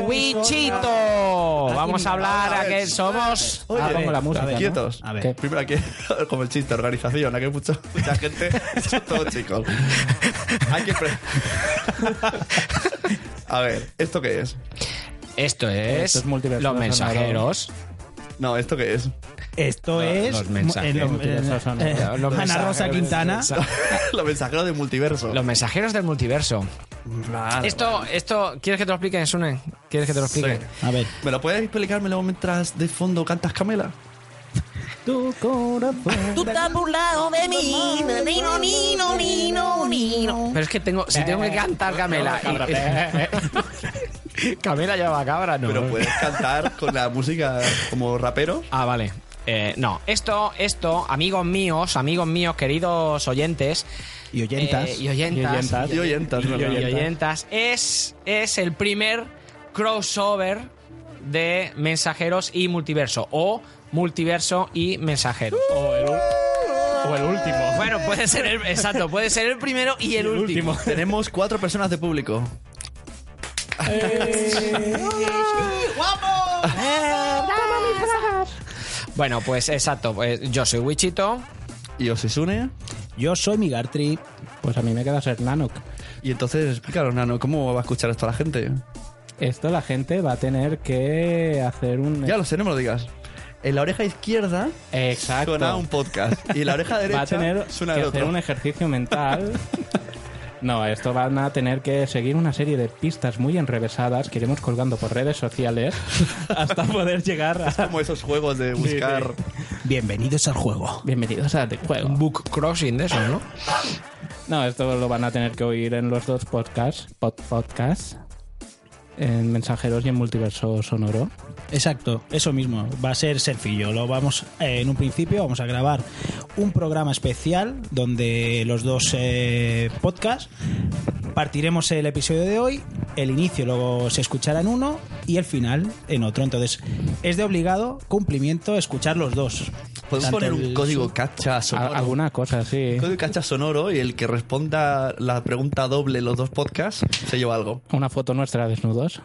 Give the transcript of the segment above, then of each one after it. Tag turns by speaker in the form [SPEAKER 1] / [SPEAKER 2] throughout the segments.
[SPEAKER 1] Nachito. Vamos a hablar a que somos.
[SPEAKER 2] Oye,
[SPEAKER 3] Ah, pongo la música, ¿no?
[SPEAKER 2] Quietos.
[SPEAKER 3] A ver.
[SPEAKER 2] Primero aquí, como el chiste, organización. Aquí hay mucha, mucha gente, son todos chicos. Hay que. pre- A ver, ¿esto qué es?
[SPEAKER 1] Esto es,
[SPEAKER 3] Esto es multiverso
[SPEAKER 1] los
[SPEAKER 3] sonoro.
[SPEAKER 1] mensajeros.
[SPEAKER 2] No, ¿esto qué es?
[SPEAKER 4] Esto es.
[SPEAKER 1] los mensajes.
[SPEAKER 4] eh, lo- eh,
[SPEAKER 3] Esos son-
[SPEAKER 4] eh,
[SPEAKER 1] Los
[SPEAKER 4] Ana
[SPEAKER 1] mensajes
[SPEAKER 4] Rosa
[SPEAKER 1] del
[SPEAKER 4] Quintana.
[SPEAKER 1] mensaje.
[SPEAKER 2] Los mensajeros del multiverso.
[SPEAKER 1] Los mensajeros del multiverso.
[SPEAKER 2] Vale,
[SPEAKER 1] Esto, esto, ¿quieres que te lo explique, Sune? ¿Quieres que te lo explique?
[SPEAKER 2] Sí.
[SPEAKER 4] A ver.
[SPEAKER 2] ¿Me lo puedes explicármelo mientras de fondo cantas Camela?
[SPEAKER 3] Tu corazón.
[SPEAKER 5] Tú estás burlado de mí. Nino, nino, nino, nino.
[SPEAKER 1] Pero es que tengo, si tengo que cantar Camela. Camela lleva cabra, no.
[SPEAKER 2] Pero puedes cantar con la música como rapero.
[SPEAKER 1] Ah, vale. Eh, no, esto, esto, amigos míos, amigos míos, queridos oyentes.
[SPEAKER 4] Y oyentas.
[SPEAKER 1] eh, y oyentas.
[SPEAKER 3] Y oyentas.
[SPEAKER 2] Y oyentas,
[SPEAKER 1] y
[SPEAKER 2] ¿verdad?
[SPEAKER 1] oyentas. Es, es el primer crossover de mensajeros y multiverso. O multiverso y mensajeros.
[SPEAKER 3] O el, o el último.
[SPEAKER 1] Bueno, puede ser el, exacto, puede ser el primero y el, último.
[SPEAKER 2] Tenemos cuatro personas de público.
[SPEAKER 1] Bueno, pues exacto. pues yo soy Wichito.
[SPEAKER 2] Y Osisune.
[SPEAKER 4] Yo soy Migartri.
[SPEAKER 3] Pues a mí me queda ser Nanoc.
[SPEAKER 2] Y entonces, explícanos, Nano, ¿cómo va a escuchar esto la gente?
[SPEAKER 3] Esto la gente va a tener que hacer un.
[SPEAKER 2] Ya lo sé, no me lo digas. En la oreja izquierda
[SPEAKER 3] Exacto.
[SPEAKER 2] suena un podcast. Y en la oreja derecha
[SPEAKER 3] va a tener
[SPEAKER 2] suena
[SPEAKER 3] que
[SPEAKER 2] el
[SPEAKER 3] hacer
[SPEAKER 2] otro.
[SPEAKER 3] un ejercicio mental. No, esto van a tener que seguir una serie de pistas muy enrevesadas que iremos colgando por redes sociales hasta poder llegar a...
[SPEAKER 2] Como esos juegos de buscar.
[SPEAKER 4] Bienvenidos al juego.
[SPEAKER 3] Bienvenidos a The Juego.
[SPEAKER 1] Un book crossing de eso, ¿no?
[SPEAKER 3] No, esto lo van a tener que oír en los dos podcasts, pod- podcasts, en Mensajeros y en Multiverso Sonoro.
[SPEAKER 4] Exacto, eso mismo. Va a ser sencillo. Lo vamos eh, en un principio vamos a grabar un programa especial donde los dos eh, podcasts partiremos el episodio de hoy. El inicio luego se escuchará en uno y el final en otro. Entonces es de obligado cumplimiento escuchar los dos.
[SPEAKER 2] Podemos
[SPEAKER 4] Tanto
[SPEAKER 2] poner un
[SPEAKER 4] el-
[SPEAKER 2] código cacha
[SPEAKER 3] A-
[SPEAKER 2] sonoro.
[SPEAKER 3] alguna cosa así.
[SPEAKER 2] Código cacha sonoro y el que responda la pregunta doble en los dos podcasts se lleva algo.
[SPEAKER 3] Una foto nuestra desnudos.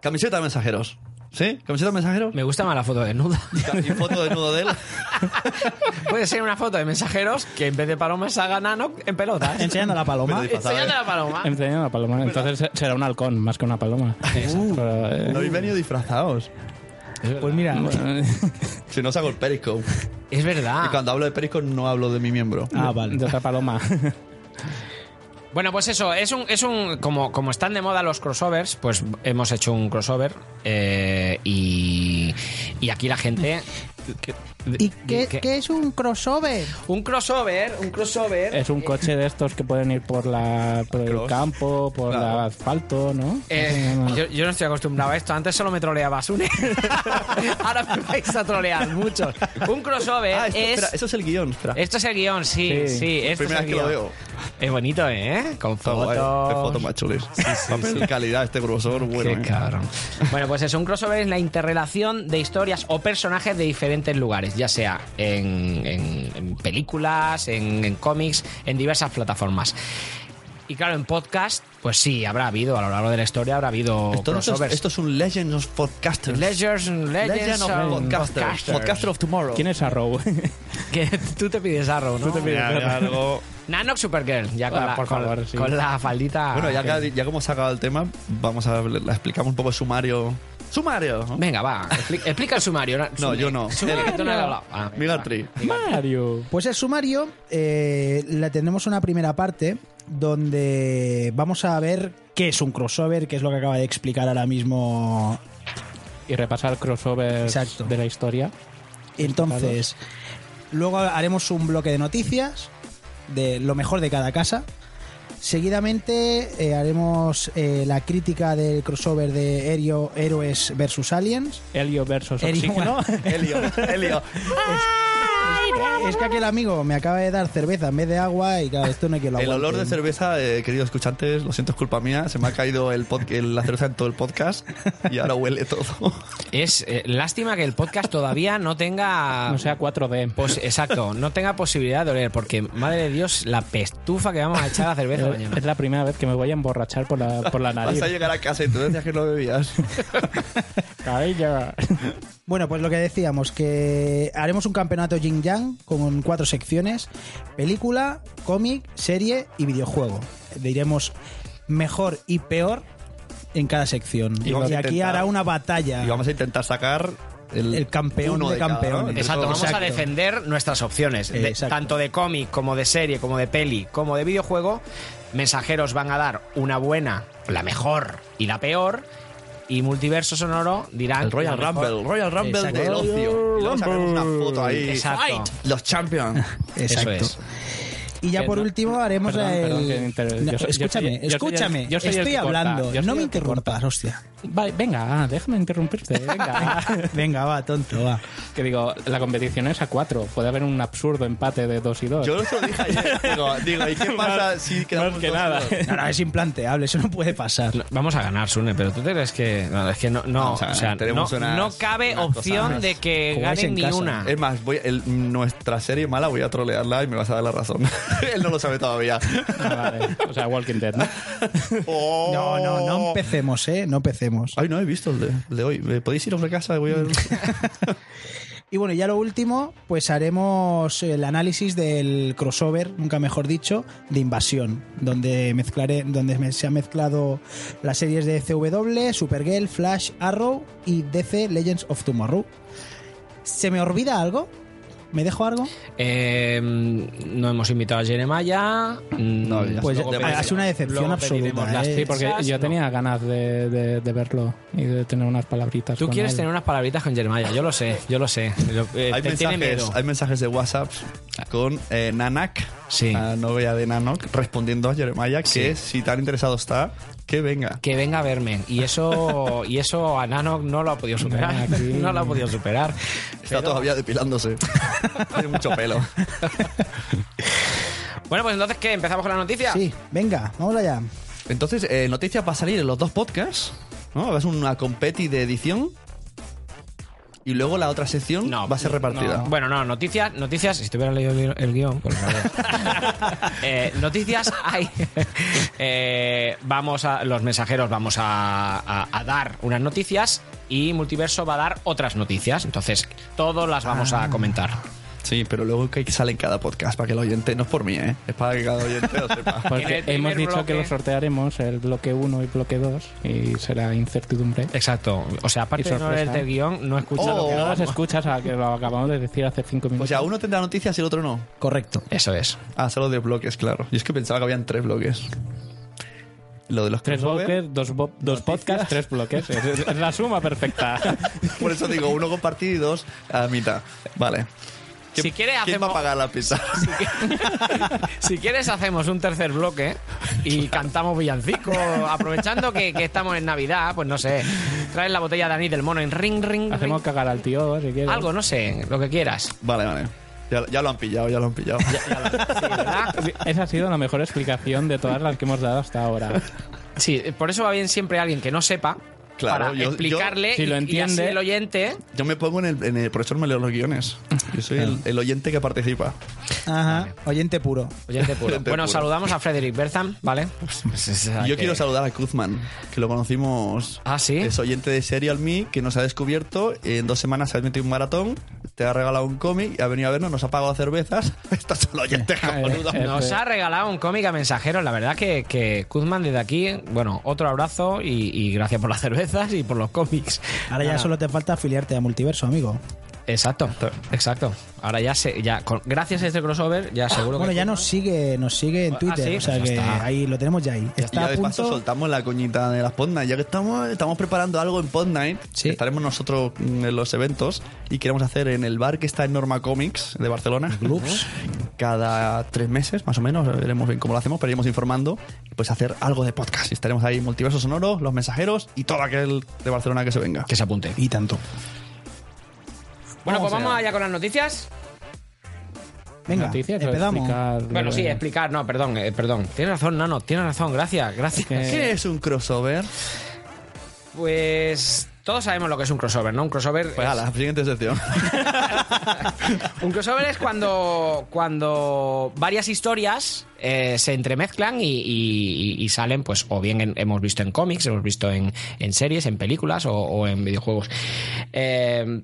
[SPEAKER 2] Camiseta de mensajeros. ¿Sí? ¿Camiseta de mensajeros?
[SPEAKER 1] Me gusta más la foto desnuda.
[SPEAKER 2] Y foto de nudo de él.
[SPEAKER 1] Puede ser una foto de mensajeros que en vez de palomas haga nano en pelotas.
[SPEAKER 4] Enseñando la paloma.
[SPEAKER 2] Pero disfrazada,
[SPEAKER 1] Enseñando la paloma.
[SPEAKER 2] Ah.
[SPEAKER 3] Enseñando la paloma. Entonces se- será un halcón más que una paloma.
[SPEAKER 2] Uh.
[SPEAKER 3] Pero, eh,
[SPEAKER 2] No habéis venido disfrazados.
[SPEAKER 4] Pues mira,
[SPEAKER 3] bueno,
[SPEAKER 2] Si no, os hago el Periscope.
[SPEAKER 1] Es
[SPEAKER 2] Y
[SPEAKER 1] verdad.
[SPEAKER 2] cuando hablo de Periscope, no hablo de mi miembro.
[SPEAKER 4] ah vale.
[SPEAKER 3] de otra paloma.
[SPEAKER 1] Bueno, pues eso, es un, es un como, como están de moda los crossovers, pues hemos hecho un crossover eh, y, y aquí la gente...
[SPEAKER 6] ¿Y qué, qué es un crossover?
[SPEAKER 1] Un crossover, un crossover...
[SPEAKER 3] Es un coche de estos que pueden ir por la por el
[SPEAKER 2] Cross.
[SPEAKER 3] campo, por
[SPEAKER 2] Claro.
[SPEAKER 3] el asfalto, ¿no?
[SPEAKER 1] Eh, yo, yo no estoy acostumbrado a esto. Antes solo me troleaba Sune. Ahora me vais a trolear muchos. Un crossover
[SPEAKER 2] Ah, esto,
[SPEAKER 1] Eh, es.
[SPEAKER 2] espera, eso es el guión. Espera.
[SPEAKER 1] Esto es el guión, sí, sí.
[SPEAKER 3] Sí.
[SPEAKER 1] esto
[SPEAKER 2] Primera
[SPEAKER 1] es el
[SPEAKER 2] vez que
[SPEAKER 1] guión.
[SPEAKER 2] lo veo.
[SPEAKER 1] Es bonito, ¿eh? Con
[SPEAKER 2] Está
[SPEAKER 1] fotos.
[SPEAKER 2] guay. Qué fotos más chulas. Papel de calidad, este grosor, bueno.
[SPEAKER 1] Qué
[SPEAKER 2] eh.
[SPEAKER 1] cabrón. Bueno, pues es un crossover es la interrelación de historias o personajes de diferentes lugares, ya sea en, en- en películas, en, en cómics, en diversas plataformas. Y claro, en podcast, pues sí, habrá habido, a lo largo de la historia habrá habido
[SPEAKER 2] Esto, esto es,
[SPEAKER 1] crossovers.
[SPEAKER 2] esto es un Legend of Podcasters.
[SPEAKER 1] Legends, Legends
[SPEAKER 2] Legend of
[SPEAKER 1] of
[SPEAKER 2] Podcasters.
[SPEAKER 1] Podcasters.
[SPEAKER 2] Podcaster of Tomorrow.
[SPEAKER 3] ¿Quién es Arrow?
[SPEAKER 1] Que tú te pides arrow, ¿no?
[SPEAKER 2] Ya, ya, algo-
[SPEAKER 1] Nanox Supergirl, ya con,
[SPEAKER 3] Ah,
[SPEAKER 1] la,
[SPEAKER 3] por
[SPEAKER 1] con-
[SPEAKER 3] favor, sí.
[SPEAKER 1] con la faldita.
[SPEAKER 2] Bueno, ya, que- ya que hemos sacado el tema, vamos a la explicamos un poco sumario. ¡Sumario! ¿no?
[SPEAKER 1] Venga, va. expli- Explica el sumario. Na-
[SPEAKER 2] No,
[SPEAKER 1] Sune.
[SPEAKER 2] yo no.
[SPEAKER 1] Sune, que tú no has hablado. Ah,
[SPEAKER 2] Migartri.
[SPEAKER 3] Mario.
[SPEAKER 4] Pues el sumario, eh, la tendremos una primera parte donde vamos a ver qué es un crossover, qué es lo que acaba de explicar ahora mismo.
[SPEAKER 3] Y repasar crossovers
[SPEAKER 4] Exacto.
[SPEAKER 3] de la historia.
[SPEAKER 4] Entonces, luego haremos un bloque de noticias de lo mejor de cada casa. Seguidamente eh, haremos eh, la crítica del crossover de Aerio Héroes versus Aliens.
[SPEAKER 3] Helio versus
[SPEAKER 4] Helio,
[SPEAKER 3] Pues Oxígeno.
[SPEAKER 4] ¿no?
[SPEAKER 2] Helio. Helio.
[SPEAKER 4] Es que aquel amigo me acaba de dar cerveza en vez de agua y claro, esto no hay que lo
[SPEAKER 2] El olor de
[SPEAKER 4] aguante.
[SPEAKER 2] cerveza, eh, queridos escuchantes, lo siento, es culpa mía. Se me ha caído el pod- el- la cerveza en todo el podcast y ahora huele todo.
[SPEAKER 1] Es eh, lástima que el podcast todavía no
[SPEAKER 2] Ah.
[SPEAKER 1] tenga.
[SPEAKER 3] No sea 4D.
[SPEAKER 2] Pues
[SPEAKER 1] pos- exacto, no tenga posibilidad de oler, porque madre de Dios, la pestufa que vamos a echar a la cerveza mañana.
[SPEAKER 3] Es la primera vez que me voy a emborrachar por la, por la
[SPEAKER 2] Vas
[SPEAKER 3] nariz.
[SPEAKER 2] a llegar a casa y tú decías que no bebías.
[SPEAKER 3] Cabello.
[SPEAKER 4] Bueno, pues lo que decíamos, que haremos un campeonato Yin Yang con cuatro secciones: película, cómic, serie y videojuego. Diremos mejor y peor en cada sección.
[SPEAKER 2] Y
[SPEAKER 4] Y,
[SPEAKER 2] vamos a
[SPEAKER 4] aquí
[SPEAKER 2] intentar-
[SPEAKER 4] hará una batalla.
[SPEAKER 2] Y vamos a intentar sacar el,
[SPEAKER 4] El campeón
[SPEAKER 2] uno
[SPEAKER 4] de
[SPEAKER 2] cada,
[SPEAKER 4] campeones.
[SPEAKER 2] Entre
[SPEAKER 1] Exacto,
[SPEAKER 2] todos.
[SPEAKER 1] vamos a
[SPEAKER 4] Exacto.
[SPEAKER 1] defender nuestras opciones, de-
[SPEAKER 4] Exacto.
[SPEAKER 1] tanto de cómic como de serie, como de peli, como de videojuego. Mensajeros van a dar una buena, la mejor y la peor. Y multiverso sonoro dirán.
[SPEAKER 2] El Royal
[SPEAKER 1] la mejor.
[SPEAKER 2] Rumble, Royal Rumble
[SPEAKER 4] Exacto.
[SPEAKER 2] del ocio. Y luego sacamos una foto ahí.
[SPEAKER 1] Exacto.
[SPEAKER 2] Fight, Los champions.
[SPEAKER 1] Eso es.
[SPEAKER 4] Y ya
[SPEAKER 3] Que
[SPEAKER 4] por
[SPEAKER 3] no-
[SPEAKER 4] último haremos
[SPEAKER 3] perdón,
[SPEAKER 4] el-
[SPEAKER 3] perdón, que inter-
[SPEAKER 4] No,
[SPEAKER 3] yo soy- yo
[SPEAKER 4] escúchame,
[SPEAKER 3] soy el- yo soy el-
[SPEAKER 4] escúchame.
[SPEAKER 3] yo soy el
[SPEAKER 4] estoy
[SPEAKER 3] que corta,
[SPEAKER 4] hablando.
[SPEAKER 3] yo soy
[SPEAKER 4] no me
[SPEAKER 3] el que corta.
[SPEAKER 4] interrumpas, hostia.
[SPEAKER 3] Va, venga, ah, déjame interrumpirte. Venga.
[SPEAKER 4] Venga, va, tonto, va.
[SPEAKER 3] que digo, la competición es a 4. Puede haber un absurdo empate de 2 y 2.
[SPEAKER 2] Yo eso lo dije ayer. Digo, digo, ¿y qué pasa si quedamos
[SPEAKER 3] más que
[SPEAKER 2] dos
[SPEAKER 3] nada.
[SPEAKER 2] y dos?
[SPEAKER 4] No, no, es implanteable, eso no puede pasar.
[SPEAKER 1] Vamos a ganar, Sune, pero tú te crees que. No, es que no. no,
[SPEAKER 2] Vamos a
[SPEAKER 1] o
[SPEAKER 2] ganar,
[SPEAKER 1] sea, no,
[SPEAKER 2] tenemos unas-
[SPEAKER 1] no cabe
[SPEAKER 2] unas
[SPEAKER 1] opción
[SPEAKER 2] cosas.
[SPEAKER 1] de que
[SPEAKER 4] Jugáis
[SPEAKER 1] ganen
[SPEAKER 4] en
[SPEAKER 1] ni
[SPEAKER 4] casa.
[SPEAKER 1] una.
[SPEAKER 2] Es más, voy, el- nuestra serie mala voy a trolearla y me vas a dar la razón. Él no lo sabe todavía.
[SPEAKER 3] Ah, vale. O sea, Walking Dead, ¿no?
[SPEAKER 2] Oh.
[SPEAKER 4] No, no, no empecemos, ¿eh? No empecemos.
[SPEAKER 2] Ay, no he visto el de, el de hoy. ¿Me ¿Podéis iros de casa? Voy a ver.
[SPEAKER 4] Y bueno, ya lo último, pues haremos el análisis del crossover, nunca mejor dicho, de Invasión, donde mezclaré, donde me- se han mezclado las series de CW, Supergirl, Flash, Arrow y DC Legends of Tomorrow. ¿Se me olvida algo? ¿Me dejo algo?
[SPEAKER 1] Eh, no hemos invitado a Jeremiah. Mm,
[SPEAKER 2] No, ya
[SPEAKER 4] Pues
[SPEAKER 2] luego
[SPEAKER 4] eh,
[SPEAKER 2] pediremos-
[SPEAKER 4] ha sido una decepción
[SPEAKER 1] luego pediremos
[SPEAKER 4] absoluta.
[SPEAKER 1] las
[SPEAKER 4] ¿eh?
[SPEAKER 3] Sí, porque
[SPEAKER 1] Esas
[SPEAKER 3] yo
[SPEAKER 1] no.
[SPEAKER 3] tenía ganas de, de- de verlo y de tener unas palabritas.
[SPEAKER 1] Tú
[SPEAKER 3] con
[SPEAKER 1] quieres
[SPEAKER 3] él.
[SPEAKER 1] tener unas palabritas con Jeremiah, yo lo sé, yo lo sé. Lo- eh,
[SPEAKER 2] hay
[SPEAKER 1] te tiene
[SPEAKER 2] mensajes,
[SPEAKER 1] miedo.
[SPEAKER 2] hay mensajes de WhatsApp con eh, Nanak,
[SPEAKER 1] Sí.
[SPEAKER 2] la novia de Nanak, respondiendo a Jeremiah que si tan interesado está, que venga.
[SPEAKER 1] Que venga a verme. Y eso, y eso a Nano no lo ha podido superar.
[SPEAKER 3] Nano aquí.
[SPEAKER 1] No lo ha podido superar.
[SPEAKER 2] Está
[SPEAKER 1] Pero-
[SPEAKER 2] todavía depilándose. Tiene mucho pelo.
[SPEAKER 1] Bueno, pues entonces, ¿qué? ¿Empezamos con la noticia?
[SPEAKER 4] Sí, venga, vamos allá.
[SPEAKER 2] Entonces, eh, noticias va a salir en los dos podcasts, ¿no? Hagas una competi de edición y luego la otra sección
[SPEAKER 1] No,
[SPEAKER 2] va a ser repartida.
[SPEAKER 1] Bueno, no, noticias, noticias, si tuviera leído el guión- el guión, pues lo haría. Eh, noticias hay. Eh, vamos a, los mensajeros vamos a, a- a dar unas noticias y Multiverso va a dar otras noticias. Entonces, todas las vamos
[SPEAKER 2] Ah.
[SPEAKER 1] a comentar.
[SPEAKER 2] Sí, pero luego que sale en cada podcast para que el oyente, no es por mí, ¿eh? Es para que cada oyente lo
[SPEAKER 1] En
[SPEAKER 2] sepa.
[SPEAKER 1] el
[SPEAKER 3] Porque
[SPEAKER 1] primer
[SPEAKER 3] hemos dicho
[SPEAKER 1] bloque-
[SPEAKER 3] que lo sortearemos el bloque 1 y bloque 2 y será incertidumbre.
[SPEAKER 1] Exacto. O sea, aparte
[SPEAKER 3] Y
[SPEAKER 1] de no
[SPEAKER 3] sorpresa.
[SPEAKER 1] leerte el guión, no escuchas
[SPEAKER 2] Oh.
[SPEAKER 1] lo que
[SPEAKER 3] No las
[SPEAKER 1] hablamos.
[SPEAKER 3] escuchas a que lo acabamos de decir hace
[SPEAKER 1] Pues
[SPEAKER 3] 5
[SPEAKER 2] O
[SPEAKER 3] minutos.
[SPEAKER 2] sea, Pues uno tendrá noticias y el otro no.
[SPEAKER 4] Correcto.
[SPEAKER 1] Eso es.
[SPEAKER 2] Ah, solo de bloques, claro. Y es que pensaba que habían tres bloques. Lo de los
[SPEAKER 3] Tres
[SPEAKER 2] crossover,
[SPEAKER 3] bloques, dos, bo- dos podcasts, tres bloques. Es, es- es la suma perfecta.
[SPEAKER 2] Por eso digo, uno compartido y dos a mitad. Vale. ¿Qui-
[SPEAKER 1] Si quieres,
[SPEAKER 2] ¿Quién va
[SPEAKER 1] hacemos-
[SPEAKER 2] a pagar la pizza?
[SPEAKER 1] Si quieres, hacemos un tercer bloque y cantamos villancico. Aprovechando que, que estamos en Navidad, pues no sé. Traes la botella de anís del mono en ring, ring, ring.
[SPEAKER 3] Hacemos cagar al tío, si quieres.
[SPEAKER 1] Algo, no sé, lo que quieras.
[SPEAKER 2] Vale, vale. Ya, ya lo han pillado, ya lo han pillado.
[SPEAKER 3] Esa ha sido la mejor explicación de todas las que hemos dado hasta ahora.
[SPEAKER 1] Sí, por eso va bien siempre alguien que no sepa
[SPEAKER 2] Claro,
[SPEAKER 1] para
[SPEAKER 2] yo- yo-
[SPEAKER 1] explicarle
[SPEAKER 3] Si lo
[SPEAKER 1] y- y así
[SPEAKER 3] entiende-
[SPEAKER 1] el oyente.
[SPEAKER 2] Yo me pongo en el, en el- Por eso no me leo los guiones. Yo soy el, el oyente que participa.
[SPEAKER 4] Ajá, oyente puro.
[SPEAKER 1] Oyente puro.
[SPEAKER 2] Oyente
[SPEAKER 1] bueno,
[SPEAKER 2] puro.
[SPEAKER 1] saludamos a Frederick Bertham, ¿vale?
[SPEAKER 3] Pues
[SPEAKER 2] Yo
[SPEAKER 1] Que-
[SPEAKER 2] quiero saludar a Kuzman, que lo conocimos.
[SPEAKER 1] Ah, ¿sí?
[SPEAKER 2] Es oyente de Serial Me, que nos ha descubierto. En dos semanas se ha metido un maratón, te ha regalado un cómic, ha venido a vernos, nos ha pagado cervezas. Estás solo este oyente, cojonudo.
[SPEAKER 1] Nos ha regalado un cómic a mensajeros. La verdad que, que Kuzman desde aquí, bueno, otro abrazo y, y gracias por las cervezas y por los cómics.
[SPEAKER 4] Ahora ya solo te falta afiliarte a Multiverso, amigo.
[SPEAKER 1] Exacto, exacto. Ahora ya se, ya con- gracias a este crossover, ya seguro
[SPEAKER 4] Bueno,
[SPEAKER 1] que
[SPEAKER 4] ya nos sigue, nos sigue en
[SPEAKER 1] Ah,
[SPEAKER 4] Twitter,
[SPEAKER 1] sí,
[SPEAKER 4] o sea
[SPEAKER 1] pues ya
[SPEAKER 4] que
[SPEAKER 1] está.
[SPEAKER 4] ahí lo tenemos ya ahí.
[SPEAKER 2] Y ya
[SPEAKER 4] Está a
[SPEAKER 2] de paso
[SPEAKER 4] punto.
[SPEAKER 2] soltamos la coñita de las Podnight. Ya que estamos, estamos preparando algo en Podnight,
[SPEAKER 4] Sí.
[SPEAKER 2] estaremos nosotros mm, en los eventos y queremos hacer en el bar que está en Norma Comics de Barcelona. Cada tres meses, más o menos, veremos bien cómo lo hacemos, pero iremos informando. Pues hacer algo de podcast. Y estaremos ahí Multiverso Sonoro, Los Mensajeros y todo aquel de Barcelona que se venga.
[SPEAKER 1] que se apunte.
[SPEAKER 4] Y tanto.
[SPEAKER 1] Bueno,
[SPEAKER 2] Vamos
[SPEAKER 1] pues vamos
[SPEAKER 2] allá.
[SPEAKER 1] allá con las noticias.
[SPEAKER 4] Venga,
[SPEAKER 3] noticias o
[SPEAKER 4] empezamos.
[SPEAKER 3] explicar lo
[SPEAKER 1] Bueno,
[SPEAKER 3] de-
[SPEAKER 1] sí, explicar, no, perdón, eh, perdón. Tienes razón, Nano, tienes razón, gracias, gracias.
[SPEAKER 3] que-
[SPEAKER 2] ¿Qué es un crossover?
[SPEAKER 1] Pues todos sabemos lo que es un crossover, ¿no? Un crossover
[SPEAKER 2] Pues a la siguiente sección.
[SPEAKER 1] Un crossover es cuando, cuando varias historias eh, se entremezclan y, y- y- y salen, pues, o bien en- hemos visto en cómics, hemos visto en, en series, en películas o, o en videojuegos. Eh,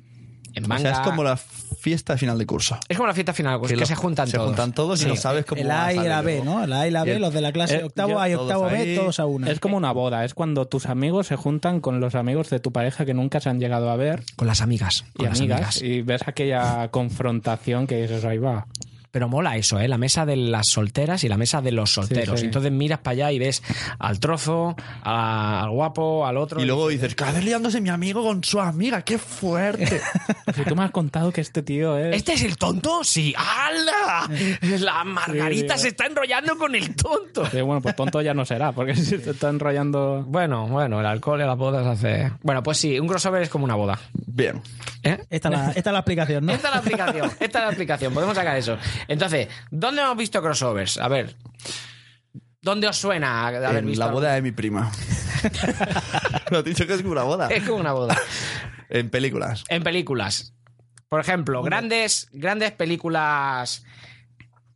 [SPEAKER 1] en
[SPEAKER 2] o
[SPEAKER 1] manga.
[SPEAKER 2] sea, es como la fiesta de final de curso.
[SPEAKER 1] es como la fiesta final, pues, que,
[SPEAKER 2] los-
[SPEAKER 1] se juntan
[SPEAKER 2] se
[SPEAKER 1] todos.
[SPEAKER 2] juntan todos y
[SPEAKER 1] Sí.
[SPEAKER 2] no sabes cómo
[SPEAKER 4] El
[SPEAKER 2] va
[SPEAKER 4] A y
[SPEAKER 2] salir
[SPEAKER 4] la B,
[SPEAKER 2] luego.
[SPEAKER 4] ¿no? El A y la
[SPEAKER 2] Y
[SPEAKER 4] B,
[SPEAKER 2] el-
[SPEAKER 4] los de la clase
[SPEAKER 2] eh,
[SPEAKER 4] octavo
[SPEAKER 2] yo-
[SPEAKER 4] A y
[SPEAKER 2] todos
[SPEAKER 4] octavo B,
[SPEAKER 2] ahí.
[SPEAKER 4] todos a una.
[SPEAKER 3] Es como una boda, es cuando tus amigos se juntan con los amigos de tu pareja que nunca se han llegado a ver
[SPEAKER 1] Con las amigas.
[SPEAKER 3] y
[SPEAKER 1] Con las
[SPEAKER 3] amigas,
[SPEAKER 1] amigas.
[SPEAKER 3] y ves aquella confrontación que dices, ahí va.
[SPEAKER 1] Pero mola eso, ¿eh? La mesa de las solteras y la mesa de los solteros.
[SPEAKER 3] sí.
[SPEAKER 1] Entonces miras para allá y ves al trozo, a- al guapo, al otro.
[SPEAKER 2] Y luego dices, cada vez liándose mi amigo con su amiga, qué fuerte.
[SPEAKER 3] Si tú me has contado que este tío es...
[SPEAKER 1] ¿Este es el tonto? Sí. ¡Hala! La Margarita
[SPEAKER 3] Sí, sí.
[SPEAKER 1] se está enrollando con el tonto.
[SPEAKER 3] Sí, bueno, pues tonto ya no será, porque si te está enrollando...
[SPEAKER 1] Bueno, bueno, el alcohol y las bodas hace. Bueno, pues sí, un crossover es como una boda.
[SPEAKER 2] Bien.
[SPEAKER 1] ¿Eh?
[SPEAKER 4] Esta es la, esta es la explicación, ¿no?
[SPEAKER 1] Esta es la aplicación, esta es la aplicación, podemos sacar eso. Entonces, ¿dónde hemos visto crossovers? A ver. ¿Dónde os suena haber
[SPEAKER 2] en
[SPEAKER 1] visto?
[SPEAKER 2] la boda de mi prima. Lo has dicho que es como una boda.
[SPEAKER 1] Es como una boda.
[SPEAKER 2] En películas.
[SPEAKER 1] En películas. Por ejemplo, grandes, grandes películas.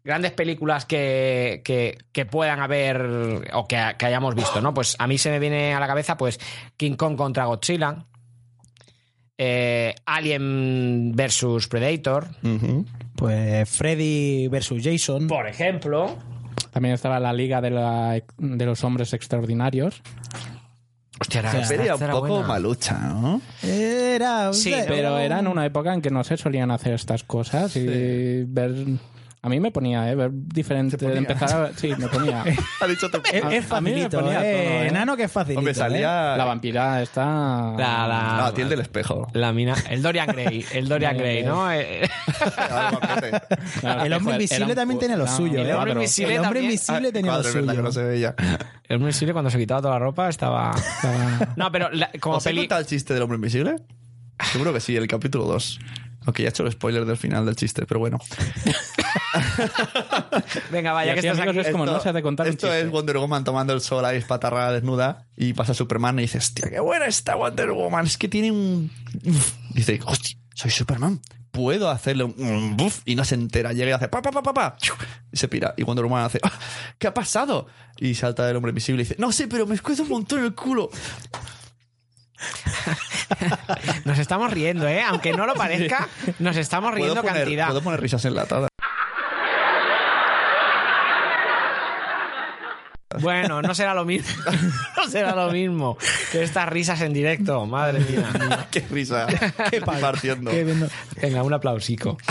[SPEAKER 1] Grandes películas que, que- que puedan haber. o que, que hayamos visto, ¿no? Pues a mí se me viene a la cabeza, pues, King Kong contra Godzilla. eh, Alien versus Predator.
[SPEAKER 4] Pues Freddy versus Jason.
[SPEAKER 1] Por ejemplo.
[SPEAKER 3] También estaba la Liga de, la- de los Hombres Extraordinarios.
[SPEAKER 1] Hostia, era,
[SPEAKER 4] O sea,
[SPEAKER 1] esta-
[SPEAKER 2] Sería un
[SPEAKER 1] esta era
[SPEAKER 2] poco
[SPEAKER 1] buena.
[SPEAKER 2] malucha, ¿no?
[SPEAKER 4] Era.
[SPEAKER 1] Sí,
[SPEAKER 3] Pero era en una época en que no se solían hacer estas cosas y ver... A mí me ponía, ¿eh? Ver diferente...
[SPEAKER 2] ponía.
[SPEAKER 3] Empezar a- Sí, me ponía.
[SPEAKER 2] Ha dicho te-
[SPEAKER 4] Es, es
[SPEAKER 3] A- a mí me
[SPEAKER 4] facilito,
[SPEAKER 3] ponía
[SPEAKER 4] eh.
[SPEAKER 3] todo, ¿eh?
[SPEAKER 4] Enano que es facilito.
[SPEAKER 2] Hombre,
[SPEAKER 4] ¿eh?
[SPEAKER 2] salía.
[SPEAKER 3] La vampira está...
[SPEAKER 1] La,
[SPEAKER 2] Ah,
[SPEAKER 1] la,
[SPEAKER 2] la piel del espejo.
[SPEAKER 1] la mina. El Dorian Gray. El Dorian Gray, ¿no? Eh,
[SPEAKER 2] Ah, el guapete.
[SPEAKER 4] El hombre invisible también tiene lo suyo,
[SPEAKER 1] el
[SPEAKER 4] ¿eh?
[SPEAKER 1] hombre invisible
[SPEAKER 4] El hombre
[SPEAKER 1] también-
[SPEAKER 4] invisible
[SPEAKER 2] Ah,
[SPEAKER 4] tenía lo
[SPEAKER 2] madre, es verdad que no se
[SPEAKER 4] suyo.
[SPEAKER 2] veía.
[SPEAKER 1] El hombre invisible cuando se quitaba toda la ropa estaba. No, pero la- como
[SPEAKER 2] ¿Os he
[SPEAKER 1] peli.
[SPEAKER 2] contado el chiste del hombre invisible? Seguro que sí, el capítulo 2. Aunque ya he hecho el spoiler del final del chiste, pero bueno.
[SPEAKER 1] Venga, vaya,
[SPEAKER 3] Y
[SPEAKER 1] que
[SPEAKER 3] así,
[SPEAKER 1] estás
[SPEAKER 3] amigos,
[SPEAKER 1] aquí.
[SPEAKER 3] Es como, no se ha de contar un
[SPEAKER 2] Esto
[SPEAKER 3] chiste.
[SPEAKER 2] es Wonder Woman tomando el sol ahí, espatarrada desnuda, y pasa Superman y dice, hostia, qué buena está Wonder Woman, es que tiene un... Dice, hostia, soy Superman, puedo hacerle un- un... buf", y no se entera, llega y hace, pa, pa, pa, pa, pa, chiu, y se pira. Y Wonder Woman hace, "Ah, ¿qué ha pasado? Y salta el hombre invisible y dice, no sé, pero me escuece un montón el culo.
[SPEAKER 1] Nos estamos riendo, ¿eh? Aunque no lo parezca, nos estamos
[SPEAKER 2] Puedo
[SPEAKER 1] riendo
[SPEAKER 2] poner,
[SPEAKER 1] cantidad.
[SPEAKER 2] puedo poner risas enlatadas.
[SPEAKER 1] Bueno, no será lo mismo. no será lo mismo que estas risas en directo. Madre mía.
[SPEAKER 2] qué risa, qué partiendo.
[SPEAKER 4] Qué bien, ¿no?
[SPEAKER 1] Venga, un aplausico.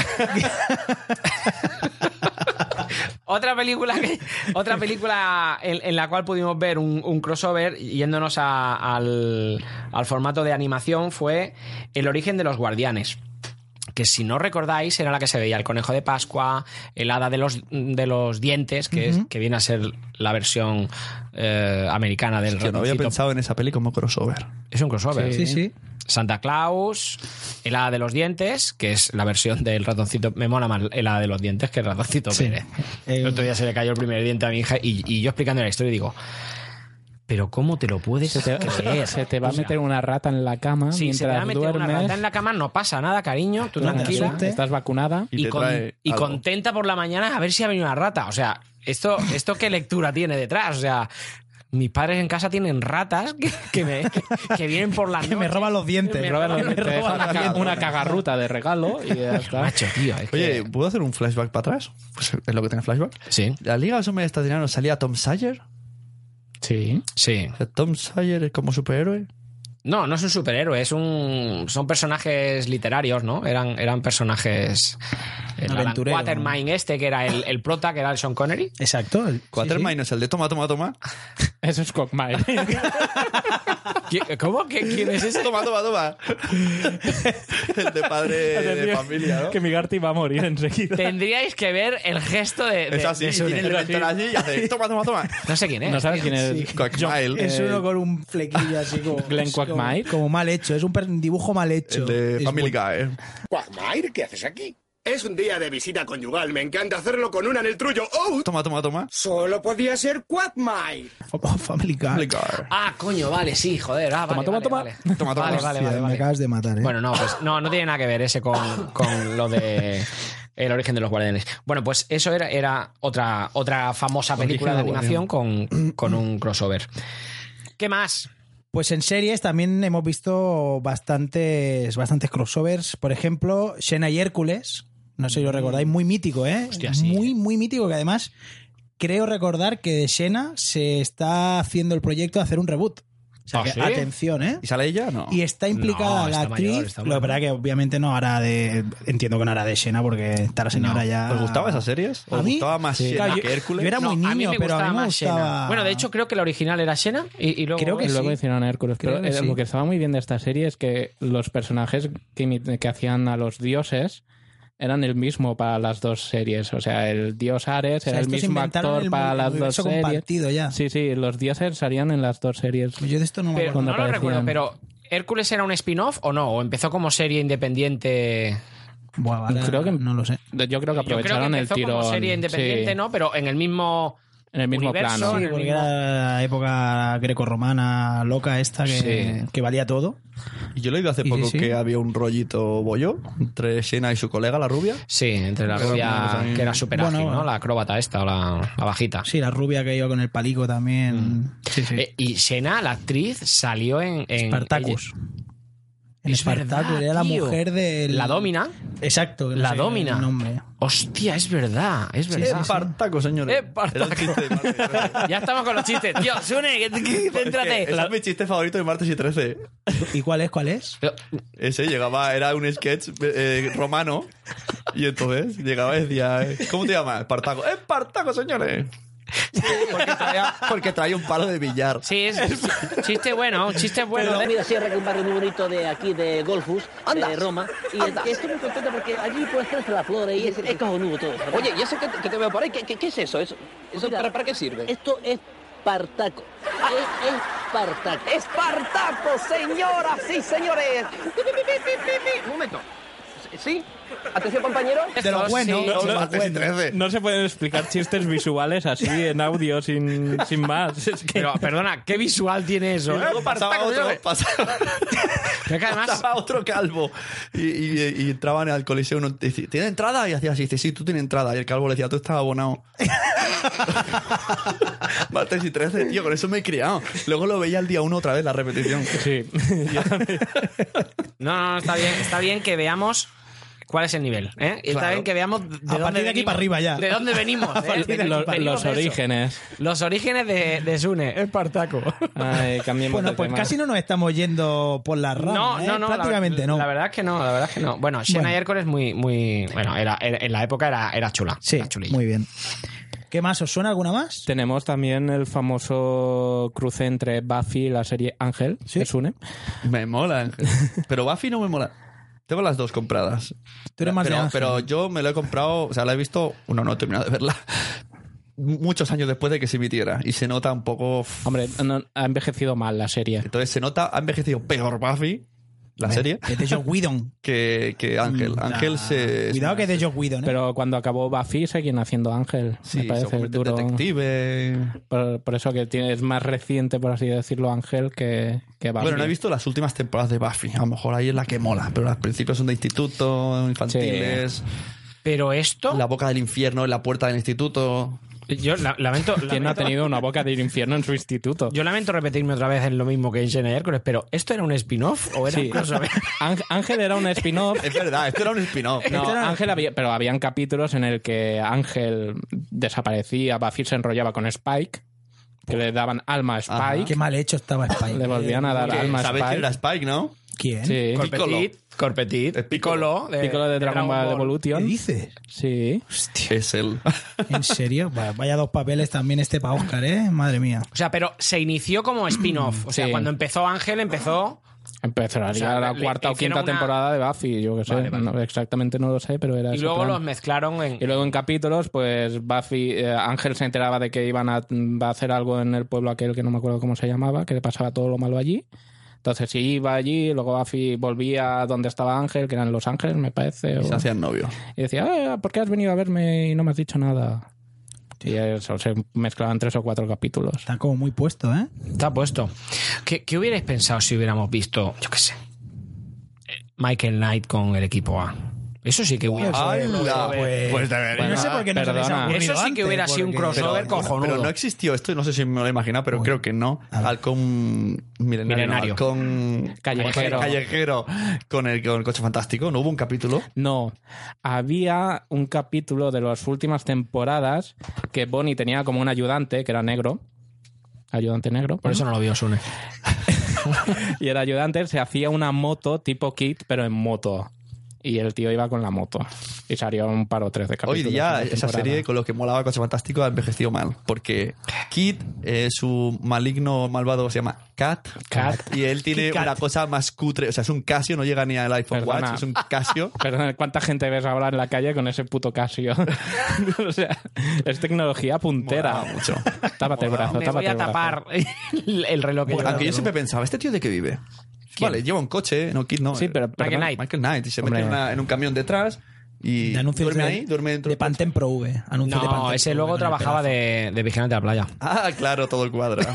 [SPEAKER 1] otra película que, otra película en, en la cual pudimos ver un, un crossover yéndonos a- al, al formato de animación fue El origen de los guardianes. Que si no recordáis, era la que se veía el conejo de Pascua, el hada de los, de los dientes, que, es, que viene a ser la versión eh, americana del
[SPEAKER 2] Yo no había
[SPEAKER 1] ratoncito.
[SPEAKER 2] pensado en esa peli como crossover.
[SPEAKER 1] Es un crossover.
[SPEAKER 4] Sí, sí.
[SPEAKER 1] Santa Claus, el hada de los dientes, que es la versión del ratoncito. Me mola más el hada de los dientes que el ratoncito Pérez. El otro día se le cayó el primer diente a mi hija y, y yo explicando la historia digo, pero ¿cómo te lo puedes
[SPEAKER 3] Se te,
[SPEAKER 1] creer?
[SPEAKER 3] se te va a
[SPEAKER 1] O sea,
[SPEAKER 3] meter una rata en la cama
[SPEAKER 1] sí, se te va a meter
[SPEAKER 3] mientras duermes.
[SPEAKER 1] una rata en la cama, no pasa nada, cariño, tú
[SPEAKER 4] Durante la
[SPEAKER 1] tranquila.
[SPEAKER 4] suerte.
[SPEAKER 3] Estás vacunada.
[SPEAKER 2] Y
[SPEAKER 1] Y,
[SPEAKER 2] te
[SPEAKER 1] con-
[SPEAKER 2] trae
[SPEAKER 1] y
[SPEAKER 2] algo.
[SPEAKER 1] contenta por la mañana a ver si ha venido una rata. O sea, esto, esto qué lectura tiene detrás. O sea, mis padres en casa tienen ratas que, que me, que, que vienen por la
[SPEAKER 4] Que me roban los dientes.
[SPEAKER 1] Me
[SPEAKER 3] Robert,
[SPEAKER 1] roban-
[SPEAKER 3] te
[SPEAKER 4] roban
[SPEAKER 3] deja
[SPEAKER 4] la
[SPEAKER 3] una, ca-
[SPEAKER 4] mierda.
[SPEAKER 3] una cagarruta de regalo y ya está.
[SPEAKER 1] Macho, tío. es
[SPEAKER 2] Oye,
[SPEAKER 1] que-
[SPEAKER 2] ¿puedo hacer un flashback para atrás? Pues es lo que tiene flashback.
[SPEAKER 1] Sí,
[SPEAKER 2] La Liga de los Hombres Extraordinarios salía Tom Sawyer.
[SPEAKER 3] Sí.
[SPEAKER 1] sí.
[SPEAKER 2] O sea, Tom Sawyer es como superhéroe.
[SPEAKER 1] No, no es un superhéroe, es un. Son personajes literarios, ¿no? Eran, eran personajes. El Alan
[SPEAKER 4] Aventurero,
[SPEAKER 1] Quatermain este, que era el, el prota, que era el Sean Connery.
[SPEAKER 4] Exacto. el-
[SPEAKER 2] Quatermain
[SPEAKER 4] sí,
[SPEAKER 2] es el de toma, toma, toma.
[SPEAKER 3] Eso es Cockmire.
[SPEAKER 1] ¿Qui- ¿Cómo? ¿Qui- ¿Quién es ese?
[SPEAKER 2] Toma, toma, toma. el de padre de familia, ¿no?
[SPEAKER 3] Que mi Garty va a morir enseguida.
[SPEAKER 1] Tendríais que ver el gesto de. de-
[SPEAKER 2] Es así,
[SPEAKER 1] de su-
[SPEAKER 2] tiene el mentón así y hace toma, toma, toma.
[SPEAKER 1] No sé quién es.
[SPEAKER 3] No sabes
[SPEAKER 1] tío.
[SPEAKER 3] quién es.
[SPEAKER 4] sí.
[SPEAKER 2] Quackmile.
[SPEAKER 4] Es uno con un flequillo así como.
[SPEAKER 3] Glenn
[SPEAKER 4] como-
[SPEAKER 3] Quagmire.
[SPEAKER 4] Como, mal hecho. Es un per- un dibujo mal hecho.
[SPEAKER 2] El de
[SPEAKER 4] Es
[SPEAKER 2] Family Guy.
[SPEAKER 7] Quagmire, ¿qué haces aquí? Es un día de visita conyugal. Me encanta hacerlo con una en el trullo. ¡Oh!
[SPEAKER 2] Toma, toma, toma.
[SPEAKER 7] Solo podía ser Quagmire.
[SPEAKER 4] Oh, Family Guy.
[SPEAKER 2] Family Guy.
[SPEAKER 1] Ah, coño, vale, sí, joder. Ah, vale,
[SPEAKER 3] Toma,
[SPEAKER 1] vale,
[SPEAKER 3] toma,
[SPEAKER 1] vale.
[SPEAKER 2] Toma, toma.
[SPEAKER 1] Vale, vale,
[SPEAKER 4] Hostia,
[SPEAKER 1] vale,
[SPEAKER 4] Me
[SPEAKER 1] vale.
[SPEAKER 4] acabas de matar, ¿eh?
[SPEAKER 1] Bueno, no, pues no, no tiene nada que ver ese con, con lo de El origen de los guardianes. Bueno, pues eso era, era otra, otra famosa película de
[SPEAKER 2] Origen del
[SPEAKER 1] animación con, con un crossover. ¿Qué más?
[SPEAKER 4] Pues en series también hemos visto bastantes, bastantes crossovers. Por ejemplo, Xena y Hércules. No sé si lo recordáis, muy mítico, ¿eh?
[SPEAKER 1] Hostia, sí.
[SPEAKER 4] Muy, muy mítico, que además creo recordar que de Xena se está haciendo el proyecto de hacer un reboot. O sea,
[SPEAKER 1] ¿Ah,
[SPEAKER 4] que
[SPEAKER 1] sí?
[SPEAKER 4] atención, ¿eh?
[SPEAKER 2] ¿Y sale ella? No.
[SPEAKER 4] Y está implicada
[SPEAKER 1] No,
[SPEAKER 4] la
[SPEAKER 1] está
[SPEAKER 4] actriz.
[SPEAKER 1] mayor, está
[SPEAKER 4] lo que pasa que obviamente no hará de. Entiendo que no hará de Xena porque está la señora ya.
[SPEAKER 2] ¿Os gustaban esas series? ¿Os
[SPEAKER 4] ¿A mí?
[SPEAKER 2] gustaba más
[SPEAKER 4] Sí.
[SPEAKER 2] Xena
[SPEAKER 4] Claro, yo-
[SPEAKER 2] que Hércules?
[SPEAKER 4] yo era muy
[SPEAKER 1] No, a mí
[SPEAKER 4] niño,
[SPEAKER 1] me
[SPEAKER 4] pero a mí
[SPEAKER 1] gustaba
[SPEAKER 4] me
[SPEAKER 1] más Xena.
[SPEAKER 4] gustaba.
[SPEAKER 1] Bueno, de hecho, creo que la original era Xena y, y luego.
[SPEAKER 4] Creo que
[SPEAKER 1] el-
[SPEAKER 4] sí.
[SPEAKER 3] Luego hicieron Hércules.
[SPEAKER 4] Creo
[SPEAKER 3] Pero
[SPEAKER 4] que
[SPEAKER 3] eh,
[SPEAKER 4] sí.
[SPEAKER 3] lo que estaba muy bien de esta serie es que los personajes que, imi- que hacían a los dioses eran el mismo para las dos series. O sea, el dios
[SPEAKER 4] O
[SPEAKER 3] Ares
[SPEAKER 4] sea,
[SPEAKER 3] era el
[SPEAKER 4] estos
[SPEAKER 3] mismo
[SPEAKER 4] inventaron
[SPEAKER 3] actor
[SPEAKER 4] el
[SPEAKER 3] para las dos
[SPEAKER 4] universo
[SPEAKER 3] series.
[SPEAKER 4] compartido ya.
[SPEAKER 3] Sí, sí, los dioses salían en las dos series.
[SPEAKER 4] Yo de esto no me
[SPEAKER 1] Pero,
[SPEAKER 4] acuerdo.
[SPEAKER 1] no lo
[SPEAKER 3] aparecían.
[SPEAKER 1] recuerdo, pero ¿Hércules era un spin-off o no? ¿O empezó como serie independiente?
[SPEAKER 4] Buah, vale,
[SPEAKER 3] Creo que-
[SPEAKER 4] no lo sé.
[SPEAKER 3] Yo creo que
[SPEAKER 1] Yo creo que
[SPEAKER 3] aprovecharon el
[SPEAKER 1] empezó
[SPEAKER 3] tiro.
[SPEAKER 1] como serie independiente, ¿no? Pero en el mismo.
[SPEAKER 3] En el mismo
[SPEAKER 1] universo,
[SPEAKER 3] plano.
[SPEAKER 1] en
[SPEAKER 4] Sí,
[SPEAKER 1] el
[SPEAKER 4] porque
[SPEAKER 1] mismo-
[SPEAKER 4] era la época grecorromana loca esta que,
[SPEAKER 1] Sí.
[SPEAKER 4] que valía todo.
[SPEAKER 2] Y Yo he leído hace
[SPEAKER 4] Sí,
[SPEAKER 2] poco
[SPEAKER 4] sí, sí.
[SPEAKER 2] que había un rollito bollo entre Xena y su colega, la rubia.
[SPEAKER 1] Sí, entre la
[SPEAKER 2] Creo que no,
[SPEAKER 1] rubia
[SPEAKER 2] pues a mí-
[SPEAKER 1] que era súper
[SPEAKER 4] Bueno,
[SPEAKER 1] ágil, ¿no?
[SPEAKER 4] bueno.
[SPEAKER 1] La acróbata esta o la, la bajita.
[SPEAKER 4] Sí, la rubia que iba con el palico también. Sí, sí.
[SPEAKER 1] Eh, y Sena, la actriz, salió en. en
[SPEAKER 4] Spartacus. En
[SPEAKER 1] Es
[SPEAKER 4] Spartacus,
[SPEAKER 1] verdad,
[SPEAKER 4] era la
[SPEAKER 1] tío.
[SPEAKER 4] mujer de
[SPEAKER 1] ella- la Domina.
[SPEAKER 4] Exacto, que no
[SPEAKER 1] La
[SPEAKER 4] sé el
[SPEAKER 1] Domina.
[SPEAKER 4] nombre.
[SPEAKER 1] Hostia, es verdad, es verdad.
[SPEAKER 2] Espartaco, señores.
[SPEAKER 1] Espartaco.
[SPEAKER 2] Era el chiste de martes.
[SPEAKER 1] ya estamos con los chistes. Tío, Sune, que- que-
[SPEAKER 2] Es que
[SPEAKER 1] céntrate.
[SPEAKER 2] ese es mi chiste favorito de martes y 13.
[SPEAKER 4] ¿Y cuál es? ¿Cuál es?
[SPEAKER 2] Ese llegaba, era un sketch eh, romano. Y entonces llegaba y decía, eh, ¿cómo te llamas? Espartaco. ¡Espartaco, señores! Porque traía, porque traía un palo de billar.
[SPEAKER 1] Sí, es chiste bueno, chiste bueno.
[SPEAKER 8] Mira, Sierra, que es un barrio muy bonito de aquí, de Golfus, de Roma. Y estoy muy contento porque allí puedes traerse las flores y es, es cojonudo todo. ¿sabes?
[SPEAKER 9] Oye, ya sé que, que te veo por ahí. ¿Qué, qué- qué es eso? ¿Eso, eso
[SPEAKER 8] Mira.
[SPEAKER 9] para, para qué sirve?
[SPEAKER 8] esto es Partaco. Es, es Partaco.
[SPEAKER 9] ¡Espartaco, señoras y señores! Pi, pi, pi, pi, pi, pi. Un momento. ¿Sí? Atención, compañero.
[SPEAKER 1] De
[SPEAKER 4] lo bueno,
[SPEAKER 2] No, martes y 13.
[SPEAKER 3] No se pueden explicar chistes visuales así en audio sin, sin más. Es que
[SPEAKER 1] Pero, perdona, ¿qué visual tiene eso?
[SPEAKER 2] Y luego pasaba
[SPEAKER 1] Espartaco,
[SPEAKER 2] otro,
[SPEAKER 1] tío.
[SPEAKER 2] pasaba,
[SPEAKER 1] Pero que además-
[SPEAKER 2] pasaba otro calvo. Y, y- y entraban al coliseo. Uno, dice, ¿Tiene entrada? Y hacía así: dice, Sí, tú tienes entrada. Y el calvo le decía: Tú estás abonado. Martes y 13, tío, con eso me he criado. Luego lo veía el día uno otra vez, la repetición.
[SPEAKER 3] sí.
[SPEAKER 1] No, no, no, está bien, está bien que veamos cuál es el nivel, ¿eh? Y Está
[SPEAKER 2] Claro.
[SPEAKER 1] bien que veamos de dónde
[SPEAKER 4] partir de aquí
[SPEAKER 1] venimos-
[SPEAKER 4] para arriba ya.
[SPEAKER 1] De dónde venimos, ¿eh?
[SPEAKER 3] Los-
[SPEAKER 1] Venimos-
[SPEAKER 3] los,
[SPEAKER 1] venimos de eso.
[SPEAKER 3] orígenes.
[SPEAKER 1] Los orígenes de, de Sune, Espartaco.
[SPEAKER 3] Ay, cambiemos
[SPEAKER 4] Bueno,
[SPEAKER 3] de
[SPEAKER 4] pues
[SPEAKER 3] tema.
[SPEAKER 4] casi no nos estamos yendo por la rama.
[SPEAKER 1] No,
[SPEAKER 4] ¿eh?
[SPEAKER 1] no, no. la-
[SPEAKER 4] Prácticamente
[SPEAKER 1] la,
[SPEAKER 4] no.
[SPEAKER 1] verdad es que no, la verdad es que no. Bueno, Xena
[SPEAKER 4] Bueno.
[SPEAKER 1] y Hércules muy, muy. Bueno, era, era- en la época era, era chula.
[SPEAKER 4] sí,
[SPEAKER 1] era chulilla.
[SPEAKER 4] muy bien. ¿Qué más? ¿Os suena alguna más?
[SPEAKER 3] Tenemos también el famoso cruce entre Buffy y la serie Ángel,
[SPEAKER 4] Sí.
[SPEAKER 3] que une.
[SPEAKER 2] Me mola, Ángel. Pero Buffy no me mola. Tengo las dos compradas.
[SPEAKER 4] Tú eres más de
[SPEAKER 2] pero,
[SPEAKER 4] Ángel.
[SPEAKER 2] pero yo me lo he comprado, o sea, la he visto, uno no he terminado de verla, muchos años después de que se emitiera. Y se nota un poco.
[SPEAKER 3] Hombre, no- ha envejecido mal la serie.
[SPEAKER 2] Entonces se nota, ha envejecido peor Buffy, la serie,
[SPEAKER 4] Es de Joe Whedon.
[SPEAKER 2] que, que Ángel. Ángel se.
[SPEAKER 4] Mm, Cuidado que es de Joe Whedon. ¿eh?
[SPEAKER 3] Pero cuando acabó Buffy seguían haciendo Ángel.
[SPEAKER 2] Sí,
[SPEAKER 3] me
[SPEAKER 2] se
[SPEAKER 3] parece
[SPEAKER 2] convierte en
[SPEAKER 3] duro.
[SPEAKER 2] detective.
[SPEAKER 3] Por, por eso que tiene, es más reciente, por así decirlo, Ángel que, que Buffy.
[SPEAKER 2] Bueno, no he visto las últimas temporadas de Buffy. A lo mejor ahí es la que mola, pero las principios son de instituto, infantiles,
[SPEAKER 1] Pero esto.
[SPEAKER 2] la boca del infierno, la puerta del instituto.
[SPEAKER 1] Yo la- lamento.
[SPEAKER 3] ¿Quién no ha
[SPEAKER 1] lamento-
[SPEAKER 3] tenido una boca del infierno en su instituto?
[SPEAKER 1] Yo lamento repetirme otra vez en lo mismo que en Xena y Hércules, pero ¿esto era un spin-off o era
[SPEAKER 3] Sí.
[SPEAKER 1] un crossover?
[SPEAKER 3] Ángel- Ángel era un spin-off.
[SPEAKER 2] Es verdad, esto era un spin-off.
[SPEAKER 3] No, Ángel había, pero habían capítulos en el que Ángel desaparecía, Buffy se enrollaba con Spike, que le daban alma a
[SPEAKER 2] Ajá.
[SPEAKER 3] Spike,
[SPEAKER 4] Qué mal hecho estaba Spike.
[SPEAKER 3] le volvían a dar
[SPEAKER 2] Que
[SPEAKER 3] alma a
[SPEAKER 2] Sabéis quién era
[SPEAKER 3] Spike.
[SPEAKER 2] Spike, ¿no?
[SPEAKER 4] ¿Quién?
[SPEAKER 3] Sí.
[SPEAKER 1] Corpetit, Corpetit,
[SPEAKER 2] Es
[SPEAKER 1] Piccolo,
[SPEAKER 2] Piccolo.
[SPEAKER 1] de,
[SPEAKER 3] Piccolo de Dragon Ball
[SPEAKER 4] ¿Qué
[SPEAKER 3] Evolution.
[SPEAKER 4] dices?
[SPEAKER 3] Sí.
[SPEAKER 2] Es él.
[SPEAKER 4] ¿En serio? Va- Vaya dos papeles también este para Oscar, ¿eh? Madre mía.
[SPEAKER 1] O sea, pero se inició como spin-off. O sea,
[SPEAKER 3] Sí.
[SPEAKER 1] cuando empezó Ángel, empezó.
[SPEAKER 3] Empezaría
[SPEAKER 1] O sea,
[SPEAKER 3] la
[SPEAKER 1] le-
[SPEAKER 3] cuarta o
[SPEAKER 1] hicieron
[SPEAKER 3] quinta
[SPEAKER 1] una-
[SPEAKER 3] temporada de Buffy, yo qué sé.
[SPEAKER 1] Vale, vale.
[SPEAKER 3] no- exactamente no lo sé, pero era
[SPEAKER 1] Y
[SPEAKER 3] ese
[SPEAKER 1] luego
[SPEAKER 3] plan.
[SPEAKER 1] los mezclaron en.
[SPEAKER 3] Y luego en capítulos, pues Buffy, eh, Ángel se enteraba mm, de que iban a, va a hacer algo en el pueblo aquel que no me acuerdo cómo se llamaba, que le pasaba todo lo malo allí. Entonces, si iba allí, luego Afi volvía a donde estaba Ángel, que eran Los Ángeles, me parece. o-
[SPEAKER 2] Se hacían novios.
[SPEAKER 3] y decía, "Ah, ¿por qué has venido a verme y no me has dicho nada? Y eso, se mezclaban tres o cuatro capítulos.
[SPEAKER 4] Está como muy puesto, ¿eh?
[SPEAKER 1] Está puesto. ¿Qué, qué hubierais pensado si hubiéramos visto, yo qué sé, eh, Michael Knight con el equipo A? Eso sí que
[SPEAKER 2] Ah,
[SPEAKER 1] hubiera
[SPEAKER 2] ¡Hala! Pues, de verdad.
[SPEAKER 4] no sé por qué no se les ha
[SPEAKER 3] perdona.
[SPEAKER 4] ocurrido
[SPEAKER 1] Eso sí que
[SPEAKER 4] antes,
[SPEAKER 1] hubiera sido un
[SPEAKER 4] porque-
[SPEAKER 1] crossover cojonudo.
[SPEAKER 2] Pero no existió esto, no sé si me lo he imaginado, pero creo que no. Halcón milenario.
[SPEAKER 1] Milenario.
[SPEAKER 2] Halcón
[SPEAKER 3] Callejero.
[SPEAKER 2] callejero con, el, con el coche fantástico. No hubo un capítulo.
[SPEAKER 3] No, había un capítulo de las últimas temporadas que Bonnie tenía como un ayudante, que era negro. Ayudante negro.
[SPEAKER 1] Por eso no lo vio Sune.
[SPEAKER 3] Y el ayudante se hacía una moto tipo kit, pero en moto. Y el tío iba con la moto. Y salió un par o tres de
[SPEAKER 2] Hoy
[SPEAKER 3] capítulos.
[SPEAKER 2] día,
[SPEAKER 3] de la
[SPEAKER 2] esa
[SPEAKER 3] temporada.
[SPEAKER 2] serie con lo que molaba el coche fantástico ha envejecido mal. Porque Kid, eh, su maligno malvado se llama Cat.
[SPEAKER 3] Cat.
[SPEAKER 2] Y él tiene
[SPEAKER 4] Kit Kat.
[SPEAKER 2] una cosa más cutre. O sea, es un Casio, no llega ni al iPhone
[SPEAKER 3] Perdona.
[SPEAKER 2] Watch. Es un Casio.
[SPEAKER 3] Perdón, ¿cuánta gente ves ahora en la calle con ese puto Casio? o sea, es tecnología puntera.
[SPEAKER 2] Molaba mucho.
[SPEAKER 3] Tápate el brazo,
[SPEAKER 1] Me voy
[SPEAKER 3] tápate
[SPEAKER 1] a
[SPEAKER 3] el brazo.
[SPEAKER 1] tapar el el reloj que llevo.
[SPEAKER 2] Bueno, aunque yo siempre pensaba, ¿este tío de qué vive? Vale, lleva un coche, no, Kid no.
[SPEAKER 3] Sí, pero
[SPEAKER 1] Michael
[SPEAKER 3] perdón,
[SPEAKER 1] Knight.
[SPEAKER 2] Michael Knight. Y se
[SPEAKER 3] Hombre.
[SPEAKER 2] mete en, una- en un camión detrás y
[SPEAKER 4] De anuncios
[SPEAKER 2] duerme
[SPEAKER 4] de-
[SPEAKER 2] ahí, duerme dentro.
[SPEAKER 4] De Pantene Pro V. anuncio de
[SPEAKER 1] No,
[SPEAKER 4] Pantene
[SPEAKER 1] ese
[SPEAKER 4] Pro
[SPEAKER 1] luego
[SPEAKER 4] V,
[SPEAKER 1] trabajaba
[SPEAKER 4] pedazo.
[SPEAKER 1] de, de vigilante de la playa.
[SPEAKER 2] Ah, claro, todo el cuadro.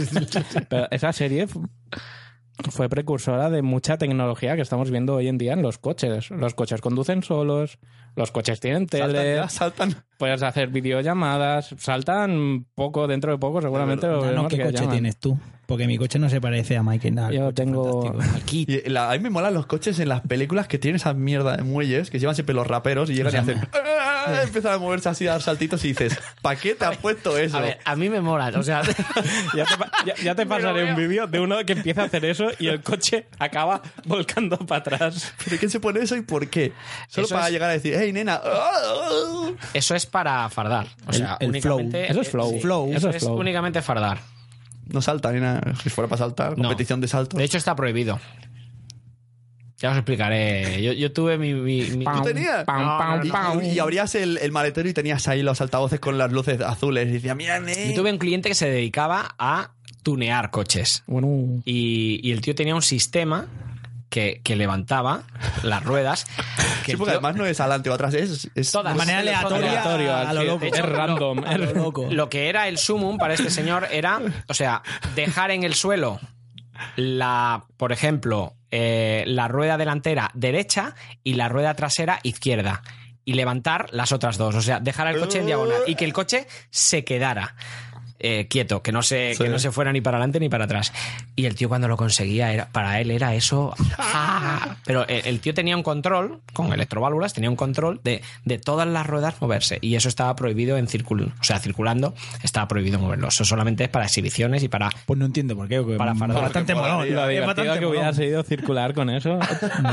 [SPEAKER 3] Pero esa serie fu- fue precursora de mucha tecnología que estamos viendo hoy en día en los coches. Los coches conducen solos, los coches tienen
[SPEAKER 2] saltan,
[SPEAKER 3] tele,
[SPEAKER 1] eh,
[SPEAKER 2] ya, saltan.
[SPEAKER 3] puedes hacer videollamadas, saltan poco, dentro de poco seguramente lo
[SPEAKER 4] No, Ah, no,
[SPEAKER 3] veremos
[SPEAKER 4] ¿qué
[SPEAKER 3] que
[SPEAKER 4] coche
[SPEAKER 3] llaman.
[SPEAKER 4] tienes tú? Porque mi coche no se parece a Michael Knight.
[SPEAKER 3] Yo tengo...
[SPEAKER 2] Y la- a mí me molan los coches en las películas que tienen esa mierda de muelles que llevan siempre los raperos y llegan y hacen. "Ah", Empiezan a moverse así, a dar saltitos y dices, ¿para qué te has puesto eso?
[SPEAKER 1] A ver, a mí me mola. O sea,
[SPEAKER 3] Ya te, pa- ya- ya te pasaré un vídeo de uno que empieza a hacer eso y el coche acaba volcando para atrás.
[SPEAKER 2] ¿Pero quién se pone eso y por qué? Solo
[SPEAKER 1] Eso
[SPEAKER 2] para
[SPEAKER 1] es-
[SPEAKER 2] llegar a decir, hey nena. ah, ah".
[SPEAKER 1] eso es para fardar. O sea,
[SPEAKER 4] El- el flow.
[SPEAKER 1] únicamente.
[SPEAKER 3] Eso es flow.
[SPEAKER 1] sí,
[SPEAKER 3] Flow.
[SPEAKER 1] Eso,
[SPEAKER 3] Eso es
[SPEAKER 1] es,
[SPEAKER 3] flow.
[SPEAKER 1] únicamente fardar.
[SPEAKER 2] No salta, nena. Si fuera para saltar,
[SPEAKER 1] No.
[SPEAKER 2] competición de salto.
[SPEAKER 1] De hecho, está prohibido. Ya os explicaré. Yo, yo tuve mi. mi- mi-
[SPEAKER 2] ¿Tú tenías?
[SPEAKER 3] Pam,
[SPEAKER 2] No,
[SPEAKER 3] pam,
[SPEAKER 2] y-
[SPEAKER 3] pam.
[SPEAKER 2] Y, y abrías el, el maletero y tenías ahí los altavoces con las luces azules. Y decía, mira,
[SPEAKER 1] yo
[SPEAKER 2] nena.
[SPEAKER 1] tuve un cliente que se dedicaba a tunear coches.
[SPEAKER 3] Bueno,
[SPEAKER 1] Y, y el tío tenía un sistema que, que levantaba las ruedas. Que
[SPEAKER 2] Sí,
[SPEAKER 1] el
[SPEAKER 2] porque
[SPEAKER 1] tío-
[SPEAKER 2] además no es adelante o atrás, es, es
[SPEAKER 1] Todas.
[SPEAKER 4] De manera aleatoria,
[SPEAKER 3] Aleatorio,
[SPEAKER 4] a lo
[SPEAKER 3] sí.
[SPEAKER 4] loco.
[SPEAKER 3] Es random.
[SPEAKER 4] A lo loco.
[SPEAKER 1] Lo que era el sumum para este señor era, o sea, dejar en el suelo la, por ejemplo, eh, la rueda delantera derecha y la rueda trasera izquierda. Y levantar las otras dos. O sea, dejar el coche en diagonal. Y que el coche se quedara. eh, quieto, que no, se, que no se fuera ni para adelante ni para atrás. Y el tío cuando lo conseguía, era, para él era eso. ¡ah! Pero el, el tío tenía un control, con electroválvulas, tenía un control de, de todas las ruedas moverse. Y eso estaba prohibido en circul o sea, circulando, estaba prohibido moverlo. Eso solamente es para exhibiciones y para...
[SPEAKER 4] Pues no entiendo por qué. porque
[SPEAKER 1] Para fardar.
[SPEAKER 4] Bastante
[SPEAKER 2] Porque
[SPEAKER 4] molón.
[SPEAKER 2] molaría.
[SPEAKER 3] lo
[SPEAKER 4] Es
[SPEAKER 3] divertido
[SPEAKER 4] bastante
[SPEAKER 3] eh, que
[SPEAKER 4] molón.
[SPEAKER 3] hubiera sido circular con eso.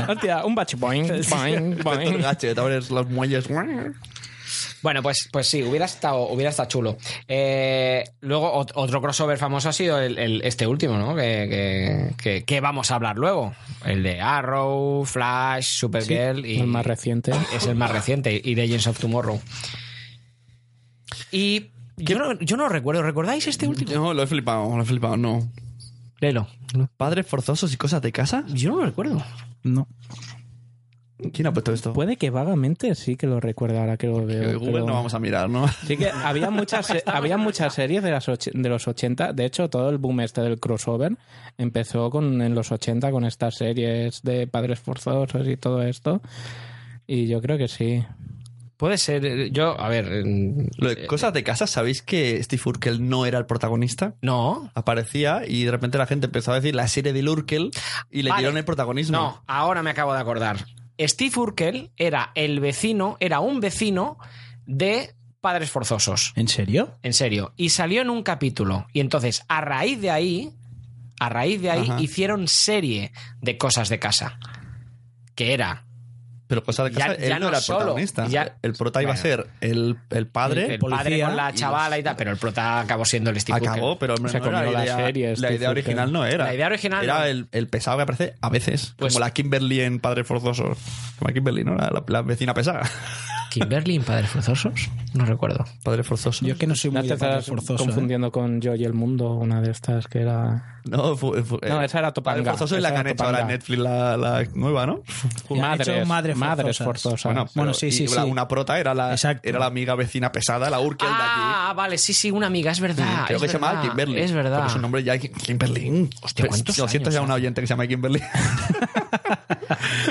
[SPEAKER 3] Hostia, un bache boing, boing,
[SPEAKER 2] Todo el
[SPEAKER 3] boing.
[SPEAKER 2] gache, te abres los muelles.
[SPEAKER 1] Bueno, pues, pues sí, hubiera estado, hubiera estado chulo. Eh, luego, ot- otro crossover famoso ha sido el, el- este último, ¿no? Que, que- que- que vamos a hablar luego. El de Arrow, Flash, Supergirl y...
[SPEAKER 3] El más reciente.
[SPEAKER 1] es el más reciente, y Legends of Tomorrow. Y yo no, yo no recuerdo, ¿recordáis este último?
[SPEAKER 2] No, lo he flipado, lo he flipado, no.
[SPEAKER 1] Lelo.
[SPEAKER 2] ¿Padres forzosos y cosas de casa?
[SPEAKER 1] Yo no lo recuerdo.
[SPEAKER 4] No.
[SPEAKER 2] ¿Quién ha puesto esto?
[SPEAKER 3] Puede que vagamente sí que lo recuerde ahora que lo
[SPEAKER 2] Eh,
[SPEAKER 3] veo.
[SPEAKER 2] Google
[SPEAKER 3] pero-
[SPEAKER 2] no vamos a mirar, ¿no?
[SPEAKER 3] Sí que había muchas, se- había muchas series de, las och- de los 80. De hecho, todo el boom este del crossover empezó con, en los 80 con estas series de padres forzosos y todo esto. Y yo creo que sí.
[SPEAKER 1] Puede ser, eh, yo, a ver. eh,
[SPEAKER 2] Lo de cosas de casa, ¿sabéis que Steve Urkel no era el protagonista?
[SPEAKER 1] No.
[SPEAKER 2] Aparecía y de repente la gente empezó a decir la serie de Urkel y le
[SPEAKER 1] Vale.
[SPEAKER 2] dieron el protagonismo.
[SPEAKER 1] No, ahora me acabo de acordar. Steve Urkel era el vecino, era un vecino de Padres Forzosos.
[SPEAKER 4] ¿En serio?
[SPEAKER 1] En serio. Y salió en un capítulo. Y entonces, a raíz de ahí, a raíz de ahí,
[SPEAKER 2] Ajá.
[SPEAKER 1] hicieron serie de cosas de casa. Que era
[SPEAKER 2] Pero cosas de
[SPEAKER 1] Ya-
[SPEAKER 2] casa,
[SPEAKER 1] ya
[SPEAKER 2] él no,
[SPEAKER 1] no
[SPEAKER 2] era el
[SPEAKER 1] solo,
[SPEAKER 2] protagonista.
[SPEAKER 1] ya-
[SPEAKER 2] el prota iba a
[SPEAKER 1] Bueno.
[SPEAKER 2] ser el, el padre.
[SPEAKER 1] el, el
[SPEAKER 4] policía,
[SPEAKER 1] padre con la
[SPEAKER 2] ¿Eh? y
[SPEAKER 1] chavala y tal, pero el prota acabó siendo el Steve
[SPEAKER 2] Acabó,
[SPEAKER 1] Urkel.
[SPEAKER 2] pero hombre,
[SPEAKER 3] Se
[SPEAKER 2] no era
[SPEAKER 3] comió
[SPEAKER 2] la
[SPEAKER 3] la
[SPEAKER 2] idea,
[SPEAKER 3] serie,
[SPEAKER 2] la
[SPEAKER 3] Steve
[SPEAKER 2] idea original
[SPEAKER 3] Urkel.
[SPEAKER 2] no era.
[SPEAKER 1] La idea original
[SPEAKER 2] era
[SPEAKER 1] no.
[SPEAKER 2] el, el pesado que aparece a veces,
[SPEAKER 1] Pues-
[SPEAKER 2] como la Kimberly en Padre Forzoso. Como la Kimberly, ¿no? La, la- la vecina pesada.
[SPEAKER 1] Kimberly en Padres Forzosos, no recuerdo.
[SPEAKER 2] Padre forzoso.
[SPEAKER 4] Yo es que no soy
[SPEAKER 3] No
[SPEAKER 4] muy
[SPEAKER 3] te
[SPEAKER 4] de padres
[SPEAKER 3] estás
[SPEAKER 4] forzosos. ¿eh?
[SPEAKER 3] confundiendo con Yo y el Mundo, una de estas que era.
[SPEAKER 2] No, fu- fu-
[SPEAKER 3] No,
[SPEAKER 2] eh,
[SPEAKER 3] esa era Topanga.
[SPEAKER 2] Padre forzoso y
[SPEAKER 3] Esa
[SPEAKER 2] la que
[SPEAKER 3] era
[SPEAKER 2] han hecho ahora en
[SPEAKER 3] Topanga.
[SPEAKER 2] Netflix, la, la nueva, ¿no?
[SPEAKER 4] Y han hecho madres forzosas.
[SPEAKER 3] forzosas.
[SPEAKER 4] Bueno,
[SPEAKER 2] pero-
[SPEAKER 4] sí,
[SPEAKER 2] y
[SPEAKER 4] sí,
[SPEAKER 2] la-
[SPEAKER 4] sí.
[SPEAKER 2] Una prota era la,
[SPEAKER 4] Exacto.
[SPEAKER 2] era la amiga vecina pesada, la Urkel
[SPEAKER 1] Ah, vale, sí, sí, una amiga, es
[SPEAKER 2] de allí.
[SPEAKER 1] verdad.
[SPEAKER 2] Mm,
[SPEAKER 1] Ah,
[SPEAKER 2] Creo
[SPEAKER 1] es
[SPEAKER 2] que se
[SPEAKER 1] verdad,
[SPEAKER 2] llama Kimberly.
[SPEAKER 1] Es verdad.
[SPEAKER 2] Porque su nombre ya es Kimberly.
[SPEAKER 1] Hostia, ¿cuántos
[SPEAKER 2] Lo siento,
[SPEAKER 1] años
[SPEAKER 2] ya una
[SPEAKER 1] hace?
[SPEAKER 2] oyente que se llama Kimberly.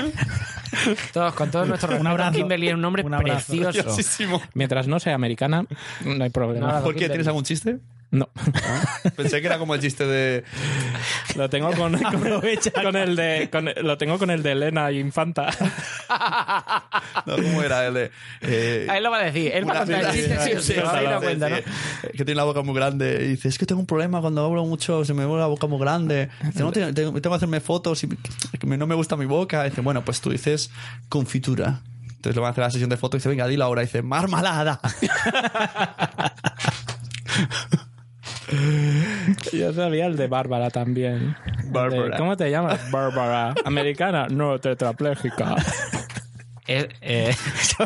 [SPEAKER 1] Todos- con todo nuestro respeto,
[SPEAKER 4] abrazo.
[SPEAKER 1] Kimberly es un nombre
[SPEAKER 4] Un abrazo.
[SPEAKER 1] precioso.
[SPEAKER 2] Graciosísimo.
[SPEAKER 3] Mientras no sea americana, no hay problema.
[SPEAKER 1] Nada.
[SPEAKER 2] ¿Por qué? ¿Tienes algún chiste?
[SPEAKER 3] No.
[SPEAKER 4] Ah.
[SPEAKER 2] Pensé que era como el chiste de...
[SPEAKER 3] Lo tengo con, con, con el de con- lo tengo con el de Elena Infanta.
[SPEAKER 2] No, ¿Cómo era? El de... eh,
[SPEAKER 1] A Ah, él lo va a decir, él va a
[SPEAKER 2] Una
[SPEAKER 1] contar el
[SPEAKER 2] vez-
[SPEAKER 1] chiste, sí, o sí,
[SPEAKER 2] sí,
[SPEAKER 1] va a
[SPEAKER 2] sí,
[SPEAKER 1] dar
[SPEAKER 2] sí,
[SPEAKER 1] cuenta,
[SPEAKER 2] sí.
[SPEAKER 1] ¿no?
[SPEAKER 2] Es Que tiene la boca muy grande. Y dice, es que tengo un problema cuando hablo mucho, se me vuelve la boca muy grande. Dice, no, te- te- tengo que hacerme fotos y que me- no me gusta mi boca. Dice, bueno, pues tú dices confitura. Entonces le van a hacer la sesión de fotos y dice, venga, dilo ahora. Dice, marmalada.
[SPEAKER 3] Yo sabía el de Bárbara también.
[SPEAKER 2] Bárbara.
[SPEAKER 3] De- ¿Cómo te llamas? Bárbara. ¿Americana? No, tetrapléjica.
[SPEAKER 1] Eh, eh,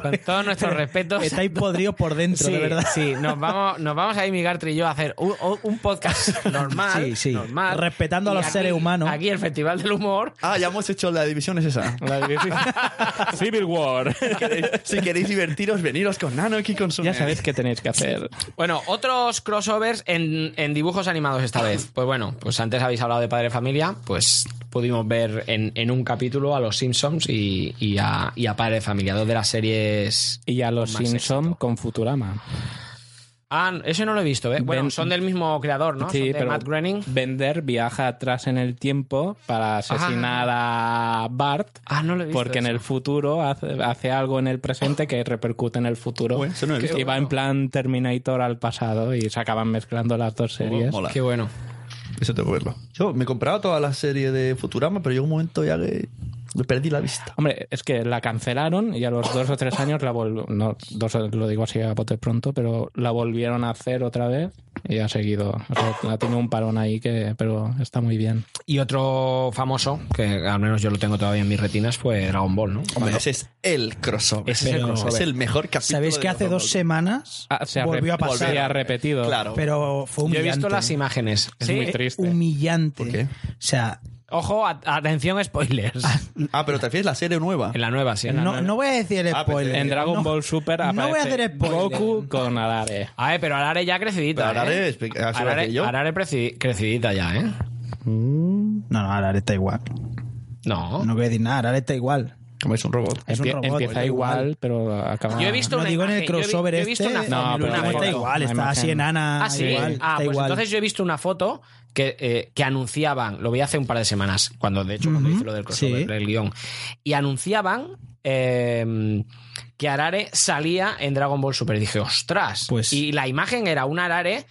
[SPEAKER 1] con todo nuestro respeto.
[SPEAKER 4] Estáis podridos por dentro,
[SPEAKER 1] Sí,
[SPEAKER 4] de verdad.
[SPEAKER 1] sí, nos vamos, nos vamos a ir, mi Gartri y yo, a hacer un, un podcast normal,
[SPEAKER 4] Sí, sí.
[SPEAKER 1] normal.
[SPEAKER 4] Respetando a
[SPEAKER 1] Y
[SPEAKER 4] los seres humanos.
[SPEAKER 1] Aquí el Festival del Humor.
[SPEAKER 2] Ah, ya hemos hecho la división, es esa.
[SPEAKER 3] La división- Civil War.
[SPEAKER 2] si queréis divertiros, veniros con Nano y con su...
[SPEAKER 3] Ya sabéis qué tenéis que hacer.
[SPEAKER 1] Bueno, otros crossovers en, en dibujos animados esta vez. Pues bueno, pues antes habéis hablado de Padre Familia, pues pudimos ver en, en un capítulo a los Simpsons y, y a, y a Padre Familia, dos de las series...
[SPEAKER 3] Y a los
[SPEAKER 1] Con más
[SPEAKER 3] Simpson
[SPEAKER 1] éxito.
[SPEAKER 3] con Futurama.
[SPEAKER 1] Ah, ese no lo he visto, ¿eh? Bueno,
[SPEAKER 3] Ven-
[SPEAKER 1] son del mismo creador, ¿no? Ah, Son de Matt Groening.
[SPEAKER 3] Bender viaja atrás en el tiempo para asesinar a Bart.
[SPEAKER 1] Ah, no lo he visto.
[SPEAKER 3] Porque en
[SPEAKER 1] eso.
[SPEAKER 3] el futuro hace, hace algo en el presente que repercute en el futuro.
[SPEAKER 2] Bueno, eso no he visto.
[SPEAKER 3] y va en plan Terminator al pasado y se acaban mezclando las dos series.
[SPEAKER 2] mola.
[SPEAKER 1] Qué bueno.
[SPEAKER 2] Eso tengo que verlo. Yo me he comprado toda la serie de Futurama, pero llegó un momento ya que le perdí la vista.
[SPEAKER 3] Hombre, es que la cancelaron y a los dos o tres años la volvieron. No, dos, lo digo así a bote pronto, pero la volvieron a hacer otra vez y ha seguido. O sea, la tiene un parón ahí, que, pero está muy bien.
[SPEAKER 1] Y otro famoso, que al menos yo lo tengo todavía en mis retinas, fue Dragon Ball, ¿no?
[SPEAKER 2] Hombre, ese es el crossover.
[SPEAKER 1] Ese es el
[SPEAKER 4] Pero-
[SPEAKER 1] crossover.
[SPEAKER 2] Es el mejor capítulo.
[SPEAKER 4] Sabéis
[SPEAKER 2] de
[SPEAKER 4] que hace
[SPEAKER 2] Dragon
[SPEAKER 4] dos
[SPEAKER 2] Ball.
[SPEAKER 4] semanas
[SPEAKER 3] Ah, se ha,
[SPEAKER 4] volvió
[SPEAKER 3] rep-
[SPEAKER 4] a pasar.
[SPEAKER 3] se ha repetido.
[SPEAKER 2] Claro.
[SPEAKER 4] Pero fue
[SPEAKER 1] Yo he
[SPEAKER 4] humillante.
[SPEAKER 1] visto las imágenes.
[SPEAKER 3] Es
[SPEAKER 1] Sí.
[SPEAKER 3] muy triste.
[SPEAKER 4] Humillante.
[SPEAKER 2] ¿Por qué?
[SPEAKER 4] O sea,
[SPEAKER 1] Ojo, a- atención spoilers.
[SPEAKER 2] Ah, pero te refieres a la serie nueva.
[SPEAKER 1] En la nueva, sí.
[SPEAKER 4] no, no voy a decir el
[SPEAKER 2] Ah, pues,
[SPEAKER 4] spoiler.
[SPEAKER 3] En Dragon
[SPEAKER 4] No.
[SPEAKER 3] Ball Super
[SPEAKER 4] no voy a
[SPEAKER 3] aparece
[SPEAKER 4] hacer spoiler.
[SPEAKER 3] Goku con Alare.
[SPEAKER 1] A ver, pero Arare ya crecidita.
[SPEAKER 2] Pero Arare,
[SPEAKER 1] ¿eh?
[SPEAKER 2] explica- así lo
[SPEAKER 1] Arare-
[SPEAKER 2] hacía yo.
[SPEAKER 1] Arare preci- crecidita ya, ¿eh?
[SPEAKER 4] No, no, ahora está igual.
[SPEAKER 1] No.
[SPEAKER 4] No voy a decir nada, ahora está igual.
[SPEAKER 2] Como es un robot.
[SPEAKER 4] Es un
[SPEAKER 3] Empie-
[SPEAKER 4] robot,
[SPEAKER 3] empieza
[SPEAKER 4] da
[SPEAKER 3] igual, pero acaba.
[SPEAKER 1] Yo he visto
[SPEAKER 4] No
[SPEAKER 1] una
[SPEAKER 4] digo en el
[SPEAKER 1] imagen, yo he vi-
[SPEAKER 4] crossover
[SPEAKER 1] yo he visto
[SPEAKER 4] este.
[SPEAKER 1] una
[SPEAKER 4] en
[SPEAKER 1] foto.
[SPEAKER 4] el
[SPEAKER 3] No, pero
[SPEAKER 4] último
[SPEAKER 3] una
[SPEAKER 4] está
[SPEAKER 3] foto,
[SPEAKER 4] igual,
[SPEAKER 3] una
[SPEAKER 4] está así
[SPEAKER 3] imagen.
[SPEAKER 4] enana.
[SPEAKER 1] Ah, sí.
[SPEAKER 4] Igual,
[SPEAKER 1] ah,
[SPEAKER 4] está
[SPEAKER 1] pues
[SPEAKER 4] igual.
[SPEAKER 1] entonces yo he visto una foto que, eh, que anunciaban, lo vi hace un par de semanas, cuando de hecho cuando hice lo del crossover,
[SPEAKER 4] sí.
[SPEAKER 1] el guión, y anunciaban eh, que Arare salía en Dragon Ball Super. Y dije, ostras.
[SPEAKER 4] Pues-
[SPEAKER 1] y la imagen era un Arare.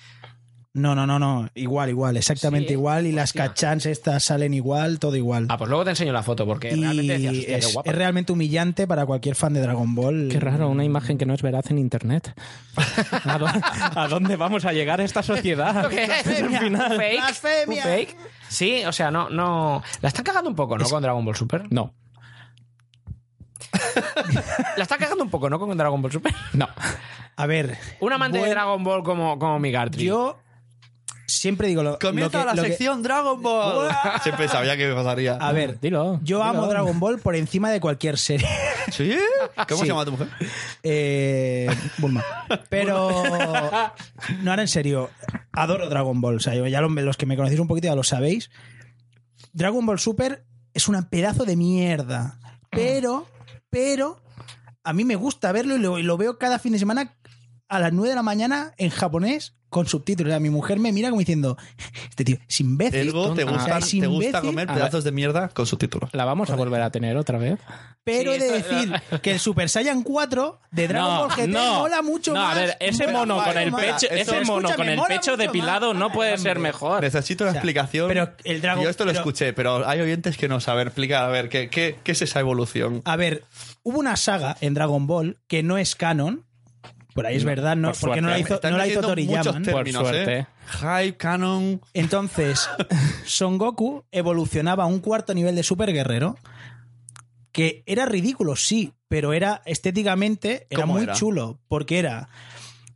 [SPEAKER 4] No, no, no, no. Igual, igual, exactamente
[SPEAKER 1] Sí,
[SPEAKER 4] igual. Y las
[SPEAKER 1] hostia.
[SPEAKER 4] cachans estas salen igual, todo igual.
[SPEAKER 1] Ah, pues luego te enseño la foto, porque
[SPEAKER 4] y
[SPEAKER 1] realmente decías, hostia,
[SPEAKER 4] es,
[SPEAKER 1] qué guapa.
[SPEAKER 4] es realmente humillante para cualquier fan de Dragon Ball.
[SPEAKER 3] Qué raro, una imagen que no es veraz en internet. ¿A dó- a dónde, vamos a llegar esta sociedad?
[SPEAKER 1] ¿Qué?
[SPEAKER 3] el final.
[SPEAKER 1] ¿Fake?
[SPEAKER 4] Blasfemia.
[SPEAKER 1] ¿Un fake? Sí, o sea, no, no. La están cagando un poco, ¿no? Con Dragon Ball Super.
[SPEAKER 3] No,
[SPEAKER 1] La están cagando un poco, ¿no? Con Dragon Ball Super.
[SPEAKER 3] no.
[SPEAKER 4] A ver,
[SPEAKER 1] Un amante de
[SPEAKER 4] Bueno.
[SPEAKER 1] Dragon Ball como, como mi Gartry.
[SPEAKER 4] yo siempre digo lo, lo que.
[SPEAKER 2] Comienza la
[SPEAKER 4] lo que-
[SPEAKER 2] sección Dragon Ball. Siempre sabía que pasaría.
[SPEAKER 4] a ver,
[SPEAKER 3] Dilo.
[SPEAKER 4] yo
[SPEAKER 3] dilo.
[SPEAKER 4] amo Dragon Ball por encima de cualquier serie.
[SPEAKER 2] ¿Sí? ¿Cómo se llama tu mujer?
[SPEAKER 4] Eh, Bulma. Pero. No, ahora en serio. Adoro Dragon Ball. O sea, yo- ya lo- los que me conocéis un poquito ya lo sabéis. Dragon Ball Super es un pedazo de mierda. Pero. Pero. A mí me gusta verlo y lo, y lo veo cada fin de semana a las 9 de la mañana en japonés con subtítulos. O sea, mi mujer me mira como diciendo: Este tío es imbécil.
[SPEAKER 2] Elgo, te
[SPEAKER 4] O sea,
[SPEAKER 2] gusta,
[SPEAKER 4] es
[SPEAKER 2] te gusta
[SPEAKER 4] imbécil,
[SPEAKER 2] comer pedazos de mierda con subtítulos.
[SPEAKER 3] La vamos a volver a tener otra vez.
[SPEAKER 4] Pero
[SPEAKER 1] Sí,
[SPEAKER 4] he de
[SPEAKER 1] esto-
[SPEAKER 4] decir que el Super Saiyan 4 de Dragon Ball GT mola mucho
[SPEAKER 3] no,
[SPEAKER 4] más.
[SPEAKER 3] a ver, ese
[SPEAKER 4] Mola
[SPEAKER 3] mono
[SPEAKER 4] mucho
[SPEAKER 3] con el
[SPEAKER 4] más.
[SPEAKER 3] pecho,
[SPEAKER 4] Eso-
[SPEAKER 3] ese mono
[SPEAKER 4] escúchame,
[SPEAKER 3] con el
[SPEAKER 4] mola
[SPEAKER 3] pecho
[SPEAKER 4] mucho
[SPEAKER 3] depilado
[SPEAKER 4] más.
[SPEAKER 3] no puede ser mejor.
[SPEAKER 2] Necesito una explicación.
[SPEAKER 4] pero el Dragon-
[SPEAKER 2] Yo esto lo
[SPEAKER 4] pero-
[SPEAKER 2] escuché, pero hay oyentes que no saben explicar. A ver, ¿qué, qué, qué es esa evolución?
[SPEAKER 4] A ver, hubo una saga en Dragon Ball que no es canon. Por ahí es verdad, no,
[SPEAKER 3] por
[SPEAKER 4] porque no la
[SPEAKER 2] Me
[SPEAKER 4] hizo,
[SPEAKER 2] están
[SPEAKER 4] no la hizo
[SPEAKER 2] metiendo
[SPEAKER 4] Toriyama.
[SPEAKER 2] muchos
[SPEAKER 4] ¿no?
[SPEAKER 2] términos,
[SPEAKER 3] Por suerte.
[SPEAKER 2] ¿eh? Hype, canon.
[SPEAKER 4] Entonces, Son Goku evolucionaba a un cuarto nivel de super guerrero que era ridículo, sí, pero era estéticamente era
[SPEAKER 2] ¿Cómo
[SPEAKER 4] muy
[SPEAKER 2] era?
[SPEAKER 4] chulo, porque era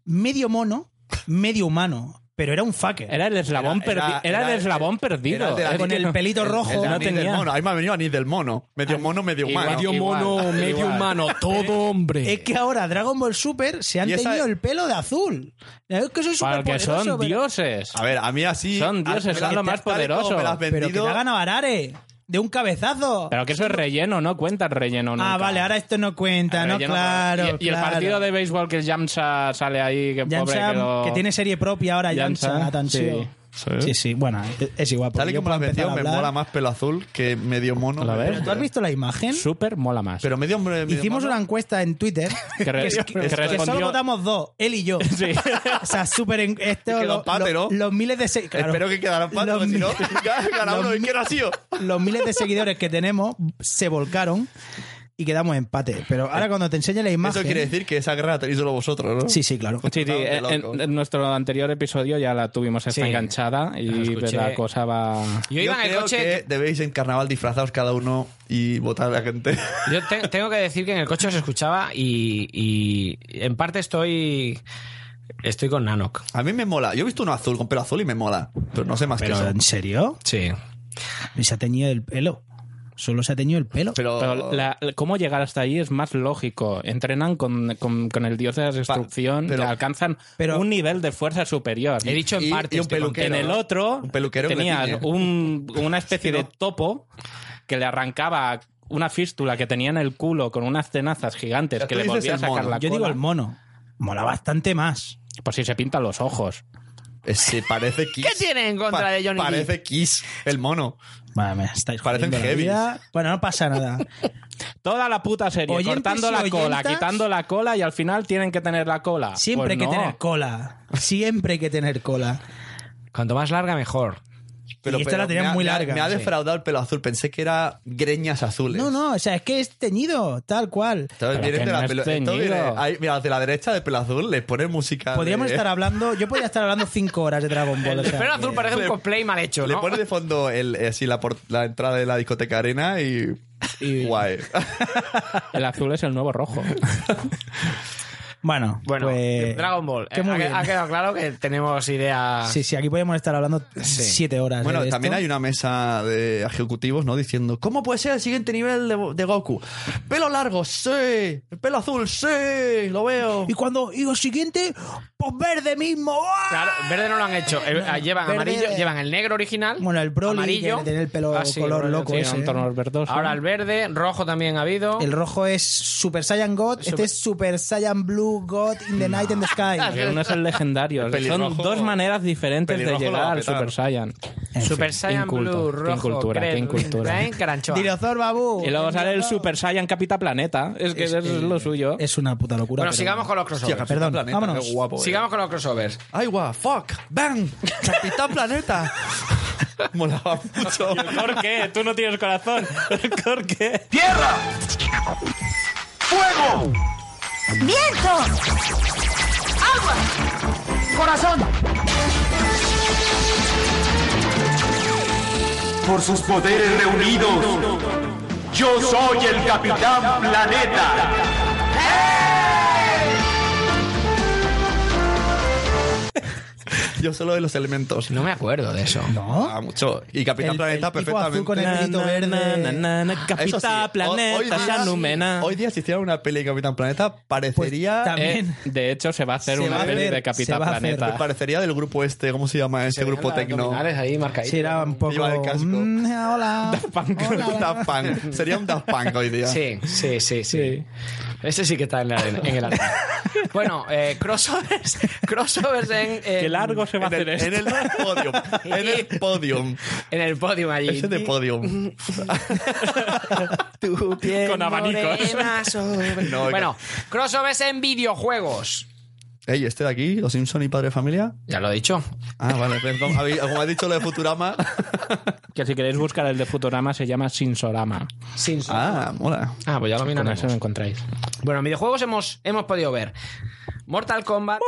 [SPEAKER 4] medio mono, medio humano, pero era un fucker.
[SPEAKER 3] Era el eslabón,
[SPEAKER 2] Era-
[SPEAKER 3] perdi-
[SPEAKER 2] era-
[SPEAKER 3] era el
[SPEAKER 2] era-
[SPEAKER 3] eslabón perdido.
[SPEAKER 2] era de la-
[SPEAKER 3] Es
[SPEAKER 4] con
[SPEAKER 3] que
[SPEAKER 4] el
[SPEAKER 3] no-
[SPEAKER 4] pelito rojo. Ah,
[SPEAKER 2] El de
[SPEAKER 4] no
[SPEAKER 2] Anís del
[SPEAKER 4] tenía-
[SPEAKER 2] mono. Ahí me ha venido Anís del mono. Medio mono, medio humano.
[SPEAKER 3] Igual, igual.
[SPEAKER 2] medio Igual. humano,
[SPEAKER 1] todo hombre.
[SPEAKER 4] Es que ahora Dragon Ball Super se han
[SPEAKER 2] Y esa-
[SPEAKER 4] teñido el pelo de azul. Es que soy
[SPEAKER 3] Porque
[SPEAKER 4] superpoderoso,
[SPEAKER 3] son
[SPEAKER 4] pero-
[SPEAKER 3] dioses.
[SPEAKER 2] A ver, a mí así.
[SPEAKER 3] Son dioses,
[SPEAKER 2] me la-
[SPEAKER 3] son lo
[SPEAKER 2] tal
[SPEAKER 3] más
[SPEAKER 2] y como
[SPEAKER 3] poderoso.
[SPEAKER 2] Me la has
[SPEAKER 4] Pero que te
[SPEAKER 2] vendido,
[SPEAKER 4] hagan a Arare de un cabezazo.
[SPEAKER 3] Pero que eso es relleno, no cuenta relleno. Nunca.
[SPEAKER 4] Ah, vale, ahora esto no cuenta,
[SPEAKER 3] El
[SPEAKER 4] ¿no?
[SPEAKER 3] relleno-
[SPEAKER 4] Claro.
[SPEAKER 3] Y, y el
[SPEAKER 4] claro.
[SPEAKER 3] partido de béisbol que el Jamsa sale ahí, que
[SPEAKER 4] Jan
[SPEAKER 3] pobre
[SPEAKER 4] Sam,
[SPEAKER 3] que lo-
[SPEAKER 4] que tiene serie propia ahora,
[SPEAKER 3] Jansa,
[SPEAKER 4] Jansa, Natanchio.
[SPEAKER 3] sí.
[SPEAKER 2] Sí.
[SPEAKER 4] Sí, sí, bueno, es- es igual. porque
[SPEAKER 2] Tal y
[SPEAKER 4] yo
[SPEAKER 2] como me la has
[SPEAKER 4] puedo empezar
[SPEAKER 2] vendido,
[SPEAKER 4] a
[SPEAKER 2] me
[SPEAKER 4] hablar.
[SPEAKER 2] mola más pelo azul que medio mono.
[SPEAKER 3] ¿La ves?
[SPEAKER 2] medio-
[SPEAKER 4] ¿Tú has visto la imagen?
[SPEAKER 3] Súper mola más.
[SPEAKER 2] Pero medio hombre. medio
[SPEAKER 4] Hicimos
[SPEAKER 2] mono,
[SPEAKER 4] una encuesta en Twitter
[SPEAKER 3] Que re- que respondió-
[SPEAKER 4] solo votamos dos, él y yo.
[SPEAKER 3] Sí.
[SPEAKER 4] O sea, súper... en- Esto,
[SPEAKER 2] Y quedó
[SPEAKER 4] lo-
[SPEAKER 2] empate,
[SPEAKER 4] lo-
[SPEAKER 2] ¿no?
[SPEAKER 4] Los miles de... se- claro.
[SPEAKER 2] Espero que quedaran pan,
[SPEAKER 4] Los
[SPEAKER 2] porque si
[SPEAKER 4] mi-
[SPEAKER 2] no, cada uno
[SPEAKER 4] los
[SPEAKER 2] de quién ha sido.
[SPEAKER 4] los miles de seguidores que tenemos se volcaron y quedamos empate. Pero ahora cuando te enseñe la imagen...
[SPEAKER 2] Eh, Eso quiere decir que esa guerra la tenéis solo vosotros, ¿no?
[SPEAKER 4] Sí, sí, claro.
[SPEAKER 3] Sí, sí,
[SPEAKER 2] Totalmente
[SPEAKER 3] en,
[SPEAKER 2] loco.
[SPEAKER 3] en nuestro anterior episodio ya la tuvimos
[SPEAKER 1] Sí.
[SPEAKER 3] esta enganchada
[SPEAKER 1] Lo
[SPEAKER 3] y
[SPEAKER 1] escuché.
[SPEAKER 3] la cosa va...
[SPEAKER 1] Yo
[SPEAKER 2] Yo
[SPEAKER 1] iba en el
[SPEAKER 2] creo
[SPEAKER 1] coche.
[SPEAKER 2] que debéis en carnaval disfrazados cada uno y votar a la gente.
[SPEAKER 1] Yo te- tengo que decir que en el coche os escuchaba y, y en parte estoy. Estoy con Nanok.
[SPEAKER 2] A mí me mola. Yo he visto uno azul, con pelo azul y me mola. Pero no sé más que
[SPEAKER 4] Pero,
[SPEAKER 2] eso.
[SPEAKER 4] ¿en serio?
[SPEAKER 1] Sí.
[SPEAKER 4] Y se ha teñido el pelo. Solo se ha teñido el pelo.
[SPEAKER 2] Pero,
[SPEAKER 1] Oh.
[SPEAKER 3] Pero la- cómo llegar hasta ahí es más lógico. Entrenan con, con- con el dios de la destrucción,
[SPEAKER 2] pero-
[SPEAKER 3] alcanzan
[SPEAKER 4] pero-
[SPEAKER 3] un nivel de fuerza superior.
[SPEAKER 1] He dicho en
[SPEAKER 2] Y-
[SPEAKER 1] parte.
[SPEAKER 2] y un
[SPEAKER 1] estoy con-
[SPEAKER 2] peluquero.
[SPEAKER 3] en el otro
[SPEAKER 2] Un peluquero que le
[SPEAKER 3] tenías
[SPEAKER 2] tiñe.
[SPEAKER 3] un- una especie de topo que le arrancaba una fístula que tenía en el culo con unas tenazas gigantes
[SPEAKER 2] Pero
[SPEAKER 3] que
[SPEAKER 2] tú
[SPEAKER 3] le
[SPEAKER 2] dices
[SPEAKER 3] volvía a
[SPEAKER 2] el
[SPEAKER 3] sacar
[SPEAKER 2] mono.
[SPEAKER 3] la
[SPEAKER 4] Yo
[SPEAKER 3] cola.
[SPEAKER 4] digo el mono. Mola bastante más.
[SPEAKER 3] Pues si se pintan los ojos.
[SPEAKER 2] Eh, Se parece Kiss.
[SPEAKER 1] ¿Qué tiene en contra
[SPEAKER 2] Pa-
[SPEAKER 1] de Johnny
[SPEAKER 2] Parece Kiss, el mono.
[SPEAKER 4] Vale, me estáis
[SPEAKER 2] Parecen
[SPEAKER 4] jodiendo la
[SPEAKER 2] heavies.
[SPEAKER 4] vida. Bueno, no pasa nada.
[SPEAKER 3] Toda la puta serie,
[SPEAKER 4] Oyentes
[SPEAKER 3] cortando
[SPEAKER 4] y
[SPEAKER 3] la cola,
[SPEAKER 4] oyentas.
[SPEAKER 3] quitando la cola y al final tienen que tener la cola.
[SPEAKER 4] Siempre hay
[SPEAKER 3] Pues
[SPEAKER 4] que
[SPEAKER 3] no.
[SPEAKER 4] tener cola. Siempre hay que tener cola.
[SPEAKER 1] Cuanto más larga, mejor.
[SPEAKER 4] Y esta la tenía
[SPEAKER 2] me ha-
[SPEAKER 4] muy
[SPEAKER 2] me ha-
[SPEAKER 4] larga,
[SPEAKER 2] Me ha
[SPEAKER 4] sí.
[SPEAKER 2] defraudado el pelo azul. Pensé que era greñas azules.
[SPEAKER 4] No, no, o sea, es que es teñido, tal cual.
[SPEAKER 2] Entonces
[SPEAKER 3] Pero
[SPEAKER 2] vienen
[SPEAKER 3] que
[SPEAKER 2] de
[SPEAKER 3] no
[SPEAKER 2] la
[SPEAKER 3] es
[SPEAKER 2] pelo- entonces
[SPEAKER 3] teñido.
[SPEAKER 2] vienen- ahí, mira, de la derecha de pelo azul les ponen música.
[SPEAKER 4] Podríamos
[SPEAKER 2] de-
[SPEAKER 4] estar hablando, yo podría estar hablando cinco horas de Dragon Ball. o
[SPEAKER 1] El
[SPEAKER 4] sea,
[SPEAKER 1] pelo
[SPEAKER 4] que-
[SPEAKER 1] azul parece un cosplay mal hecho,
[SPEAKER 2] Le
[SPEAKER 1] ¿no?
[SPEAKER 2] pone de fondo el, eh, así la, por- la entrada de la discoteca Arena y. Guay.
[SPEAKER 3] El azul es el nuevo rojo.
[SPEAKER 4] Bueno,
[SPEAKER 1] Bueno,
[SPEAKER 4] pues-
[SPEAKER 1] Dragon Ball.
[SPEAKER 4] que
[SPEAKER 1] Eh,
[SPEAKER 4] muy
[SPEAKER 1] ha,
[SPEAKER 4] bien.
[SPEAKER 1] ha quedado claro que tenemos idea.
[SPEAKER 4] Sí, sí, aquí podemos estar hablando siete horas.
[SPEAKER 2] Bueno,
[SPEAKER 4] de
[SPEAKER 2] también
[SPEAKER 4] esto.
[SPEAKER 2] hay una mesa de ejecutivos, ¿no? Diciendo, ¿cómo puede ser el siguiente nivel de, de Goku? Pelo largo, sí. Pelo azul, sí. Lo veo.
[SPEAKER 4] Y cuando digo siguiente, pues verde mismo. ¡Ah!
[SPEAKER 1] Claro, verde no lo han hecho. Eh, eh, llevan
[SPEAKER 4] Verde-
[SPEAKER 1] amarillo, llevan el negro original.
[SPEAKER 4] Bueno, el Broly,
[SPEAKER 1] amarillo.
[SPEAKER 4] que tiene el pelo color
[SPEAKER 1] Broly,
[SPEAKER 4] loco
[SPEAKER 1] sí.
[SPEAKER 4] ese. ¿eh?
[SPEAKER 3] Tiene un tono verdoso.
[SPEAKER 1] Ahora el verde, rojo también ha habido.
[SPEAKER 4] El rojo es Super Saiyan God, este es Super Saiyan Blue God in the Night in the Sky.
[SPEAKER 3] Porque uno es el legendario.
[SPEAKER 2] El pelirrojo-
[SPEAKER 3] Son dos maneras diferentes de
[SPEAKER 2] pelirrojo lo va
[SPEAKER 3] llegar
[SPEAKER 2] a
[SPEAKER 3] al
[SPEAKER 2] petar.
[SPEAKER 3] Super Saiyan.
[SPEAKER 1] Super Saiyan
[SPEAKER 3] Inculto.
[SPEAKER 1] Blue,
[SPEAKER 3] Qué
[SPEAKER 1] rojo,
[SPEAKER 3] incultura, qué
[SPEAKER 1] Green,
[SPEAKER 3] incultura.
[SPEAKER 1] Green, Caranchoa.
[SPEAKER 4] Dilozor Babu.
[SPEAKER 3] Y luego sale el Super Saiyan Capita Planeta. Es que eso es lo suyo.
[SPEAKER 4] eh, Es una puta locura.
[SPEAKER 1] Bueno,
[SPEAKER 4] pero-
[SPEAKER 1] sigamos con los
[SPEAKER 2] Hostia,
[SPEAKER 1] crossovers.
[SPEAKER 2] Capitán
[SPEAKER 4] Perdón,
[SPEAKER 2] Planeta,
[SPEAKER 4] vámonos.
[SPEAKER 2] qué guapo, eh.
[SPEAKER 1] Sigamos con los crossovers.
[SPEAKER 2] ¡Ay, guau! ¡Fuck! ¡Bang! ¡Capitán Planeta! Molaba mucho.
[SPEAKER 3] ¿Por qué? Tú no tienes corazón. ¿Por qué?
[SPEAKER 5] ¡Viento! ¡Agua! ¡Corazón!
[SPEAKER 7] Por sus poderes reunidos, yo soy el Capitán Planeta.
[SPEAKER 2] Yo solo de los elementos.
[SPEAKER 1] No me acuerdo de eso.
[SPEAKER 4] ¿No?
[SPEAKER 2] Ah, mucho. Y Capitán
[SPEAKER 4] El-
[SPEAKER 2] Planeta
[SPEAKER 4] el tipo
[SPEAKER 2] perfectamente.
[SPEAKER 4] azul con el- pelito verde.
[SPEAKER 2] Eso sí,
[SPEAKER 3] Capita
[SPEAKER 2] ho-
[SPEAKER 3] Planeta,
[SPEAKER 2] hoy día,
[SPEAKER 3] Sanumena.
[SPEAKER 2] Hoy día si hicieran una peli de Capitán Planeta, parecería...
[SPEAKER 4] Pues,
[SPEAKER 3] Eh,
[SPEAKER 4] Bien.
[SPEAKER 3] de hecho, se va a hacer
[SPEAKER 4] Se va
[SPEAKER 3] una
[SPEAKER 4] a
[SPEAKER 3] peli
[SPEAKER 4] hacer,
[SPEAKER 3] de
[SPEAKER 4] se
[SPEAKER 3] Capita
[SPEAKER 4] va a hacer.
[SPEAKER 3] Planeta.
[SPEAKER 2] Parecería del grupo este, ¿cómo se llama? Ese grupo tecno.
[SPEAKER 1] ahí marcaditos.
[SPEAKER 4] Sí, era un poco.
[SPEAKER 2] Lleva el casco.
[SPEAKER 4] Mm, hola. Hola, hola.
[SPEAKER 2] Daft Punk. Sería un Daft Punk hoy día.
[SPEAKER 1] Sí, sí, sí, sí. Ese sí que está en, la arena- en el arena. bueno, eh, crossovers, crossovers en, en-
[SPEAKER 3] Qué largo se va a
[SPEAKER 2] En
[SPEAKER 3] hacer
[SPEAKER 2] el, en
[SPEAKER 3] esto.
[SPEAKER 2] el podium. En el podium.
[SPEAKER 1] en el podium allí.
[SPEAKER 2] Ese de podium.
[SPEAKER 1] Tu piel
[SPEAKER 3] Con abanicos.
[SPEAKER 1] morena sobre-
[SPEAKER 2] No, oiga.
[SPEAKER 1] bueno, crossovers en videojuegos.
[SPEAKER 2] Ey, este de aquí, Los Simpson y Padre de Familia.
[SPEAKER 1] Ya lo he dicho.
[SPEAKER 2] Ah, vale, perdón. Habéis- Como ha dicho lo de Futurama.
[SPEAKER 3] Que si queréis buscar el de Futurama, se llama Sinsorama.
[SPEAKER 1] Sin
[SPEAKER 2] Ah, mola.
[SPEAKER 1] Ah, pues ya lo
[SPEAKER 3] Con
[SPEAKER 1] miraremos.
[SPEAKER 3] eso lo encontráis.
[SPEAKER 1] Bueno, en videojuegos hemos, hemos podido ver Mortal Kombat.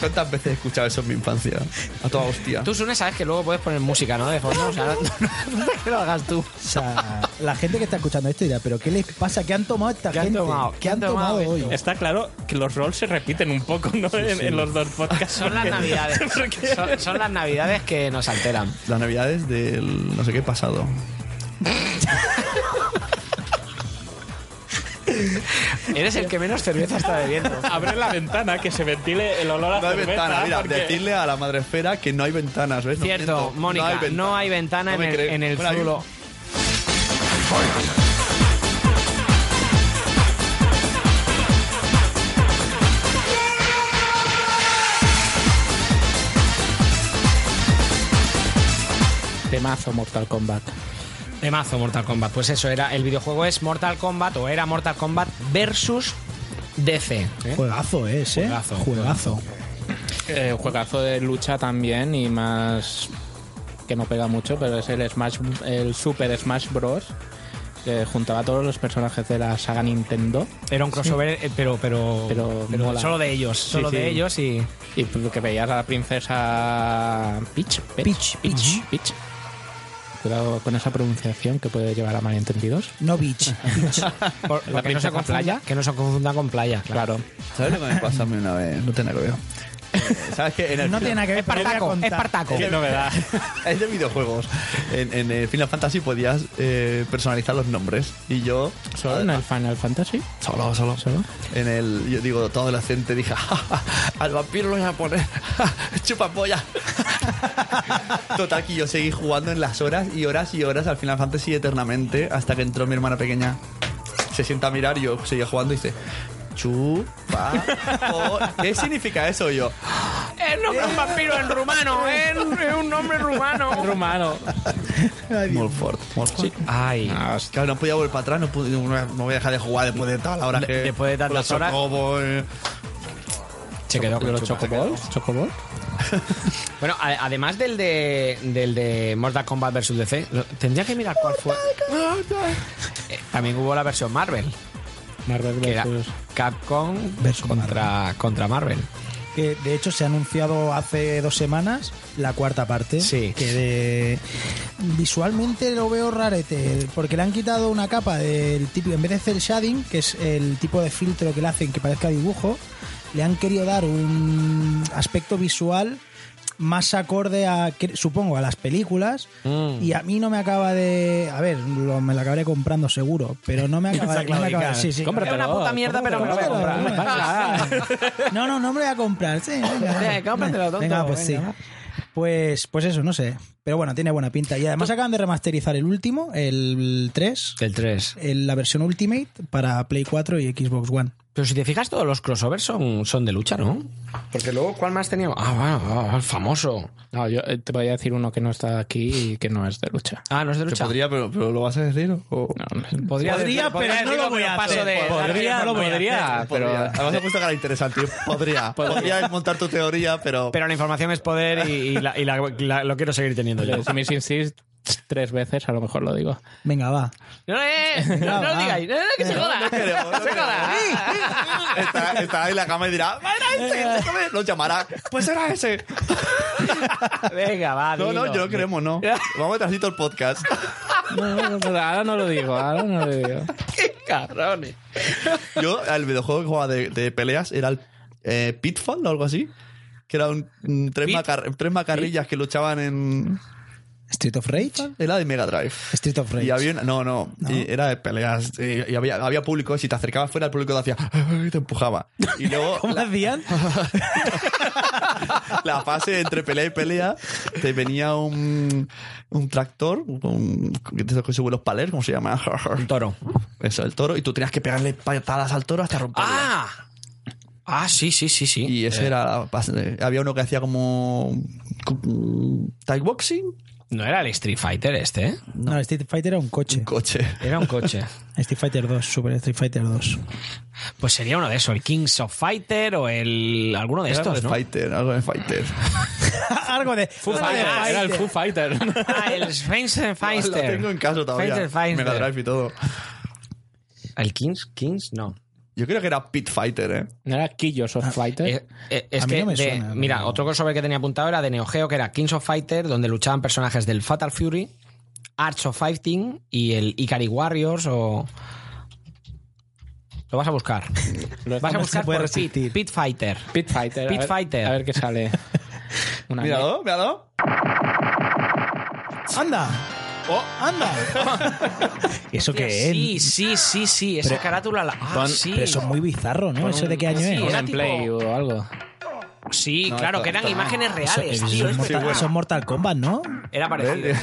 [SPEAKER 2] ¿Cuántas veces he escuchado eso en mi infancia? A toda hostia.
[SPEAKER 1] Tú, Sune, sabes que luego puedes poner música, ¿no? De fondo. O sea, no, no hace que lo hagas tú.
[SPEAKER 4] O sea, la gente que está escuchando esto dirá, ¿pero qué les pasa? ¿Qué han tomado esta
[SPEAKER 1] ¿Qué han
[SPEAKER 4] gente?
[SPEAKER 1] tomado?
[SPEAKER 4] ¿Qué han tomado,
[SPEAKER 1] esto?
[SPEAKER 4] hoy?
[SPEAKER 3] Está claro que los roles se repiten un poco, ¿no? en, en los dos podcasts.
[SPEAKER 1] Son las
[SPEAKER 3] porque-
[SPEAKER 1] navidades.
[SPEAKER 3] porque-
[SPEAKER 1] Son, son las navidades que nos alteran.
[SPEAKER 2] Las navidades del no sé qué pasado.
[SPEAKER 1] Eres el que menos cerveza está bebiendo.
[SPEAKER 3] Abre la ventana, que se ventile el olor a
[SPEAKER 2] No hay
[SPEAKER 3] cerveza,
[SPEAKER 2] ventana, mira,
[SPEAKER 3] porque-
[SPEAKER 2] decirle a la madre esfera que no hay ventanas, ¿ves? No
[SPEAKER 1] Cierto,
[SPEAKER 2] miento,
[SPEAKER 1] Mónica, no hay ventana,
[SPEAKER 2] No me
[SPEAKER 1] en, el,
[SPEAKER 2] creo.
[SPEAKER 1] en el
[SPEAKER 2] Bueno, hay-
[SPEAKER 1] zulo.
[SPEAKER 3] Temazo Mortal Kombat.
[SPEAKER 1] Temazo Mortal Kombat. Pues eso, era el videojuego es Mortal Kombat o era Mortal Kombat versus DC. ¿eh?
[SPEAKER 4] Juegazo es, ¿eh?
[SPEAKER 1] Juegazo.
[SPEAKER 4] Juegazo.
[SPEAKER 3] Eh, juegazo de lucha también y más que no pega mucho, pero es el Smash, el Super Smash Bros. Que juntaba a todos los personajes de la saga Nintendo
[SPEAKER 1] Era un crossover, eh, pero, pero,
[SPEAKER 3] Pero
[SPEAKER 1] pero
[SPEAKER 3] mola.
[SPEAKER 1] solo de ellos. Solo
[SPEAKER 3] sí.
[SPEAKER 1] de ellos y.
[SPEAKER 3] y que veías a la princesa Peach. Peach, Peach, Peach. Cuidado con esa pronunciación que puede llevar a malentendidos.
[SPEAKER 4] No beach.
[SPEAKER 1] por- porque
[SPEAKER 3] La
[SPEAKER 1] no se
[SPEAKER 3] princesa
[SPEAKER 1] confunda,
[SPEAKER 3] playa.
[SPEAKER 1] Que no se confunda con playa, claro.
[SPEAKER 3] Claro.
[SPEAKER 2] ¿Sabes lo que me pasó a mí una vez? No tiene nada que ver. Eh, ¿Sabes qué? En el
[SPEAKER 4] No tiene nada que ver, pero voy a
[SPEAKER 1] Espartaco,
[SPEAKER 4] contar.
[SPEAKER 1] Espartaco.
[SPEAKER 3] Qué novedad.
[SPEAKER 2] Es de videojuegos. En, en el Final Fantasy podías eh, personalizar los nombres. Y yo.
[SPEAKER 3] ¿Solo en el Final Fantasy?
[SPEAKER 2] Solo, solo.
[SPEAKER 3] ¿Solo?
[SPEAKER 2] En el. Yo digo, todo adolescente dije, "Ja, ja, al vampiro lo voy a poner. Chupapolla. Total, que yo seguí jugando en las horas y horas y horas al Final Fantasy eternamente hasta que entró mi hermana pequeña. Se sienta a mirar, yo seguía jugando y dice. Chupa. ¿Qué significa eso? Y yo.
[SPEAKER 1] El nombre un vampiro en rumano, es un nombre rumano.
[SPEAKER 3] Rumano.
[SPEAKER 2] Molfort. Molfort.
[SPEAKER 1] Ay.
[SPEAKER 2] Claro, no podía volver para atrás, no, pude- no no voy a dejar de jugar después de tal hora
[SPEAKER 1] Le-
[SPEAKER 2] que...
[SPEAKER 1] después de tantas
[SPEAKER 2] Los
[SPEAKER 1] horas.
[SPEAKER 2] chocobos, eh.
[SPEAKER 1] Se quedó con
[SPEAKER 3] ¿Los
[SPEAKER 1] chupa.
[SPEAKER 3] Chocoballs? ¿Chocoballs?
[SPEAKER 1] Bueno, a- además del de, del de Mortal Kombat vs. DC, lo- tendría que mirar cuál fue. Eh, también hubo la versión Marvel,
[SPEAKER 3] Marvel
[SPEAKER 1] que era
[SPEAKER 3] vs.
[SPEAKER 1] Capcom
[SPEAKER 4] Versus
[SPEAKER 1] contra Marvel. Contra Marvel.
[SPEAKER 4] que de hecho se ha anunciado hace dos semanas la cuarta parte.
[SPEAKER 1] Sí.
[SPEAKER 4] Que de- visualmente lo veo rarete, porque le han quitado una capa del tipo, en vez de hacer shading, que es el tipo de filtro que le hacen que parezca dibujo, le han querido dar un aspecto visual más acorde a, que- supongo, a las películas. Y a mí no me acaba de... A ver, lo- me la acabaré comprando seguro, pero no me acaba, no me acaba de... Sí, sí,
[SPEAKER 1] Es una puta mierda, pero me lo voy a
[SPEAKER 4] Cómpratelo,
[SPEAKER 1] comprar.
[SPEAKER 4] no, no, no me lo voy a comprar. Sí, venga,
[SPEAKER 1] Venga,
[SPEAKER 4] va.
[SPEAKER 1] cómpratelo, tonto,
[SPEAKER 4] Venga, pues
[SPEAKER 1] venga, va.
[SPEAKER 4] sí. Pues, pues eso, no sé. Pero bueno, tiene buena pinta. Y además acaban de remasterizar el último, el 3,
[SPEAKER 1] Del 3.
[SPEAKER 4] el- la versión Ultimate para Play 4 y Xbox One.
[SPEAKER 1] Pero si te fijas, todos los crossovers son, son de lucha, ¿no? Porque luego, ¿cuál más teníamos? Ah, bueno, ah, el famoso.
[SPEAKER 3] No, yo eh, te voy a decir uno que no está aquí y que no es de lucha.
[SPEAKER 1] Ah, no es de
[SPEAKER 2] Pero
[SPEAKER 1] lucha.
[SPEAKER 2] podría, pero, pero ¿lo vas a decir? O...
[SPEAKER 3] No, no.
[SPEAKER 1] Podría,
[SPEAKER 4] Podría, pero no
[SPEAKER 1] decirlo,
[SPEAKER 4] lo voy a
[SPEAKER 1] paso
[SPEAKER 4] hacer.
[SPEAKER 1] de-
[SPEAKER 4] Podría, lo voy a
[SPEAKER 3] podría, Ah, pero
[SPEAKER 2] Además, me ha puesto cara interesante. Podría. Podría montar tu teoría, pero...
[SPEAKER 1] Pero la información es poder y, y la- y la- la- lo quiero seguir teniendo yo.
[SPEAKER 3] pero si me insistís tres veces, a lo mejor lo digo.
[SPEAKER 4] Venga, va.
[SPEAKER 1] No, eh, no, no lo digáis, no, no, que se joda.
[SPEAKER 2] queremos, no
[SPEAKER 1] se
[SPEAKER 2] queremos.
[SPEAKER 1] joda.
[SPEAKER 2] Estará, estará en la cama y dirá, "Era ese, déjame". Lo llamará. Pues era ese.
[SPEAKER 1] Venga, va.
[SPEAKER 2] No, no,
[SPEAKER 1] dilo.
[SPEAKER 2] yo no queremos, no. Vamos detrásito el podcast.
[SPEAKER 3] No, no, no, ahora no lo digo, ahora no lo digo.
[SPEAKER 1] Cabrones.
[SPEAKER 2] Yo, el videojuego que jugaba de, de peleas era el eh, Pitfall o algo así. Que eran mm, tres,
[SPEAKER 1] Pit-
[SPEAKER 2] macar- tres macarrillas que luchaban en.
[SPEAKER 4] Street of Rage.
[SPEAKER 2] Era de Mega Drive.
[SPEAKER 4] Street of Rage.
[SPEAKER 2] Y había una- no, no, y era de peleas. Y, y había, había público, y si te acercabas fuera, el público te hacía. y te empujaba. Y luego.
[SPEAKER 4] ¿Cómo
[SPEAKER 2] la,
[SPEAKER 4] hacían?
[SPEAKER 2] la fase entre pelea y pelea, te venía un, un tractor, un, de esos que suben los palés, ¿cómo se llama?
[SPEAKER 1] Un toro.
[SPEAKER 2] Eso, el toro, y tú tenías que pegarle patadas al toro hasta romperlo.
[SPEAKER 1] Ah. Eh. Ah, sí, sí, sí, sí.
[SPEAKER 2] Y ese era. eh, Había uno que hacía como. como Thai boxing.
[SPEAKER 1] No era el Street Fighter este, ¿eh?
[SPEAKER 4] No. Street Fighter era un coche.
[SPEAKER 2] Coche.
[SPEAKER 1] Era un coche.
[SPEAKER 4] Street Fighter 2, Super Street Fighter 2.
[SPEAKER 1] Pues sería uno de esos, el Kings of Fighter o el alguno de
[SPEAKER 2] Era algo
[SPEAKER 1] estos,
[SPEAKER 2] de
[SPEAKER 1] ¿no?
[SPEAKER 2] Fighter, algo de Fighter.
[SPEAKER 4] Algo de...
[SPEAKER 3] Foo
[SPEAKER 4] algo de
[SPEAKER 3] Fighter, era el
[SPEAKER 1] este.
[SPEAKER 4] Fighter.
[SPEAKER 3] Foo Fighter.
[SPEAKER 1] Ah, el Spencer
[SPEAKER 2] Lo
[SPEAKER 1] Fighter.
[SPEAKER 2] tengo en casa todavía.
[SPEAKER 1] Fighter, Fighter.
[SPEAKER 2] Mega Drive y todo.
[SPEAKER 1] ¿El Kings? ¿Kings? No.
[SPEAKER 2] Yo creo que era Pit Fighter, ¿eh?
[SPEAKER 3] ¿No era Killos of Fighter?
[SPEAKER 1] Eh, eh, es
[SPEAKER 4] A mí
[SPEAKER 1] que
[SPEAKER 4] no me
[SPEAKER 1] de-
[SPEAKER 4] suena,
[SPEAKER 1] mira,
[SPEAKER 4] pero-
[SPEAKER 1] otro crossover que tenía apuntado era de Neo Geo, que era Kings of Fighter, donde luchaban personajes del Fatal Fury, Arts of Fighting y el Ikari Warriors o... Lo vas a buscar. vas a
[SPEAKER 4] no se
[SPEAKER 1] buscar
[SPEAKER 4] puede
[SPEAKER 1] por Pit,
[SPEAKER 4] resistir.
[SPEAKER 1] Pit Fighter.
[SPEAKER 3] Pit Fighter. a
[SPEAKER 1] Pit
[SPEAKER 3] ver-
[SPEAKER 1] Fighter.
[SPEAKER 3] A ver qué sale. Una mierda.
[SPEAKER 2] Míralo, míralo.
[SPEAKER 4] ¡Anda! ¡Anda! ¿Y ¿Eso qué es?
[SPEAKER 1] Sí, sí, sí, sí. Esa carátula... La... Ah,
[SPEAKER 3] pon-
[SPEAKER 1] sí.
[SPEAKER 4] Pero eso es muy bizarro, ¿no? ¿Eso de qué año
[SPEAKER 1] sí,
[SPEAKER 4] es?
[SPEAKER 1] era
[SPEAKER 3] en
[SPEAKER 1] tipo-
[SPEAKER 3] Play o algo.
[SPEAKER 1] Sí,
[SPEAKER 2] No,
[SPEAKER 1] claro,
[SPEAKER 2] esto-
[SPEAKER 1] que eran
[SPEAKER 2] esto-
[SPEAKER 1] imágenes
[SPEAKER 4] Eso,
[SPEAKER 1] reales,
[SPEAKER 4] eso
[SPEAKER 1] tío,
[SPEAKER 4] es
[SPEAKER 1] es
[SPEAKER 4] Mortal,
[SPEAKER 1] verdad.
[SPEAKER 4] eso es Mortal Kombat, ¿no?
[SPEAKER 1] Era parecido.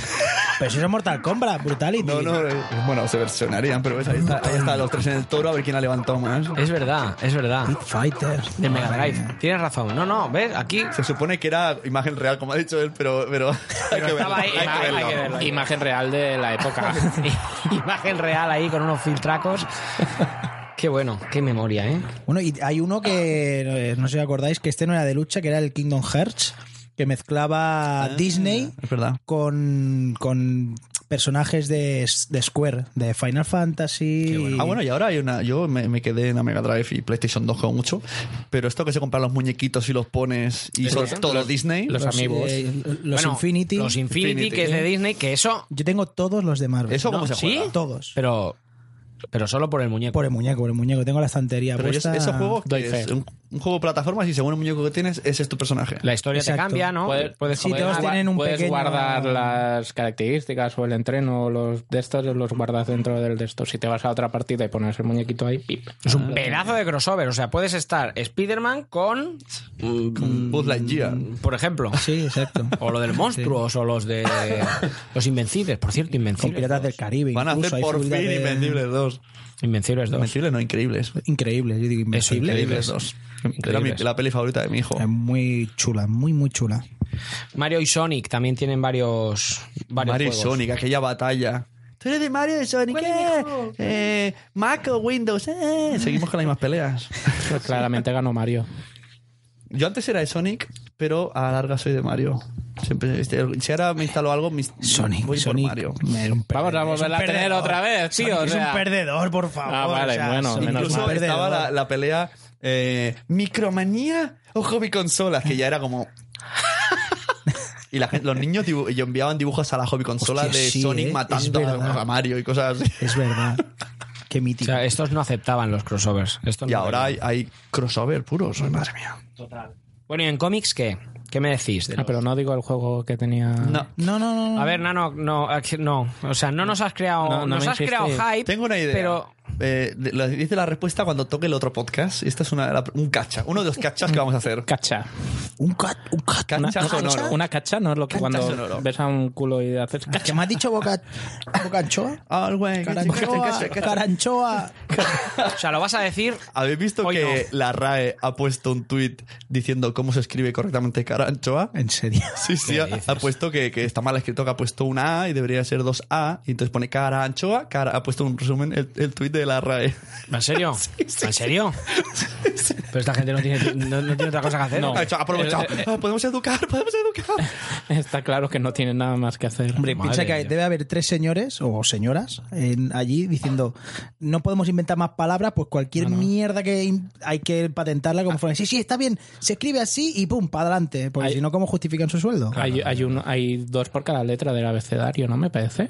[SPEAKER 4] Pero eso es Mortal Kombat, Brutality.
[SPEAKER 2] No, no, eh, bueno, se versionarían, pero ves, ahí están los tres en el toro a ver quién la levantó más.
[SPEAKER 1] Es verdad, es verdad.
[SPEAKER 4] Pit Fighter.
[SPEAKER 1] De Mega Drive. Tienes razón. No, no, ¿ves? Aquí
[SPEAKER 2] Se supone que era imagen real, como ha dicho él, pero, pero hay que verlo.
[SPEAKER 1] estaba ahí,
[SPEAKER 2] hay que
[SPEAKER 1] hay- hay
[SPEAKER 2] verlo.
[SPEAKER 1] que verlo.
[SPEAKER 3] Imagen real de la época.
[SPEAKER 1] imagen real ahí con unos filtracos. Qué bueno, qué memoria, ¿eh?
[SPEAKER 4] Bueno, y hay uno que eh, no sé si acordáis que este no era de lucha, que era el Kingdom Hearts, que mezclaba
[SPEAKER 2] Ah.
[SPEAKER 4] Disney
[SPEAKER 2] Es verdad.
[SPEAKER 4] con, con personajes de, de Square, de Final Fantasy.
[SPEAKER 2] Ah, bueno, y ahora hay una. Yo me, me quedé en la Mega Drive y PlayStation 2 como mucho, pero esto que se compran los muñequitos y los pones y son todos Disney.
[SPEAKER 3] Los amigos.
[SPEAKER 4] eh, los
[SPEAKER 1] Bueno,
[SPEAKER 4] Infinity.
[SPEAKER 1] Los Infinity,
[SPEAKER 2] Infinity,
[SPEAKER 1] que es de
[SPEAKER 2] ¿eh?
[SPEAKER 1] Disney, que eso.
[SPEAKER 4] Yo tengo todos los de Marvel.
[SPEAKER 2] ¿Eso cómo se
[SPEAKER 1] ¿sí?
[SPEAKER 2] juega?
[SPEAKER 4] Todos.
[SPEAKER 1] Pero. Pero solo por el muñeco.
[SPEAKER 4] Por el muñeco, por el muñeco. Tengo la estantería
[SPEAKER 2] Pero es-
[SPEAKER 4] puesta.
[SPEAKER 2] esos juegos que
[SPEAKER 3] Doy
[SPEAKER 2] es
[SPEAKER 3] fe.
[SPEAKER 2] un, un juego de plataformas y según el muñeco que tienes, ese es tu personaje.
[SPEAKER 1] La historia te
[SPEAKER 4] Exacto.
[SPEAKER 1] cambia, ¿no?
[SPEAKER 3] Puedes-
[SPEAKER 1] Puedes
[SPEAKER 4] Sí,
[SPEAKER 1] joder.
[SPEAKER 4] todos
[SPEAKER 3] Puedes
[SPEAKER 1] Ah,
[SPEAKER 4] tienen un
[SPEAKER 3] puedes
[SPEAKER 4] pequeño-
[SPEAKER 3] guardar las características o el entreno, los de estos los guardas dentro del de estos. Si te vas a otra partida y pones el muñequito ahí, pip.
[SPEAKER 1] Es un pedazo de crossover. O sea, puedes estar Spider-Man con.
[SPEAKER 2] Con Buzz Lightyear.
[SPEAKER 1] Por ejemplo.
[SPEAKER 4] Sí, exacto.
[SPEAKER 1] O lo del monstruos, o los de. Los Invencibles, por cierto,
[SPEAKER 4] Con
[SPEAKER 1] Invencibles.
[SPEAKER 4] Piratas del Caribe.
[SPEAKER 2] Van a
[SPEAKER 4] incluso,
[SPEAKER 2] hacer
[SPEAKER 4] hay
[SPEAKER 2] por fin
[SPEAKER 4] figuras de-
[SPEAKER 2] Invencibles 2.
[SPEAKER 1] Invencibles 2.
[SPEAKER 2] Invencibles no, increíbles.
[SPEAKER 4] Increíble, yo digo
[SPEAKER 1] Eso,
[SPEAKER 4] invencible.
[SPEAKER 2] Increíbles 2. Era mi-
[SPEAKER 1] Increíbles.
[SPEAKER 2] la peli favorita de mi hijo.
[SPEAKER 4] Es muy chula, muy, muy chula.
[SPEAKER 1] Mario y Sonic también tienen varios. varios
[SPEAKER 2] Mario
[SPEAKER 1] juegos.
[SPEAKER 2] y Sonic, aquella batalla. Tú eres de Mario y Sonic, ¿eh? Eh, Mac o Windows, eh. Seguimos con las mismas peleas.
[SPEAKER 3] Pues Claramente ganó Mario.
[SPEAKER 2] Yo antes era de Sonic, pero a la larga soy de Mario. Siempre, ¿viste? si ahora me instalo algo, me
[SPEAKER 4] Sonic,
[SPEAKER 2] voy
[SPEAKER 4] Sonic.
[SPEAKER 2] por Mario.
[SPEAKER 4] Era un
[SPEAKER 3] Vamos a
[SPEAKER 4] perdedor. Es un
[SPEAKER 3] volverla a tener
[SPEAKER 4] perdedor.
[SPEAKER 3] otra vez, tío,
[SPEAKER 4] Sonic
[SPEAKER 3] o
[SPEAKER 4] Es
[SPEAKER 3] sea.
[SPEAKER 4] un perdedor, por favor.
[SPEAKER 3] Ah, vale, bueno,
[SPEAKER 4] Sonic
[SPEAKER 3] menos
[SPEAKER 4] es un
[SPEAKER 2] Incluso
[SPEAKER 3] mal.
[SPEAKER 2] estaba
[SPEAKER 4] perdedor.
[SPEAKER 2] la, la pelea eh, Micromanía o Hobby Consolas, que ya era como... Y la gente- los niños dibu- y enviaban dibujos a la hobby consola
[SPEAKER 4] Hostia,
[SPEAKER 2] de
[SPEAKER 4] sí,
[SPEAKER 2] Sonic
[SPEAKER 4] eh, es
[SPEAKER 2] matando
[SPEAKER 4] verdad.
[SPEAKER 2] a, a Mario y cosas así.
[SPEAKER 4] Es verdad. Qué
[SPEAKER 1] O
[SPEAKER 4] mítico.
[SPEAKER 1] sea, estos no aceptaban los crossovers. Estos
[SPEAKER 2] Y
[SPEAKER 1] no
[SPEAKER 2] ahora
[SPEAKER 1] querían.
[SPEAKER 2] hay, hay crossover puros, ay, madre mía.
[SPEAKER 1] Bueno, ¿y en cómics qué? ¿Qué me decís? de
[SPEAKER 3] Ah,
[SPEAKER 1] los-
[SPEAKER 3] pero no digo el juego que tenía.
[SPEAKER 2] No,
[SPEAKER 4] no, no, no. no.
[SPEAKER 1] A ver, Nano, no, ac- no. O sea, no nos has creado.
[SPEAKER 3] No, no
[SPEAKER 1] nos
[SPEAKER 3] me
[SPEAKER 1] has
[SPEAKER 3] hiciste-
[SPEAKER 1] creado hype.
[SPEAKER 2] Tengo una idea.
[SPEAKER 1] Pero.
[SPEAKER 2] Eh, de- la- dice la respuesta cuando toque el otro podcast. Esta es una, la- un cacha, uno de los cachas que vamos a hacer.
[SPEAKER 3] Cacha.
[SPEAKER 4] Un cat, un cat.
[SPEAKER 3] Una,
[SPEAKER 2] Cacha sonoro.
[SPEAKER 3] una cacha, ¿no? Es lo que
[SPEAKER 2] Cacha
[SPEAKER 3] cuando
[SPEAKER 2] sonoro.
[SPEAKER 3] ves a un culo y haces cacha.
[SPEAKER 4] ¿Qué me has dicho boca, boca anchoa?
[SPEAKER 2] Ah, güey, cacha,
[SPEAKER 4] Caranchoa,
[SPEAKER 2] cacha, cacha.
[SPEAKER 4] caranchoa.
[SPEAKER 1] O sea, lo vas a decir.
[SPEAKER 2] ¿Habéis visto
[SPEAKER 1] Hoy
[SPEAKER 2] que la RAE ha puesto un tuit diciendo cómo se escribe correctamente caranchoa?
[SPEAKER 4] En serio.
[SPEAKER 2] Sí, sí, ha, ha puesto que, que está mal escrito, que ha puesto una A y debería ser dos A, y entonces pone caranchoa, cara, ha puesto un resumen, el, el tuit de la RAE.
[SPEAKER 1] ¿En serio? ¿En serio? Pero esta gente no tiene, no, no tiene otra cosa que hacer.
[SPEAKER 3] No.
[SPEAKER 2] Ha dicho, aprovechado, Ah, podemos educar, podemos educar.
[SPEAKER 3] Está claro que no tiene nada más que hacer.
[SPEAKER 4] Hombre,
[SPEAKER 1] Madre
[SPEAKER 4] piensa que
[SPEAKER 1] mía.
[SPEAKER 4] hay- debe haber tres señores o señoras en- allí diciendo no podemos inventar más palabras, pues cualquier mierda que in- hay que patentarla como fuera. Sí, sí, está bien, se escribe así y pum, para adelante. Porque
[SPEAKER 3] Hay-
[SPEAKER 4] si no, ¿cómo justifican su sueldo?
[SPEAKER 3] Hay, hay, uno- hay dos por cada letra del abecedario, ¿no? Me parece.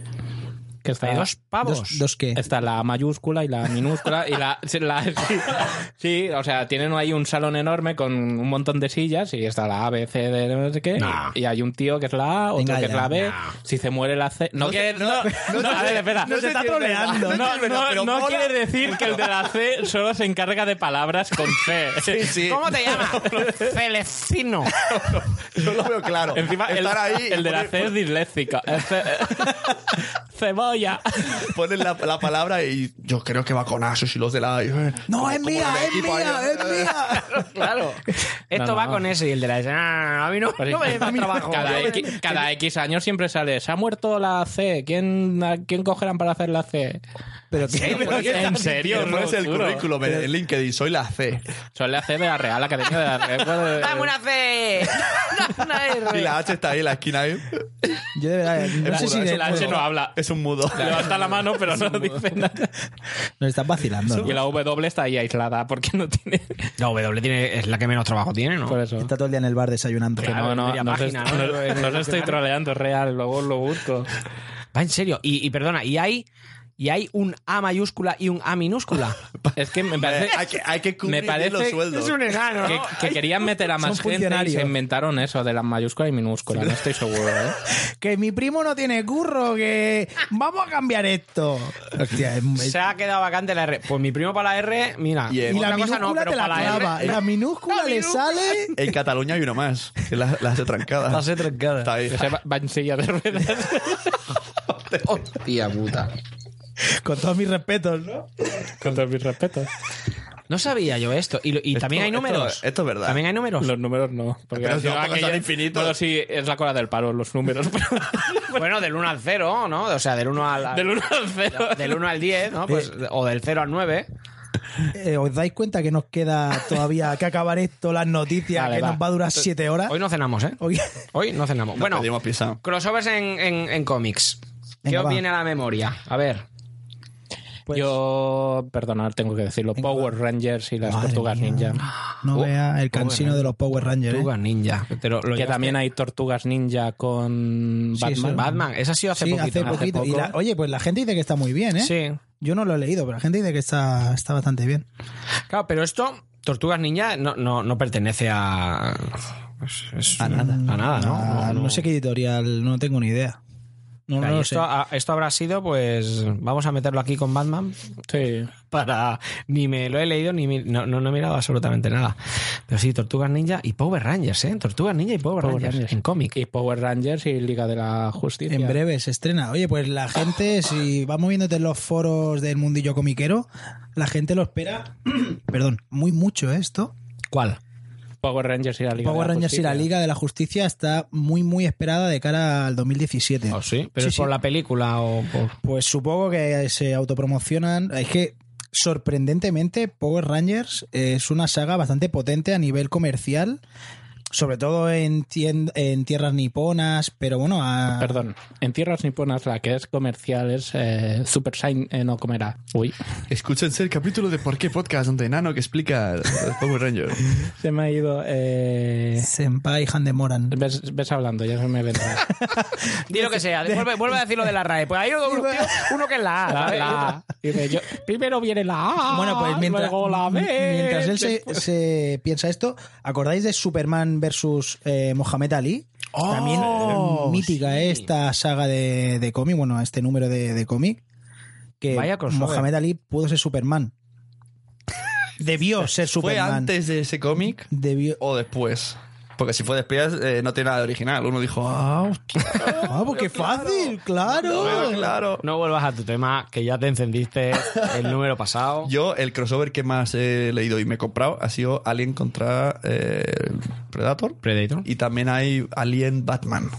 [SPEAKER 3] Que está,
[SPEAKER 1] Hay dos pavos.
[SPEAKER 4] ¿Dos, dos qué?
[SPEAKER 3] Está la mayúscula y la minúscula y la... sí, la- sí, sí, o sea, tienen ahí un salón enorme con un montón de sillas y está la A, B, C, D, no sé qué.
[SPEAKER 1] Nah.
[SPEAKER 3] Y hay un tío que es la A, otro
[SPEAKER 4] Venga
[SPEAKER 3] que es
[SPEAKER 4] ya.
[SPEAKER 3] la B. Si se muere la C... No, quiere... No, no, a ver, espera.
[SPEAKER 2] no se está troleando.
[SPEAKER 3] No,
[SPEAKER 2] No es verdad,
[SPEAKER 3] no-
[SPEAKER 2] pero
[SPEAKER 3] no
[SPEAKER 2] mola.
[SPEAKER 3] quiere decir que el de la C solo se encarga de palabras con C.
[SPEAKER 2] sí.
[SPEAKER 1] ¿Cómo te llamas? Celestino.
[SPEAKER 2] Yo lo veo claro.
[SPEAKER 3] Encima, el,
[SPEAKER 2] Estar ahí y
[SPEAKER 3] el de la
[SPEAKER 2] poner-
[SPEAKER 3] C es disléxico. Ce- Cebolla.
[SPEAKER 2] ponen la, la palabra y yo creo que va con asos y "Eh, los de la...
[SPEAKER 4] No, es mía, es mía, es mía.
[SPEAKER 1] Claro. Esto
[SPEAKER 3] No, no.
[SPEAKER 1] va con eso y el de la. Ah, a mí no, no me da trabajo.
[SPEAKER 3] Cada, X, cada X años siempre sale. Se ha muerto la C. ¿Quién, a quién cogerán para hacer la C?
[SPEAKER 4] Pero que-
[SPEAKER 3] en serio,
[SPEAKER 2] no es el
[SPEAKER 3] juro.
[SPEAKER 2] currículum en LinkedIn, soy la C.
[SPEAKER 3] Son la C de la Real Academia de la Lengua de-
[SPEAKER 1] ¡Dame una C!
[SPEAKER 2] Y la H está ahí en la esquina. ahí.
[SPEAKER 4] Yo de verdad. No sé si
[SPEAKER 2] Es
[SPEAKER 4] de-
[SPEAKER 2] un
[SPEAKER 3] La H no
[SPEAKER 2] mudo.
[SPEAKER 3] habla.
[SPEAKER 2] Es un mudo.
[SPEAKER 3] Levanta la mano, pero no dice nada.
[SPEAKER 4] nos estás vacilando.
[SPEAKER 3] Y
[SPEAKER 4] ¿no?
[SPEAKER 3] la W está ahí aislada porque no tiene.
[SPEAKER 1] La W tiene, es la que menos trabajo tiene, ¿no?
[SPEAKER 3] Por eso.
[SPEAKER 4] Está todo el día en el bar desayunando.
[SPEAKER 3] Que no, no,
[SPEAKER 1] media
[SPEAKER 3] no, os
[SPEAKER 1] página,
[SPEAKER 3] est-
[SPEAKER 1] ¿no?
[SPEAKER 3] no- no os estoy troleando, es real, luego lo busco.
[SPEAKER 1] Va, en serio. Y, y perdona, y hay, y hay un A mayúscula y un A minúscula.
[SPEAKER 3] Es que me parece
[SPEAKER 2] Eh, hay, que, hay que cubrir
[SPEAKER 3] Me parece
[SPEAKER 2] bien los
[SPEAKER 3] que
[SPEAKER 2] sueldos.
[SPEAKER 1] enano,
[SPEAKER 3] que, que querían meter a
[SPEAKER 4] Son
[SPEAKER 3] más gente y se
[SPEAKER 4] funcionarios.
[SPEAKER 3] inventaron eso de las mayúsculas y minúsculas, no estoy seguro, ¿eh?
[SPEAKER 4] Que mi primo no tiene curro, que vamos a cambiar esto. Hostia, es- es-
[SPEAKER 1] Se ha quededado vacante la R. Pues mi primo para la R, mira.
[SPEAKER 2] Y el-
[SPEAKER 4] y
[SPEAKER 1] otra
[SPEAKER 4] la
[SPEAKER 1] cosa
[SPEAKER 4] minúscula
[SPEAKER 1] no, pero
[SPEAKER 4] te la
[SPEAKER 1] para la
[SPEAKER 4] clava.
[SPEAKER 1] R.
[SPEAKER 4] La minúscula le sale.
[SPEAKER 2] En Cataluña hay uno más. que es la, la C trancada.
[SPEAKER 4] La C trancada.
[SPEAKER 2] Está ahí.
[SPEAKER 3] Que se va- va en silla de ruedas.
[SPEAKER 1] oh. Hostia puta.
[SPEAKER 4] Con todos mis respetos, ¿no?
[SPEAKER 3] Con todos mis respetos.
[SPEAKER 1] No sabía yo esto. Y, lo- y
[SPEAKER 2] Esto-
[SPEAKER 1] también hay
[SPEAKER 2] esto-
[SPEAKER 1] números.
[SPEAKER 2] esto es verdad.
[SPEAKER 1] También hay números.
[SPEAKER 3] Los números no. Porque
[SPEAKER 2] Pero
[SPEAKER 3] al
[SPEAKER 2] si no,
[SPEAKER 3] final
[SPEAKER 2] porque son infinitos.
[SPEAKER 3] Bueno, sí, es la cola del palo, los números. pero-
[SPEAKER 1] Bueno, del 1 al 0, ¿no? O sea, del 1 al,
[SPEAKER 3] del 1 al 0.
[SPEAKER 1] del 1 al 10, ¿no? Pues, o del 0 al 9.
[SPEAKER 4] Eh, ¿Os dais cuenta que nos queda todavía que acabar esto, las noticias,
[SPEAKER 3] Vale,
[SPEAKER 4] que
[SPEAKER 3] va.
[SPEAKER 4] nos va a durar siete horas?
[SPEAKER 1] Hoy no cenamos, ¿eh?
[SPEAKER 4] Hoy-
[SPEAKER 1] Hoy no cenamos. bueno,
[SPEAKER 2] pedimos pizza.
[SPEAKER 1] crossovers en, en- en cómics. ¿Qué
[SPEAKER 4] Venga,
[SPEAKER 1] os
[SPEAKER 4] va.
[SPEAKER 1] viene a la memoria? A ver.
[SPEAKER 4] Pues-
[SPEAKER 3] Yo, perdonad, tengo que decirlo.
[SPEAKER 4] Venga,
[SPEAKER 3] Power Rangers y las
[SPEAKER 4] Madre
[SPEAKER 3] tortugas
[SPEAKER 4] mía.
[SPEAKER 3] ninja.
[SPEAKER 1] Uh,
[SPEAKER 4] No vea el cansino de los Power Rangers. ¿eh?
[SPEAKER 1] Tortugas Ninja. Te lo- lo
[SPEAKER 3] Que
[SPEAKER 1] llevaste-
[SPEAKER 3] también hay tortugas ninja con
[SPEAKER 4] Sí,
[SPEAKER 3] Batman.
[SPEAKER 4] eso.
[SPEAKER 1] Batman, esa ha sido hace
[SPEAKER 4] Sí,
[SPEAKER 1] poquito.
[SPEAKER 4] hace
[SPEAKER 1] ¿no?
[SPEAKER 4] poquito. Y
[SPEAKER 1] poco.
[SPEAKER 4] la- oye, pues la gente dice que está muy bien, ¿eh?
[SPEAKER 1] Sí.
[SPEAKER 4] Yo no lo he leído, pero la gente dice que está, está bastante bien.
[SPEAKER 1] Claro, pero esto, Tortugas Ninja, no, no, no pertenece a. es- es- a nada. ¿no?
[SPEAKER 4] Ah, no, sé qué editorial, no tengo ni idea. No, no
[SPEAKER 1] Claro, y
[SPEAKER 4] lo sé.
[SPEAKER 1] esto, a- esto habrá sido, pues, vamos a meterlo aquí con Batman
[SPEAKER 3] Sí.
[SPEAKER 1] para... Ni me lo he leído, ni mi- no, no, no he mirado absolutamente nada. Pero sí, Tortugas Ninja y Power Rangers, ¿eh? Tortugas Ninja y Power,
[SPEAKER 3] Power
[SPEAKER 1] Rangers,
[SPEAKER 3] Rangers.
[SPEAKER 1] en cómic.
[SPEAKER 3] Y Power Rangers y Liga de la Justicia.
[SPEAKER 4] En breve se estrena. Oye, pues la gente, si vas moviéndote en los foros del mundillo comiquero, la gente lo espera. Perdón, muy mucho ¿eh? esto.
[SPEAKER 1] ¿Cuál?
[SPEAKER 3] Power Rangers y la Liga
[SPEAKER 4] Power
[SPEAKER 3] de la
[SPEAKER 4] Rangers y
[SPEAKER 3] Justicia.
[SPEAKER 4] la Liga de la Justicia está muy, muy esperada de cara al 2017.
[SPEAKER 3] Ah,
[SPEAKER 1] ¿O sí? ¿Pero
[SPEAKER 4] Sí,
[SPEAKER 1] es por
[SPEAKER 4] sí.
[SPEAKER 1] la película o por...?
[SPEAKER 4] Pues supongo que se autopromocionan. Es que sorprendentemente Power Rangers es una saga bastante potente a nivel comercial, sobre todo en, tien- en tierras niponas, pero bueno, a-
[SPEAKER 3] Perdón, en tierras niponas la que es comercial es eh, Super Saiyan eh, no comerá. Uy,
[SPEAKER 2] Escúchense el capítulo de Por qué Podcast, donde Nano que explica los Power Rangers.
[SPEAKER 3] se me ha ido. eh,
[SPEAKER 4] Senpai Handemoran.
[SPEAKER 3] Ves, ves hablando, ya se me vendrá.
[SPEAKER 1] Di lo que sea, vuelve, vuelve a decir lo de la RAE. Pues hay uno, un tío- uno que es la A.
[SPEAKER 3] La-
[SPEAKER 1] ¿sabes?
[SPEAKER 3] la- dice yo, primero viene la A.
[SPEAKER 4] Bueno, pues mientras,
[SPEAKER 3] luego la B.
[SPEAKER 4] mientras él se,
[SPEAKER 3] después-
[SPEAKER 4] se piensa esto, ¿acordáis de Superman versus eh, Mohamed Ali?
[SPEAKER 1] Oh.
[SPEAKER 4] También mítica
[SPEAKER 1] sí.
[SPEAKER 4] esta saga de, de cómic, bueno, este número de, de cómic, que
[SPEAKER 1] Vaya crossover.
[SPEAKER 4] Mohamed Ali pudo ser Superman. Debió ser
[SPEAKER 2] ¿Fue
[SPEAKER 4] Superman.
[SPEAKER 2] antes de ese cómic
[SPEAKER 4] Debió...
[SPEAKER 2] o después? Porque si fue después, eh, no tiene nada de original. Uno dijo, ah, hostia,
[SPEAKER 4] ¡Ah, pues qué fácil! ¡Claro!
[SPEAKER 2] claro.
[SPEAKER 1] No vuelvas a tu tema, que ya te encendiste el número pasado.
[SPEAKER 2] Yo, el crossover que más he leído y me he comprado ha sido Alien contra eh, Predator.
[SPEAKER 1] Predator.
[SPEAKER 2] Y también hay Alien Batman.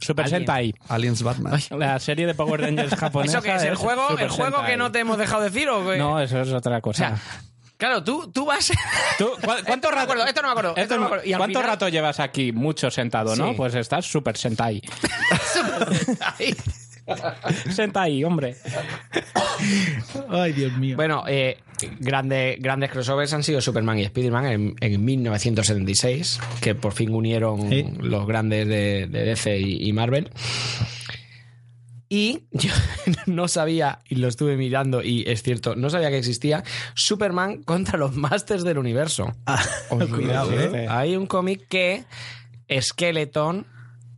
[SPEAKER 3] Super
[SPEAKER 1] Alguien.
[SPEAKER 3] Sentai.
[SPEAKER 2] Aliens Batman.
[SPEAKER 3] La serie de Power Rangers japonesa.
[SPEAKER 1] ¿Eso qué es? ¿El juego,
[SPEAKER 3] Super
[SPEAKER 1] el juego que
[SPEAKER 3] Sentai.
[SPEAKER 1] no te hemos dejado decir o qué?
[SPEAKER 3] No, eso es otra
[SPEAKER 1] O
[SPEAKER 3] cosa.
[SPEAKER 1] sea, claro, tú, tú vas.
[SPEAKER 3] Ah. Tú, ¿cu-
[SPEAKER 1] Esto
[SPEAKER 3] ¿Cuánto
[SPEAKER 1] no me
[SPEAKER 3] rato?
[SPEAKER 1] acuerdo, esto no me acuerdo, esto
[SPEAKER 3] esto
[SPEAKER 1] no me
[SPEAKER 3] no-
[SPEAKER 1] acuerdo. Y al
[SPEAKER 3] ¿Cuánto
[SPEAKER 1] final-
[SPEAKER 3] rato llevas aquí? Mucho sentado, ¿no?
[SPEAKER 1] Sí.
[SPEAKER 3] Pues estás super sentai. sentai, hombre.
[SPEAKER 4] ¡Ay, Dios mío!
[SPEAKER 1] bueno, eh, grande- grandes crossovers han sido Superman y Spider-Man en, en 1976, que por fin unieron
[SPEAKER 4] Sí.
[SPEAKER 1] los grandes de, de DC y, y Marvel. Y yo no sabía, y lo estuve mirando, y es cierto, no sabía que existía Superman contra los Masters del Universo.
[SPEAKER 4] Ah, Cuidado, ¿eh?
[SPEAKER 3] Sí.
[SPEAKER 1] Hay un cómic que Skeleton.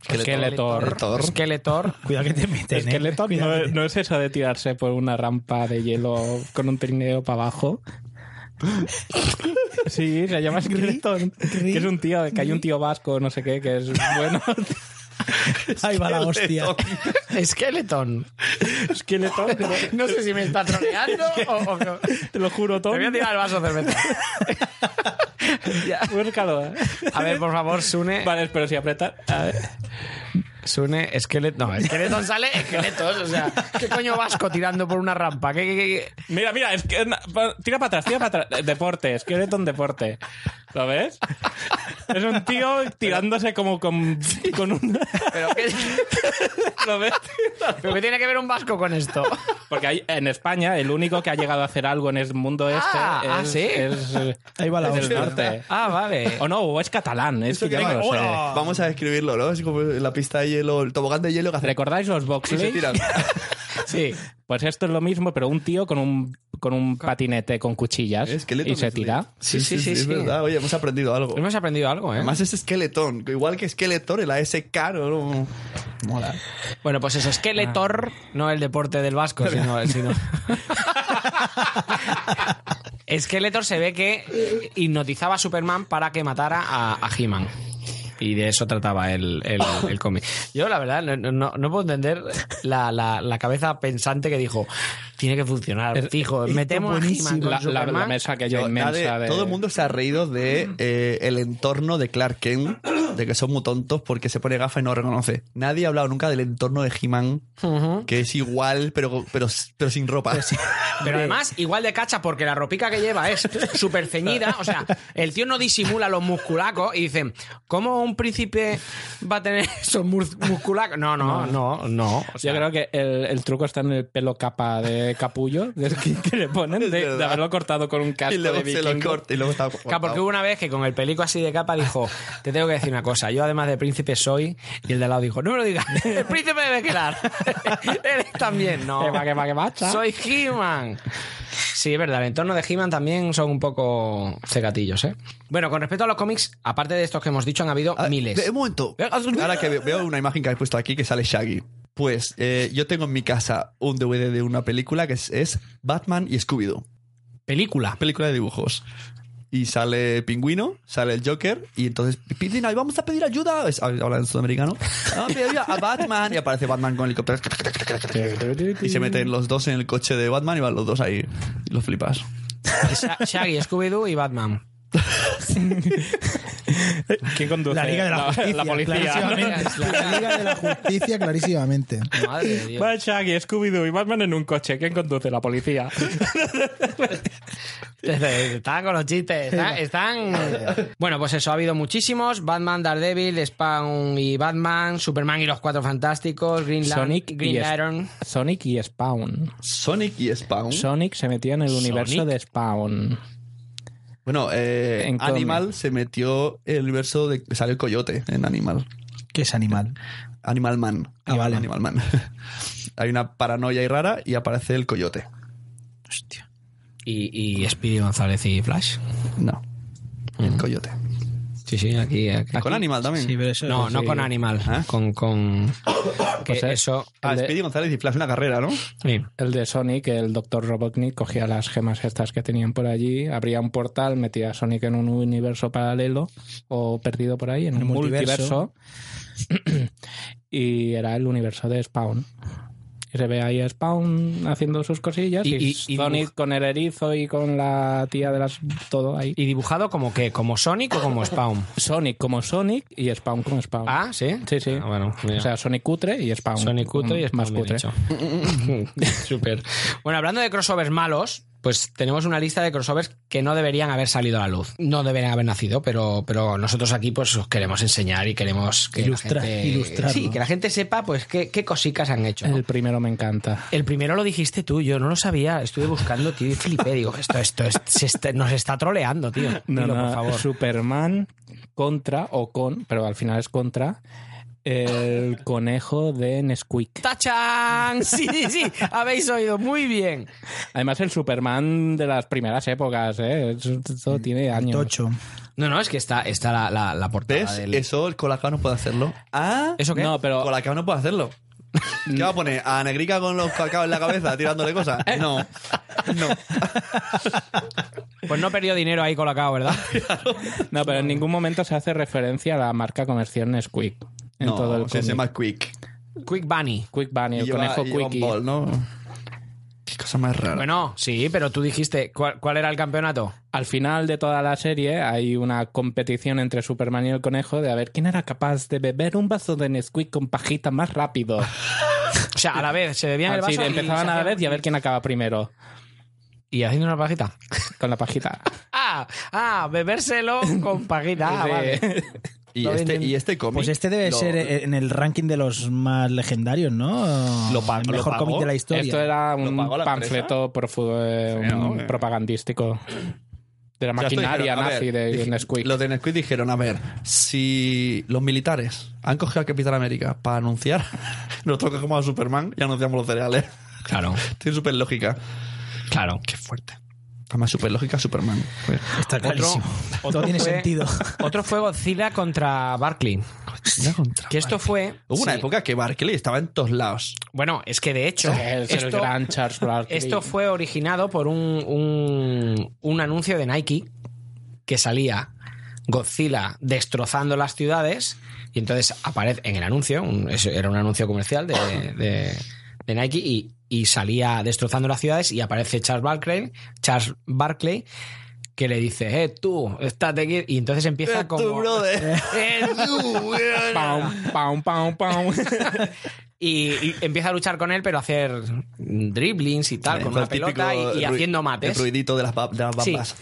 [SPEAKER 3] Skeletor.
[SPEAKER 2] Skeletor.
[SPEAKER 1] Skeletor.
[SPEAKER 4] Cuidado que te meten, ¿eh?
[SPEAKER 3] Skeletor no,
[SPEAKER 4] Cuidado que-
[SPEAKER 3] no es eso de tirarse por una rampa de hielo con un trineo para abajo. Sí, se llama Skeletor.
[SPEAKER 4] Gri-
[SPEAKER 3] Que es un tío, que hay un tío vasco, no sé qué, que es bueno.
[SPEAKER 4] ¡Ahí va la hostia!
[SPEAKER 1] Skeleton.
[SPEAKER 3] Skeletor,
[SPEAKER 1] No sé si me está troleando o, o- Te
[SPEAKER 3] te lo juro, todo.
[SPEAKER 1] voy a tirar el vaso de cerveza. Ya.
[SPEAKER 3] Búscalo. eh.
[SPEAKER 1] A ver, por favor, Sune.
[SPEAKER 3] Vale, pero si apretas. A ver.
[SPEAKER 1] Sune, esqueleto. No, esqueleto sale esqueletos. O sea, ¿qué coño vasco tirando por una rampa? ¿Qué, qué, qué?
[SPEAKER 3] Mira, mira, es que, tira para atrás, tira para atrás. Eh, Deporte, Skeleton Deporte. ¿Lo ves? Es un tío tirándose como con, con un...
[SPEAKER 1] ¿Pero qué,
[SPEAKER 3] ¿Lo ves?
[SPEAKER 1] pero qué tiene que ver un vasco con esto?
[SPEAKER 3] Porque hay, en España el único que ha llegado a hacer algo en el mundo este
[SPEAKER 1] Ah,
[SPEAKER 3] es,
[SPEAKER 1] ah, ¿sí?
[SPEAKER 3] es, eh,
[SPEAKER 4] Ahí va la
[SPEAKER 3] es del
[SPEAKER 4] hostia.
[SPEAKER 3] norte. Eh,
[SPEAKER 1] Ah, vale.
[SPEAKER 3] O no, o es catalán. Es eh. que ya no lo sé.
[SPEAKER 2] Vamos a describirlo, ¿no? Es como la pista de hielo, el tobogán de hielo que hace.
[SPEAKER 3] ¿Recordáis los
[SPEAKER 2] Y se
[SPEAKER 3] Boxley?
[SPEAKER 2] tiran.
[SPEAKER 1] Sí.
[SPEAKER 3] Pues esto es lo mismo, pero un tío con un, con un patinete con cuchillas
[SPEAKER 2] Esqueleto
[SPEAKER 3] y se
[SPEAKER 2] es un-
[SPEAKER 3] tira.
[SPEAKER 1] Sí, sí, sí,
[SPEAKER 2] Es
[SPEAKER 1] sí.
[SPEAKER 2] verdad, oye, hemos aprendido algo.
[SPEAKER 1] Hemos aprendido algo, ¿eh?
[SPEAKER 2] Además es esqueletón, igual que esqueletor, el ASK, ¿no? no- Mola.
[SPEAKER 1] Bueno, pues eso, Skeletor, Ah. no el deporte del vasco, sino... sino... Skeletor se ve que hipnotizaba a Superman para que matara a, a He-Man. Y de eso trataba el, el, el cómic. Yo, la verdad, no, no, no puedo entender la, la, la cabeza pensante que dijo: Tiene que funcionar, fijo. Metemos a He-Man con
[SPEAKER 3] La, la- la
[SPEAKER 1] Superman.
[SPEAKER 3] mesa que yo
[SPEAKER 2] Pero
[SPEAKER 3] inmensa
[SPEAKER 2] nadie-
[SPEAKER 3] de-
[SPEAKER 2] Todo el mundo se ha reído de eh, el entorno de Clark Kent, de que son muy tontos porque se pone gafa y no reconoce. Nadie ha hablado nunca del entorno de He-Man, que es igual, pero, pero, pero sin ropa.
[SPEAKER 1] Pero además, igual de cacha, porque la ropica que lleva es súper ceñida. O sea, el tío no disimula los musculacos y dicen, ¿cómo un príncipe va a tener esos mus- musculacos? No, no, no, no. O sea,
[SPEAKER 3] Yo creo que el, el truco está en el pelo capa de capullo de que, que le ponen, de,
[SPEAKER 2] verdad.
[SPEAKER 3] de haberlo cortado con un casco
[SPEAKER 2] y luego
[SPEAKER 3] de
[SPEAKER 2] se lo
[SPEAKER 3] vikingo.
[SPEAKER 2] corta y luego está
[SPEAKER 1] Claro, porque hubo una vez que con el pelico así de capa dijo, te tengo que decir una cosa, yo además de príncipe soy, y el de al lado dijo, no me lo digas, el príncipe debe quedar. Eres también, no.
[SPEAKER 3] Que va, que va, que va, cha.
[SPEAKER 1] Soy He-Man. Sí, es verdad, el entorno de He-Man también son un poco cegatillos, ¿eh? Bueno, con respecto a los cómics, aparte de estos que hemos dicho, han habido
[SPEAKER 2] Ah,
[SPEAKER 1] miles.
[SPEAKER 2] ve- Un momento. Ahora que ve- veo una imagen que habéis puesto aquí que sale Shaggy. Pues eh, yo tengo en mi casa un DVD de una película que es, es Batman y Scooby-Doo.
[SPEAKER 1] Película.
[SPEAKER 2] Película de dibujos. Y sale Pingüino, sale el Joker, y entonces piden, "Ay, vamos a pedir ayuda. Es- ah, habla en sudamericano. "Ah, Vamos a pedir ayuda a Batman. Y aparece Batman con helicóptero. Y se meten los dos en el coche de Batman y van los dos ahí. Y los flipas.
[SPEAKER 1] Sha- Shaggy, Scooby-Doo y Batman.
[SPEAKER 3] ¿Quién conduce?
[SPEAKER 4] La Liga de la Justicia,
[SPEAKER 3] la policía.
[SPEAKER 4] clarísimamente.
[SPEAKER 6] La Liga de la Justicia, clarísimamente.
[SPEAKER 1] Madre de Dios.
[SPEAKER 3] Va Shaggy, Scooby-Doo y Batman en un coche. ¿Quién conduce? La policía.
[SPEAKER 1] Están con los chistes, está- están... Bueno, pues eso, ha habido muchísimos. Batman, Daredevil, Spawn y Batman, Superman y los Cuatro Fantásticos, Green, Lan-
[SPEAKER 3] Sonic y
[SPEAKER 1] Green
[SPEAKER 3] es-
[SPEAKER 1] Lantern.
[SPEAKER 3] Sonic y Spawn.
[SPEAKER 2] Sonic y Spawn.
[SPEAKER 3] Sonic se metió en el universo
[SPEAKER 1] ¿Sonic?
[SPEAKER 3] de Spawn.
[SPEAKER 2] bueno, eh,
[SPEAKER 3] En cómic.
[SPEAKER 2] Animal se metió el universo de. Sale el coyote en Animal.
[SPEAKER 4] Que es animal.
[SPEAKER 2] Animal Man.
[SPEAKER 4] Ah, vale.
[SPEAKER 2] Animal Man. Hay una paranoia y rara y aparece el coyote.
[SPEAKER 4] Hostia.
[SPEAKER 1] Y, y Speedy González y Flash.
[SPEAKER 2] No. El coyote.
[SPEAKER 1] Sí, sí, aquí. aquí.
[SPEAKER 2] Con Animal también. ¿Eh?
[SPEAKER 4] Sí, pero eso
[SPEAKER 1] No, no con Animal. Con. con que
[SPEAKER 3] Pues, eh,
[SPEAKER 1] eso.
[SPEAKER 2] Ah,
[SPEAKER 3] El de-
[SPEAKER 2] Speedy González y Flash, una carrera, ¿no?
[SPEAKER 1] Sí.
[SPEAKER 3] El de Sonic, el Dr. Robotnik cogía las gemas estas que tenían por allí, abría un portal, metía a Sonic en un universo paralelo o perdido por ahí, en
[SPEAKER 4] El
[SPEAKER 3] un multiverso. y era el universo de Spawn. Y se ve ahí a Spawn haciendo sus cosillas
[SPEAKER 1] Y-
[SPEAKER 3] y,
[SPEAKER 1] y- y
[SPEAKER 3] Sonic con el erizo y con la tía de las... todo ahí. Y
[SPEAKER 1] ¿Y dibujado como qué? ¿Como Sonic o como Spawn?
[SPEAKER 3] Sonic como Sonic y Spawn como Spawn.
[SPEAKER 1] Ah, sí.
[SPEAKER 3] Sí, sí.
[SPEAKER 1] Ah, bueno, mira.
[SPEAKER 3] O sea, Sonic cutre y Spawn.
[SPEAKER 1] Sonic Cuto y Spawn
[SPEAKER 3] mm, más
[SPEAKER 1] bien
[SPEAKER 3] cutre.
[SPEAKER 1] hecho. Súper. Bueno, hablando de crossovers malos, pues tenemos una lista de crossovers que no deberían haber salido a la luz. No deberían haber nacido, pero, pero nosotros aquí pues os queremos enseñar y queremos que
[SPEAKER 4] Ilustrar-
[SPEAKER 1] la gente...
[SPEAKER 4] ilustrarlo.
[SPEAKER 1] Sí, que la gente sepa pues qué, qué cositas han hecho. ¿no?
[SPEAKER 3] El primero me encanta.
[SPEAKER 1] El primero lo dijiste tú, yo no lo sabía. Estuve buscando, tío, y flipé. Digo, esto, esto, es- se está- nos está troleando, tío.
[SPEAKER 3] No,
[SPEAKER 1] Dilo,
[SPEAKER 3] no,
[SPEAKER 1] por favor.
[SPEAKER 3] Superman contra o con, pero al final es contra, el conejo de Nesquik.
[SPEAKER 1] ¡Tachan! Sí, sí, sí. Habéis oído muy bien.
[SPEAKER 3] Además, el Superman de las primeras épocas, ¿eh? Eso tiene años.
[SPEAKER 4] Tocho.
[SPEAKER 1] No, no, es que está, está la, la, la portada
[SPEAKER 2] ¿Ves?
[SPEAKER 1] del...
[SPEAKER 2] Eso el Colacao no puede hacerlo. Ah,
[SPEAKER 1] ¿Eso qué?
[SPEAKER 3] No, pero
[SPEAKER 2] Colacao no puede hacerlo. ¿Qué va a poner? ¿A Negrica con los cacao en la cabeza tirándole cosas? No. No.
[SPEAKER 1] Pues no perdió dinero ahí colocado, ¿verdad?
[SPEAKER 3] no, pero en ningún momento se hace referencia a la marca comercial Nesquik. En
[SPEAKER 2] no,
[SPEAKER 3] todo el
[SPEAKER 2] se
[SPEAKER 3] cómic.
[SPEAKER 2] llama Quick.
[SPEAKER 1] Quick Bunny.
[SPEAKER 3] Quick Bunny,
[SPEAKER 2] Y
[SPEAKER 3] el
[SPEAKER 2] lleva-
[SPEAKER 3] conejo
[SPEAKER 2] y lleva un
[SPEAKER 3] Quickie.
[SPEAKER 2] bol, ¿no? Qué cosa más rara.
[SPEAKER 1] Bueno, sí, pero tú dijiste, ¿cuál, cuál era el campeonato?
[SPEAKER 3] Al final de toda la serie hay una competición entre Superman y el conejo de a ver quién era capaz de beber un vaso de Nesquik con pajita más rápido.
[SPEAKER 1] O sea, a la vez, se bebían el
[SPEAKER 3] Así,
[SPEAKER 1] vaso y
[SPEAKER 3] empezaban
[SPEAKER 1] se
[SPEAKER 3] a la
[SPEAKER 1] hacían-
[SPEAKER 3] vez y a ver quién acaba primero
[SPEAKER 1] Y haciendo una pajita.
[SPEAKER 3] con la pajita.
[SPEAKER 1] Ah, ah, bebérselo con pajita. Ah,
[SPEAKER 3] Sí.
[SPEAKER 1] vale.
[SPEAKER 2] y,
[SPEAKER 1] lo
[SPEAKER 2] este,
[SPEAKER 1] venden-
[SPEAKER 2] y este cómic.
[SPEAKER 4] Pues este debe
[SPEAKER 2] lo-
[SPEAKER 4] ser en el ranking de los más legendarios, ¿no?
[SPEAKER 2] Lo pa-
[SPEAKER 4] El
[SPEAKER 2] lo
[SPEAKER 4] mejor
[SPEAKER 2] pagó.
[SPEAKER 4] cómic de la historia.
[SPEAKER 3] Esto era un
[SPEAKER 2] pagó la
[SPEAKER 3] panfleto profu- eh,
[SPEAKER 2] Sí,
[SPEAKER 3] un
[SPEAKER 2] ¿no?
[SPEAKER 3] propagandístico de la
[SPEAKER 2] O sea, esto
[SPEAKER 3] maquinaria
[SPEAKER 2] dijeron, a
[SPEAKER 3] nazi
[SPEAKER 2] ver,
[SPEAKER 3] de
[SPEAKER 2] dije-
[SPEAKER 3] Nesquik.
[SPEAKER 2] Los de Nesquik dijeron, a ver, si los militares han cogido a Capitán América para anunciar, nosotros cogemos a Superman y anunciamos los cereales.
[SPEAKER 1] Claro,
[SPEAKER 2] Tiene súper lógica.
[SPEAKER 1] claro.
[SPEAKER 2] Qué fuerte. Además, súper lógica Superman. Joder.
[SPEAKER 4] Está clarísimo. Todo tiene
[SPEAKER 1] fue-
[SPEAKER 4] sentido.
[SPEAKER 1] Otro fue Godzilla contra Barkley.
[SPEAKER 2] Mira contra-
[SPEAKER 1] Que esto fue.
[SPEAKER 2] Hubo una
[SPEAKER 1] sí.
[SPEAKER 2] época que Barkley estaba en todos lados.
[SPEAKER 1] Bueno, es que de hecho.
[SPEAKER 3] Es el
[SPEAKER 1] esto-
[SPEAKER 3] gran Charles Barkley.
[SPEAKER 1] Esto fue originado por un, un, un anuncio de Nike que salía Godzilla destrozando las ciudades y entonces aparece en el anuncio, un- eso era un anuncio comercial de, de- de Nike y, y salía destrozando las ciudades y aparece Charles Barkley, Charles Barkley que le dice, eh, tú, estate aquí. Y entonces empieza
[SPEAKER 2] Eh,
[SPEAKER 1] como...
[SPEAKER 2] tú, brother.
[SPEAKER 1] "Eh, tú, eh".
[SPEAKER 3] Paum, paum, paum, paum.
[SPEAKER 1] Y, y empieza a luchar con él, pero a hacer driblings y tal,
[SPEAKER 2] Eh,
[SPEAKER 1] con
[SPEAKER 2] fue
[SPEAKER 1] una
[SPEAKER 2] el típico
[SPEAKER 1] pelota y, y
[SPEAKER 2] ru-
[SPEAKER 1] haciendo
[SPEAKER 2] El
[SPEAKER 1] mates.
[SPEAKER 2] ruidito de las, ba- de las
[SPEAKER 1] Sí.
[SPEAKER 2] babas.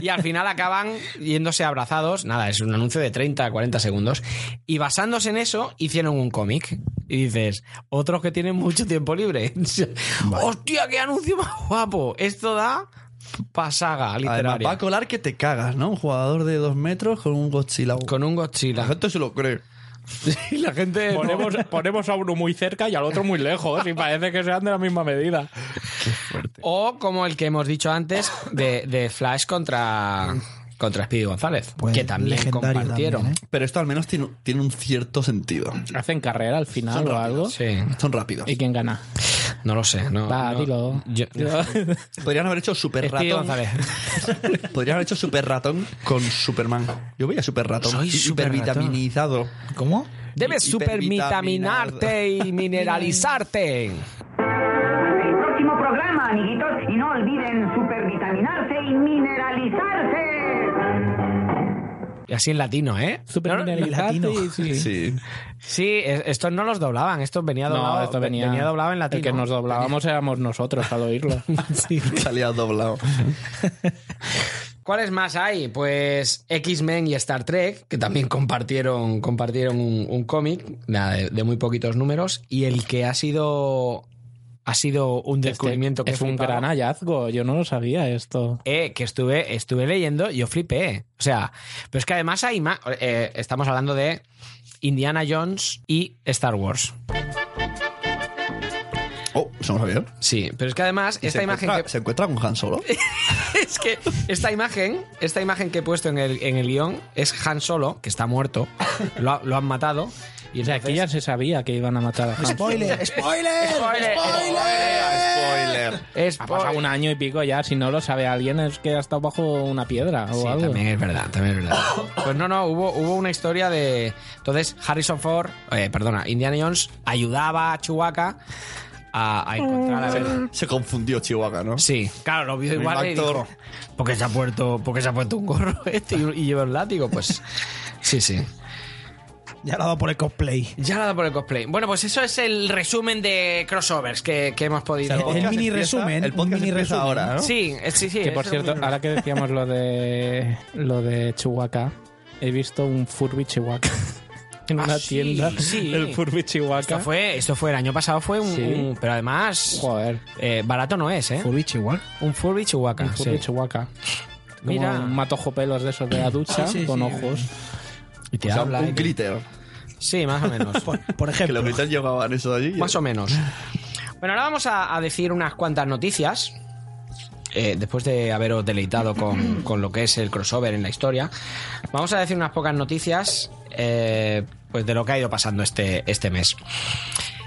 [SPEAKER 1] Y al final acaban yéndose abrazados. Nada, es un anuncio de 30, 40 segundos. Y basándose en eso, hicieron un cómic. Y dices, otros que tienen mucho tiempo libre. ¡Hostia, qué anuncio más guapo! Esto da pasaga
[SPEAKER 2] Además, va
[SPEAKER 1] literaria.
[SPEAKER 2] a colar que te cagas, ¿no? Un jugador de dos metros con un Godzilla.
[SPEAKER 1] Con un
[SPEAKER 2] La
[SPEAKER 1] Godzilla.
[SPEAKER 2] gente se lo cree.
[SPEAKER 1] Y la gente... no.
[SPEAKER 3] Ponemos, ponemos a uno muy cerca y al otro muy lejos y parece que sean de la misma medida.
[SPEAKER 1] O como el que hemos dicho antes, de, de Flash contra... Contra Speedy González,
[SPEAKER 4] Pues,
[SPEAKER 1] que también
[SPEAKER 4] legendario
[SPEAKER 1] compartieron.
[SPEAKER 4] también,
[SPEAKER 2] Pero esto al menos tiene, tiene un cierto sentido.
[SPEAKER 3] Hacen carrera al final o algo.
[SPEAKER 1] Sí,
[SPEAKER 2] Son rápidos.
[SPEAKER 3] ¿Y quién gana?
[SPEAKER 1] no lo sé. No,
[SPEAKER 3] Va,
[SPEAKER 1] no.
[SPEAKER 3] dilo.
[SPEAKER 1] Yo-
[SPEAKER 2] Podrían haber hecho Super
[SPEAKER 1] Speedy
[SPEAKER 2] Ratón.
[SPEAKER 1] González.
[SPEAKER 2] Podrían haber hecho Super Ratón con Superman. Yo veía Super Ratón.
[SPEAKER 1] Soy
[SPEAKER 2] y-
[SPEAKER 1] Super
[SPEAKER 2] hipervitaminizado.
[SPEAKER 4] ¿Cómo?
[SPEAKER 1] Debes
[SPEAKER 2] Hipervitaminar.
[SPEAKER 1] supervitaminarte y mineralizarte.
[SPEAKER 10] El próximo programa, amiguitos, y no olviden supervitaminarse y mineralizarse.
[SPEAKER 1] Y así en latino, ¿eh?
[SPEAKER 3] Super
[SPEAKER 4] latino.
[SPEAKER 3] Sí.
[SPEAKER 2] Sí.
[SPEAKER 1] Sí, es- estos no los doblaban, estos venía doblado,
[SPEAKER 3] No, esto venía,
[SPEAKER 1] doblado en latino.
[SPEAKER 3] El que nos doblábamos éramos nosotros al oírlo.
[SPEAKER 2] Salía doblado.
[SPEAKER 1] ¿Cuáles más hay? Pues X-Men y Star Trek, que también compartieron, compartieron un, un cómic nada, de, de muy poquitos números, y el que ha sido, ha sido un descubrimiento que
[SPEAKER 3] Este es
[SPEAKER 1] he
[SPEAKER 3] un
[SPEAKER 1] flipado.
[SPEAKER 3] gran hallazgo. Yo no lo sabía esto.
[SPEAKER 1] Eh, que estuve, estuve leyendo, yo flipé. O sea, pero es que además hay más. eh, estamos hablando de Indiana Jones y Star Wars.
[SPEAKER 2] Oh, eso no sabía.
[SPEAKER 1] Sí, pero es que además,
[SPEAKER 2] ¿Y
[SPEAKER 1] esta
[SPEAKER 2] se
[SPEAKER 1] imagen
[SPEAKER 2] encuentra-
[SPEAKER 1] que.
[SPEAKER 2] ¿Se encuentra con Han Solo?
[SPEAKER 1] Es que esta imagen, esta imagen que he puesto en el, en el guión es Han Solo, que está muerto. Lo, ha- lo han matado. Y
[SPEAKER 3] O sea, aquí
[SPEAKER 1] entonces- Pues
[SPEAKER 3] ya se sabía que iban a matar a Han.
[SPEAKER 4] Spoiler, spoiler,
[SPEAKER 1] Spoiler,
[SPEAKER 2] Spoiler.
[SPEAKER 1] Es
[SPEAKER 3] Ha pasado un año y pico ya, si no lo sabe alguien es que ha estado bajo una piedra o
[SPEAKER 1] Sí,
[SPEAKER 3] algo.
[SPEAKER 1] también es verdad, también es verdad. Pues no, no, hubo, hubo una historia de. Entonces, Harrison Ford, eh, perdona, Indiana Jones ayudaba a Chewbacca a, a encontrar a verdad.
[SPEAKER 2] Se confundió Chihuahua, ¿no?
[SPEAKER 1] Sí, claro, lo vio
[SPEAKER 2] Mismo
[SPEAKER 1] igual y
[SPEAKER 2] actor.
[SPEAKER 1] dijo, ¿por qué se ha puesto, por qué se ha puesto un gorro este y, y lleva un látigo? Pues sí, sí.
[SPEAKER 4] Ya lo ha dado por el cosplay.
[SPEAKER 1] Ya nada por el cosplay. Bueno, pues eso es el resumen de crossovers que, que hemos podido...
[SPEAKER 4] O sea, el- mini resumen,
[SPEAKER 2] El podcast
[SPEAKER 4] un mini
[SPEAKER 2] empieza
[SPEAKER 4] resumen.
[SPEAKER 2] ahora, ¿no?
[SPEAKER 1] Sí, eh, sí, sí.
[SPEAKER 3] Que por
[SPEAKER 1] es
[SPEAKER 3] cierto,
[SPEAKER 1] un-
[SPEAKER 3] ahora que decíamos lo de lo de Chihuahua, he visto un Furby Chihuahua en
[SPEAKER 1] Ah,
[SPEAKER 3] una
[SPEAKER 1] sí,
[SPEAKER 3] tienda.
[SPEAKER 1] sí.
[SPEAKER 3] El Furby Chihuahua.
[SPEAKER 1] Esto fue, esto fue el año pasado, fue un...
[SPEAKER 3] Sí.
[SPEAKER 1] un- pero además,
[SPEAKER 3] Joder,
[SPEAKER 1] eh, barato no es, ¿eh?
[SPEAKER 4] Furby igual.
[SPEAKER 1] Un Furby Chihuahua.
[SPEAKER 3] un Furby
[SPEAKER 1] Ah, sí.
[SPEAKER 3] Chihuahua. Como
[SPEAKER 1] Mira.
[SPEAKER 3] un matojo pelos de esos de la ducha
[SPEAKER 4] Sí, sí,
[SPEAKER 3] con
[SPEAKER 4] sí.
[SPEAKER 3] ojos.
[SPEAKER 1] Y te
[SPEAKER 2] O sea,
[SPEAKER 1] habla y
[SPEAKER 2] un
[SPEAKER 1] te-
[SPEAKER 2] glitter.
[SPEAKER 1] Sí, más o menos.
[SPEAKER 4] Por, por
[SPEAKER 2] Que
[SPEAKER 4] ejemplo,
[SPEAKER 2] los glitter llevaban eso de allí.
[SPEAKER 1] Más o menos. Bueno, ahora vamos a, a decir unas cuantas noticias. eh, después de haberos deleitado con, con lo que es el crossover en la historia, vamos a decir unas pocas noticias eh, pues de lo que ha ido pasando este, este mes.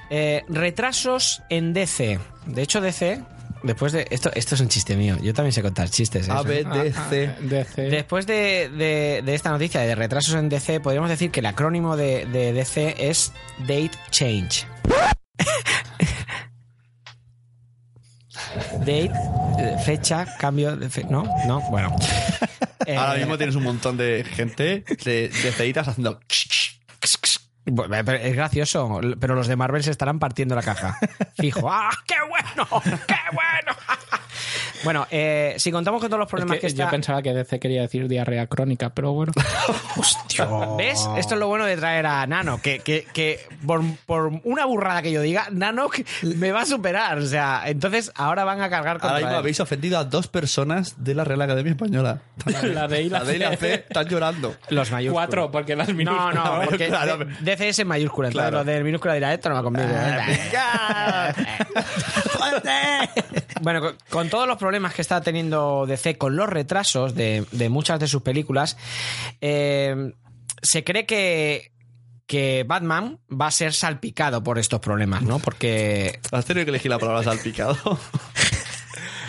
[SPEAKER 1] Eh, retrasos en DC. De hecho, DC, después de. Esto, esto es un chiste mío. Yo también sé contar chistes. ¿eh?
[SPEAKER 2] A, B, D, C.
[SPEAKER 3] DC.
[SPEAKER 1] Después de, de- de esta noticia de retrasos en DC, podríamos decir que el acrónimo de, de DC es Date Change. date, eh, fecha, cambio de fe- ¿No? No, bueno. Eh,
[SPEAKER 2] Ahora mismo tienes un montón de gente de, de ceditas haciendo.
[SPEAKER 1] bueno, eh, pero Es gracioso, pero los de Marvel se estarán partiendo la caja. Fijo, ¡ah, qué bueno! ¡Qué bueno! bueno, eh, si contamos con todos los problemas
[SPEAKER 3] Es
[SPEAKER 1] que,
[SPEAKER 3] que
[SPEAKER 1] está...
[SPEAKER 3] Yo pensaba que DC quería decir diarrea crónica, pero bueno.
[SPEAKER 1] ¿Ves? Esto es lo bueno de traer a Nano, que, que- que por, por una burrada que yo diga, Nano que- me va a superar. O sea, entonces ahora van a cargar contra
[SPEAKER 2] Ahora mismo
[SPEAKER 1] él.
[SPEAKER 2] habéis ofendido a dos personas de la Real Academia Española.
[SPEAKER 3] La D y la
[SPEAKER 2] D y la C están llorando.
[SPEAKER 1] Los mayúsculas.
[SPEAKER 3] Cuatro, porque las
[SPEAKER 1] No,
[SPEAKER 3] minúsculas.
[SPEAKER 1] no, porque
[SPEAKER 2] Claro.
[SPEAKER 1] de- DC es en mayúscula. Entonces los
[SPEAKER 2] Claro.
[SPEAKER 1] de minúscula dirá, esto no va conmigo. bueno, con, con todos los problemas que está teniendo DC, con los retrasos de, de muchas de sus películas, eh, se cree que que Batman va a ser salpicado por estos problemas, ¿no? Porque
[SPEAKER 2] Has tenido que elegir la palabra salpicado.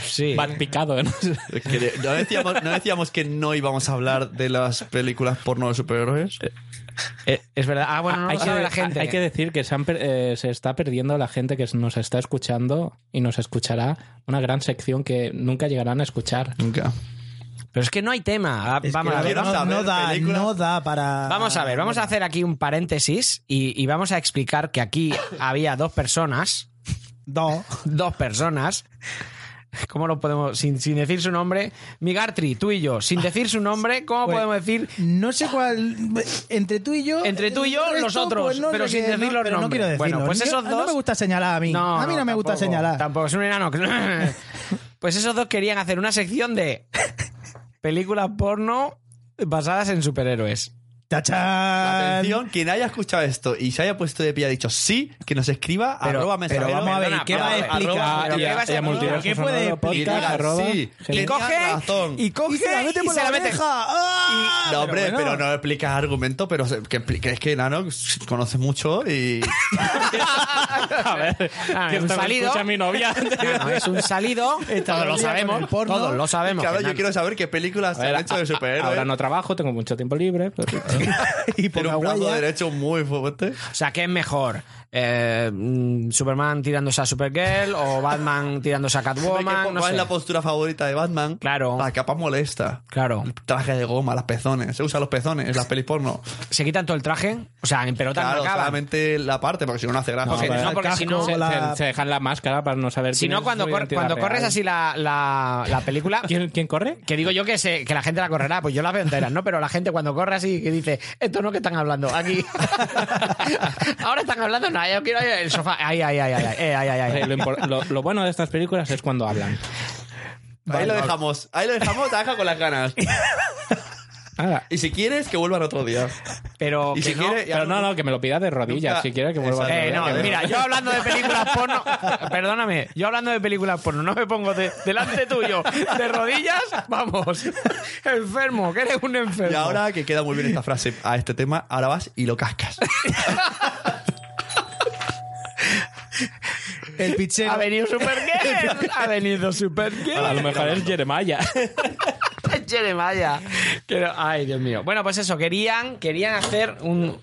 [SPEAKER 1] sí.
[SPEAKER 3] Van picado, ¿no?
[SPEAKER 2] Es que de- ¿no, decíamos, no decíamos que no íbamos a hablar de las películas porno de superhéroes.
[SPEAKER 1] es verdad. Ah, bueno, no lo sabe la gente.
[SPEAKER 3] hay que decir que se, han per- eh, se está perdiendo la gente que nos está escuchando y nos escuchará una gran sección que nunca llegarán a escuchar.
[SPEAKER 2] Nunca.
[SPEAKER 1] Pero es que no hay tema. Ah,
[SPEAKER 4] Es que
[SPEAKER 1] vamos,
[SPEAKER 4] no-
[SPEAKER 1] a ver,
[SPEAKER 2] quiero
[SPEAKER 4] no,
[SPEAKER 2] saber
[SPEAKER 4] no da,
[SPEAKER 2] película.
[SPEAKER 4] no da para.
[SPEAKER 1] vamos a ver, vamos a hacer aquí un paréntesis y, y vamos a explicar que aquí había dos personas,
[SPEAKER 4] No.
[SPEAKER 1] dos personas. ¿Cómo lo podemos, sin, sin decir su nombre? Migartri, tú y yo, sin decir su nombre, ¿cómo
[SPEAKER 4] Bueno.
[SPEAKER 1] podemos decir?
[SPEAKER 4] No sé cuál. Entre tú y yo.
[SPEAKER 1] Entre tú y yo,
[SPEAKER 4] el
[SPEAKER 1] los otros,
[SPEAKER 4] pues
[SPEAKER 1] pero
[SPEAKER 4] sé
[SPEAKER 1] sin
[SPEAKER 4] qué,
[SPEAKER 1] decir
[SPEAKER 4] no,
[SPEAKER 1] los
[SPEAKER 4] pero no
[SPEAKER 1] nombres.
[SPEAKER 4] quiero decirlo.
[SPEAKER 1] Bueno, pues
[SPEAKER 4] Ni-
[SPEAKER 1] esos
[SPEAKER 4] No
[SPEAKER 1] dos-
[SPEAKER 4] me gusta señalar a mí. a mí no, me gusta
[SPEAKER 1] tampoco,
[SPEAKER 4] señalar.
[SPEAKER 1] Tampoco, es un enano. Pues esos dos querían hacer una sección de películas porno basadas en superhéroes.
[SPEAKER 4] Tachán.
[SPEAKER 2] Atención, quien haya escuchado esto y se haya puesto de pie y ha dicho sí, que nos escriba
[SPEAKER 1] Pero-
[SPEAKER 2] arroba
[SPEAKER 1] pero
[SPEAKER 2] mensajero.
[SPEAKER 4] vamos a ver,
[SPEAKER 2] Perdona,
[SPEAKER 4] ¿qué va a
[SPEAKER 2] arroba-
[SPEAKER 4] explicar?
[SPEAKER 1] Y
[SPEAKER 2] arroba-
[SPEAKER 1] a-
[SPEAKER 2] arroba-
[SPEAKER 1] y a
[SPEAKER 2] arroba-
[SPEAKER 1] multiverso
[SPEAKER 4] ¿Qué puede
[SPEAKER 3] Sonoro
[SPEAKER 2] Y
[SPEAKER 4] explicar?
[SPEAKER 3] Podcast,
[SPEAKER 2] diga,
[SPEAKER 3] arroba,
[SPEAKER 2] sí,
[SPEAKER 1] Y
[SPEAKER 2] tenía
[SPEAKER 1] coge
[SPEAKER 2] razón.
[SPEAKER 1] y coge
[SPEAKER 4] Y se la mete por la oreja. ¡Ah!
[SPEAKER 2] No, hombre,
[SPEAKER 4] bueno.
[SPEAKER 2] pero no explicas argumento, pero se- que expli- que es que Nano conoce mucho y.
[SPEAKER 3] A ver,
[SPEAKER 1] Ah,
[SPEAKER 3] que
[SPEAKER 1] un
[SPEAKER 3] esto me
[SPEAKER 1] salido.
[SPEAKER 3] escucha mi novia.
[SPEAKER 1] Nano Ah, es un salido. Todos lo sabemos. Todos lo sabemos.
[SPEAKER 2] Claro,
[SPEAKER 1] que
[SPEAKER 2] yo
[SPEAKER 1] Nano-
[SPEAKER 2] quiero saber qué películas se
[SPEAKER 3] A ver,
[SPEAKER 2] han hecho de
[SPEAKER 3] a- a-
[SPEAKER 2] superhéroes.
[SPEAKER 3] Ahora no trabajo, tengo mucho tiempo libre. pero-
[SPEAKER 4] Y por
[SPEAKER 2] Tiene
[SPEAKER 4] la
[SPEAKER 2] un brazo
[SPEAKER 4] huella.
[SPEAKER 2] derecho muy fuerte.
[SPEAKER 1] O sea, ¿qué es mejor? Eh, mm, ¿Superman tirándose a Supergirl o Batman tirándose a
[SPEAKER 2] Ve que
[SPEAKER 1] Catwoman? No
[SPEAKER 2] ¿Cuál
[SPEAKER 1] sé.
[SPEAKER 2] es la postura favorita de Batman?
[SPEAKER 1] Claro.
[SPEAKER 2] La capa molesta.
[SPEAKER 1] Claro.
[SPEAKER 2] Traje de goma, las pezones. Se usa los pezones, en las pelis porno.
[SPEAKER 1] ¿Se quitan todo el traje? O sea, en pelotas
[SPEAKER 2] Claro,
[SPEAKER 1] no acaban.
[SPEAKER 2] solamente la parte, porque si no, no hace gracia.
[SPEAKER 1] Porque-
[SPEAKER 3] pero
[SPEAKER 1] no, porque
[SPEAKER 4] el
[SPEAKER 1] si
[SPEAKER 4] casco,
[SPEAKER 1] no...
[SPEAKER 3] Se,
[SPEAKER 4] la-
[SPEAKER 3] se- se dejan la máscara para no saber
[SPEAKER 1] Si
[SPEAKER 3] quién
[SPEAKER 1] no,
[SPEAKER 3] es
[SPEAKER 1] cuando,
[SPEAKER 3] su
[SPEAKER 1] cor-
[SPEAKER 3] identidad
[SPEAKER 1] cuando
[SPEAKER 3] real.
[SPEAKER 1] corres así la, la- la película...
[SPEAKER 3] ¿Quién, quién corre?
[SPEAKER 1] Que digo yo que, se, que la gente la correrá, pues yo la veo entera, ¿no? Pero la gente cuando corre así que dice, esto no que están hablando, aquí. Ahora están hablando, no, yo quiero el sofá. Ay, ay, ay, ay, ay, eh, ay, ay, ay.
[SPEAKER 3] Eh, Lo, impor- lo- lo bueno de estas películas es cuando hablan.
[SPEAKER 2] Ahí lo dejamos. Ahí lo dejamos, te deja con las ganas.
[SPEAKER 3] Ahora,
[SPEAKER 2] Y si quieres, que vuelvan otro día.
[SPEAKER 1] Pero
[SPEAKER 2] Y
[SPEAKER 1] que
[SPEAKER 2] si
[SPEAKER 1] no-
[SPEAKER 2] quieres.
[SPEAKER 3] pero no, no, que me lo pida de rodillas,
[SPEAKER 2] Nunca-
[SPEAKER 3] si quiere que vuelva
[SPEAKER 2] Exacto.
[SPEAKER 3] a
[SPEAKER 1] Eh, no,
[SPEAKER 2] Vale, vale.
[SPEAKER 1] mira, yo hablando de películas porno, perdóname, yo hablando de películas porno, no me pongo de- delante tuyo, de rodillas, vamos, enfermo, que eres un enfermo.
[SPEAKER 2] Y ahora que queda muy bien esta frase a este tema, ahora vas y lo cascas.
[SPEAKER 4] El pichero.
[SPEAKER 1] ha venido Supergirl, ha venido Supergirl.
[SPEAKER 3] A lo mejor es Jeremiah.
[SPEAKER 1] Jeremiah. Que no- ay, Dios mío. Bueno, pues eso, querían, querían hacer un,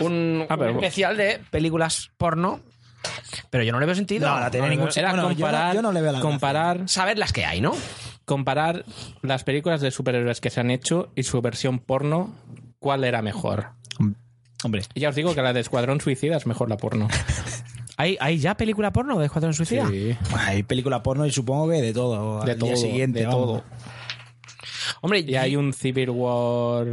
[SPEAKER 1] un,
[SPEAKER 3] Ah,
[SPEAKER 1] un
[SPEAKER 3] pero-
[SPEAKER 1] especial de películas porno, pero yo no le veo sentido.
[SPEAKER 4] No, la tiene ningún-
[SPEAKER 3] Era
[SPEAKER 4] Bueno, yo no-
[SPEAKER 3] comparar,
[SPEAKER 4] yo no le veo la
[SPEAKER 3] comparar,
[SPEAKER 1] Saber las que hay, ¿no?
[SPEAKER 3] comparar las películas de superhéroes que se han hecho y su versión porno, cuál era mejor.
[SPEAKER 4] Hombre.
[SPEAKER 3] Y ya os digo que la de Escuadrón Suicida es mejor la porno.
[SPEAKER 1] ¿Hay, hay ya película porno de Escuadrón Suicida?
[SPEAKER 4] Hay película porno y supongo que de todo.
[SPEAKER 3] De
[SPEAKER 4] al día
[SPEAKER 3] todo,
[SPEAKER 4] siguiente,
[SPEAKER 3] de
[SPEAKER 4] vamos.
[SPEAKER 3] todo.
[SPEAKER 1] Hombre,
[SPEAKER 3] Y hay un Civil War.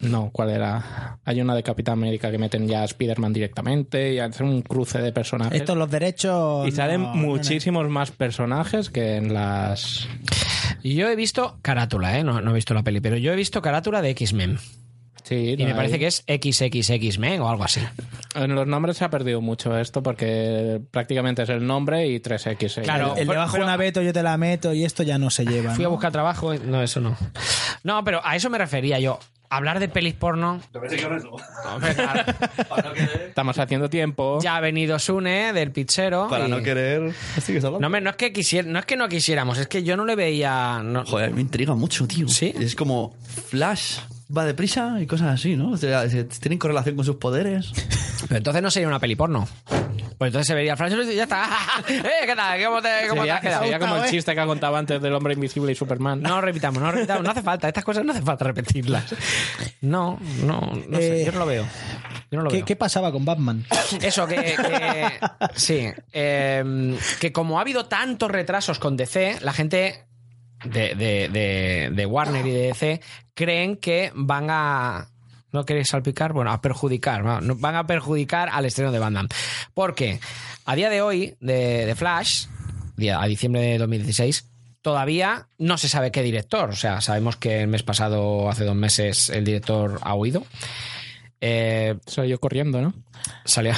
[SPEAKER 3] No, ¿cuál era? Hay una de Capitán América que meten ya a Spider-Man directamente y hacen un cruce de personajes.
[SPEAKER 4] Estos los derechos.
[SPEAKER 3] y salen
[SPEAKER 4] no, no, no.
[SPEAKER 3] muchísimos más personajes que en las.
[SPEAKER 1] Yo he visto carátula, ¿eh? No, no he visto la peli, pero yo he visto carátula de X-Men.
[SPEAKER 3] Sí,
[SPEAKER 1] Y me parece que es XXX-Men o algo así.
[SPEAKER 3] En los nombres se ha perdido mucho esto porque prácticamente es el nombre y eh. 3X.
[SPEAKER 1] Claro.
[SPEAKER 4] El
[SPEAKER 1] Pero-
[SPEAKER 4] debajo
[SPEAKER 1] pero-
[SPEAKER 4] una veto, yo te la meto y esto ya no se
[SPEAKER 2] Ah,
[SPEAKER 4] lleva.
[SPEAKER 1] Fui a
[SPEAKER 4] ¿no?
[SPEAKER 1] buscar trabajo. y- No, eso no. No, pero a eso me refería yo. Hablar de pelis porno. Hombre, claro.
[SPEAKER 3] Estamos haciendo tiempo.
[SPEAKER 1] Ya ha venido Sune eh, del pizzero.
[SPEAKER 2] Para
[SPEAKER 1] y-
[SPEAKER 2] no querer. ¿Sigues hablando?
[SPEAKER 1] No, hombre, no es que quisier- no es que no quisiéramos, es que yo no le veía. no-
[SPEAKER 2] Joder, me intriga mucho, tío.
[SPEAKER 1] Sí.
[SPEAKER 2] Es como Flash va deprisa y cosas así, ¿no? O sea, se- tienen correlación con sus poderes.
[SPEAKER 1] Pero entonces no sería una peli porno. Pues entonces se vería Flash y ya está. ¡Eh, qué tal! ¿Cómo te, cómo te
[SPEAKER 3] Sería,
[SPEAKER 1] has quedado?
[SPEAKER 3] sería como el chiste que contaba antes del hombre invisible y Superman.
[SPEAKER 1] No repitamos, no repitamos. No hace falta. Estas cosas no hace falta repetirlas. No, no, no sé.
[SPEAKER 4] Eh,
[SPEAKER 1] Yo no lo veo. Yo no lo
[SPEAKER 4] ¿Qué,
[SPEAKER 1] veo.
[SPEAKER 4] qué pasaba con Batman?
[SPEAKER 1] Eso, que, que- sí. eh, que como ha habido tantos retrasos con DC, la gente de, de- de- de Warner y de DC creen que van a. ¿No queréis salpicar? Bueno, a perjudicar. va- no- Van a perjudicar al estreno de Batman. Porque a día de hoy, de, de Flash, día- a diciembre de 2016, todavía no se sabe qué director. O sea, sabemos que el mes pasado, hace dos meses, el director ha huido. Eh,
[SPEAKER 3] Soy yo corriendo, ¿no?
[SPEAKER 1] Salió.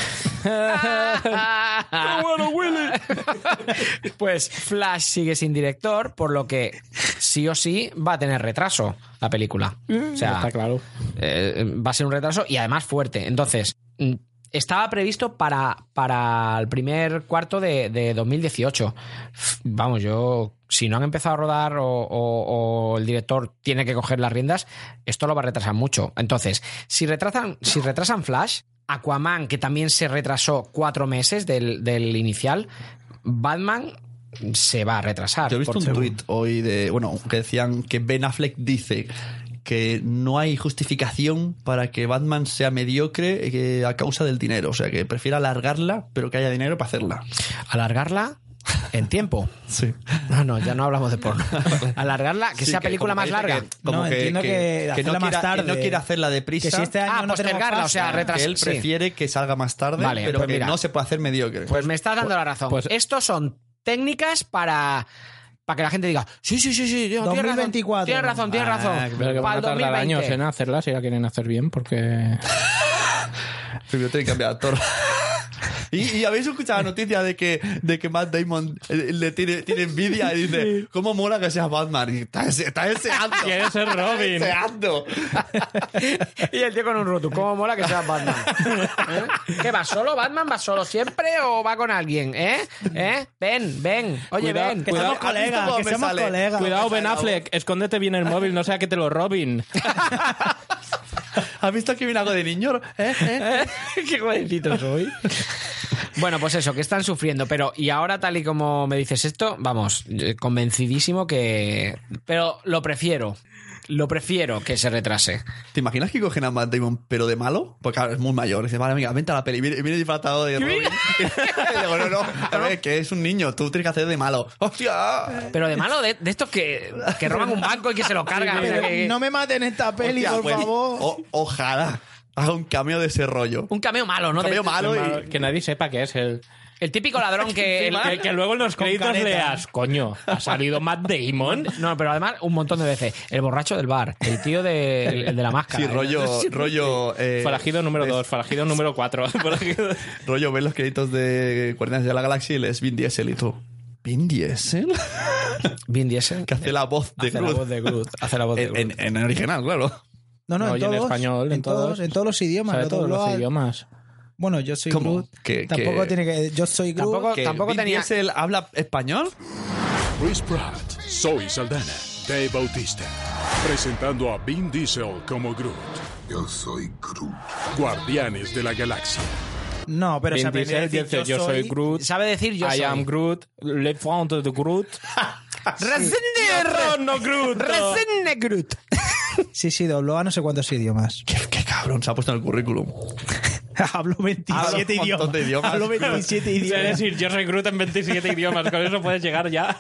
[SPEAKER 1] pues Flash sigue sin director, por lo que sí o sí va a tener retraso la película. O sea,
[SPEAKER 3] Está claro.
[SPEAKER 1] eh, va a ser un retraso y además fuerte. Entonces, mm, estaba previsto para, para el primer cuarto de, de 2018. F- Vamos, yo, si no han empezado a rodar o, o- o el director tiene que coger las riendas, esto lo va a retrasar mucho. Entonces, si retrasan, si retrasan Flash, Aquaman, que también se retrasó cuatro meses del, del inicial, Batman se va a retrasar.
[SPEAKER 2] Yo he visto
[SPEAKER 1] por
[SPEAKER 2] un
[SPEAKER 1] seguro.
[SPEAKER 2] tuit hoy de, bueno, que decían que Ben Affleck dice que no hay justificación para que Batman sea mediocre eh, que a causa del dinero, o sea, que prefiera alargarla, pero que haya dinero para hacerla.
[SPEAKER 1] Alargarla en tiempo.
[SPEAKER 2] Sí.
[SPEAKER 1] No, no, ya no hablamos de porno. Alargarla, que
[SPEAKER 2] Sí,
[SPEAKER 1] sea película
[SPEAKER 2] como
[SPEAKER 1] más
[SPEAKER 2] dice
[SPEAKER 1] larga.
[SPEAKER 2] que- como
[SPEAKER 4] No,
[SPEAKER 2] que,
[SPEAKER 4] entiendo que hacerla
[SPEAKER 2] no
[SPEAKER 4] más
[SPEAKER 2] quiera,
[SPEAKER 4] tarde.
[SPEAKER 2] que no quiera hacerla deprisa.
[SPEAKER 4] Que si este año
[SPEAKER 1] Ah,
[SPEAKER 4] no tenemos
[SPEAKER 1] postergarla, o sea,
[SPEAKER 4] pasta,
[SPEAKER 1] retrasar.
[SPEAKER 2] que él
[SPEAKER 1] sí.
[SPEAKER 2] prefiere que salga más tarde,
[SPEAKER 1] Vale,
[SPEAKER 2] pero
[SPEAKER 1] pues
[SPEAKER 2] que
[SPEAKER 1] mira.
[SPEAKER 2] no se puede hacer mediocre.
[SPEAKER 1] Pues me estás dando la razón.
[SPEAKER 3] pues-
[SPEAKER 1] Estos son técnicas para, para que la gente diga, sí, sí, sí, sí, tío, tienes razón,
[SPEAKER 4] 2024.
[SPEAKER 1] Tienes razón, tienes razón.
[SPEAKER 3] Pero que van a
[SPEAKER 1] Para el
[SPEAKER 3] tardar
[SPEAKER 1] 2020.
[SPEAKER 3] años en hacerla si la quieren hacer bien, porque.
[SPEAKER 2] Primero tiene que cambiar de actor. Y, y habéis escuchado la noticia de que, de que Matt Damon eh, le tiene, tiene envidia y dice, ¿cómo mola que seas Batman? Y está, dese- está deseando.
[SPEAKER 3] Quiere ser Robin.
[SPEAKER 2] Está deseando.
[SPEAKER 1] y el tío con un roto. ¿Cómo mola que sea Batman? ¿Eh? ¿Qué va solo? ¿Batman va solo siempre o va con alguien? ¿Eh? ¿Eh? Ven, ven. Oye,
[SPEAKER 3] Cuidado,
[SPEAKER 1] ven.
[SPEAKER 4] Que
[SPEAKER 3] Cuidado,
[SPEAKER 4] somos
[SPEAKER 2] ¿has visto
[SPEAKER 4] colegas,
[SPEAKER 2] cómo
[SPEAKER 4] que
[SPEAKER 2] me
[SPEAKER 4] somos
[SPEAKER 2] sale?
[SPEAKER 4] colegas.
[SPEAKER 3] Cuidado, Ben Affleck, escóndete bien el móvil, no sea que te lo robin.
[SPEAKER 2] ¿Has visto que viene algo de niño? ¿Eh? ¿Eh?
[SPEAKER 1] Qué jovencito soy. bueno, pues eso, que están sufriendo. Pero, y ahora, tal y como me dices esto, vamos, eh, convencidísimo que. Pero lo prefiero. Lo prefiero que se retrase.
[SPEAKER 2] ¿Te imaginas que cogen a Matt Damon pero de malo? Porque claro, es muy mayor. Dice, vale, venga, vente a la peli. Y viene, y viene disfrazado de Robin. Y digo, no, no, a ver, que es un niño. Tú tienes que hacer de malo. ¡Hostia!
[SPEAKER 1] Pero de malo, de, de estos que, que roban un banco y que se lo cargan. o sea, que-
[SPEAKER 4] Pero no me maten esta peli,
[SPEAKER 2] Hostia,
[SPEAKER 4] por
[SPEAKER 2] pues,
[SPEAKER 4] favor.
[SPEAKER 2] o- ojalá haga un cameo de ese rollo.
[SPEAKER 1] Un cameo malo, ¿no?
[SPEAKER 2] Un cameo
[SPEAKER 1] De-
[SPEAKER 2] malo y...
[SPEAKER 3] Que nadie sepa que es el.
[SPEAKER 1] El típico ladrón que. el-
[SPEAKER 3] que, que luego en los
[SPEAKER 4] Con
[SPEAKER 3] créditos
[SPEAKER 4] careta.
[SPEAKER 3] leas, coño, ha salido Matt Damon.
[SPEAKER 1] no, pero además un montón de veces. El borracho del bar, el tío de, el, el de la máscara.
[SPEAKER 2] Sí, rollo, rollo. eh,
[SPEAKER 3] Falagido número
[SPEAKER 2] ves-
[SPEAKER 3] 2, falagido número 4.
[SPEAKER 2] Rollo, ver los créditos de Guardianes de la Galaxia y lees Vin Diesel y tú. ¿Vin Diesel?
[SPEAKER 1] Vin Diesel.
[SPEAKER 2] Que hace la voz de
[SPEAKER 4] Hace la
[SPEAKER 2] Groot.
[SPEAKER 4] voz de Groot. Hace la voz de
[SPEAKER 2] En,
[SPEAKER 4] Groot.
[SPEAKER 2] en- en original, claro.
[SPEAKER 4] No, no,
[SPEAKER 3] No,
[SPEAKER 4] en
[SPEAKER 3] y en
[SPEAKER 4] todos.
[SPEAKER 3] español, en todos.
[SPEAKER 4] En todos los idiomas.
[SPEAKER 3] Sabe
[SPEAKER 4] lo
[SPEAKER 3] todos los
[SPEAKER 4] dobló al-
[SPEAKER 3] idiomas.
[SPEAKER 4] Bueno, yo soy
[SPEAKER 2] ¿Cómo?
[SPEAKER 4] Groot.
[SPEAKER 2] Que-
[SPEAKER 4] Tampoco
[SPEAKER 2] que-
[SPEAKER 4] tiene que. Yo soy
[SPEAKER 1] Tampoco-
[SPEAKER 4] Groot.
[SPEAKER 2] Que Vin
[SPEAKER 1] tenía-
[SPEAKER 2] Diesel habla español?
[SPEAKER 11] Chris Pratt, Zoe Saldana, Dave Bautista. Presentando a Vin Diesel como Groot. Yo soy Groot. Guardianes de la Galaxia.
[SPEAKER 4] No, pero se
[SPEAKER 3] Vin
[SPEAKER 4] aprendió a
[SPEAKER 3] Diesel
[SPEAKER 4] decir,
[SPEAKER 3] dice, yo soy Groot.
[SPEAKER 1] Sabe decir yo
[SPEAKER 3] I
[SPEAKER 1] soy.
[SPEAKER 3] am Groot. Le found the Groot.
[SPEAKER 1] Resende-
[SPEAKER 3] no Groot.
[SPEAKER 1] Resende Groot.
[SPEAKER 4] Sí, sí, dobló a no sé cuántos idiomas.
[SPEAKER 2] ¿Qué, qué cabrón se ha puesto en el currículum.
[SPEAKER 4] Hablo 27
[SPEAKER 2] Hablo un montón
[SPEAKER 4] idiomas.
[SPEAKER 2] de idiomas.
[SPEAKER 4] Hablo 27
[SPEAKER 3] Es
[SPEAKER 4] idiomas.
[SPEAKER 3] decir, yo soy Groot en 27 idiomas. Con eso puedes llegar ya.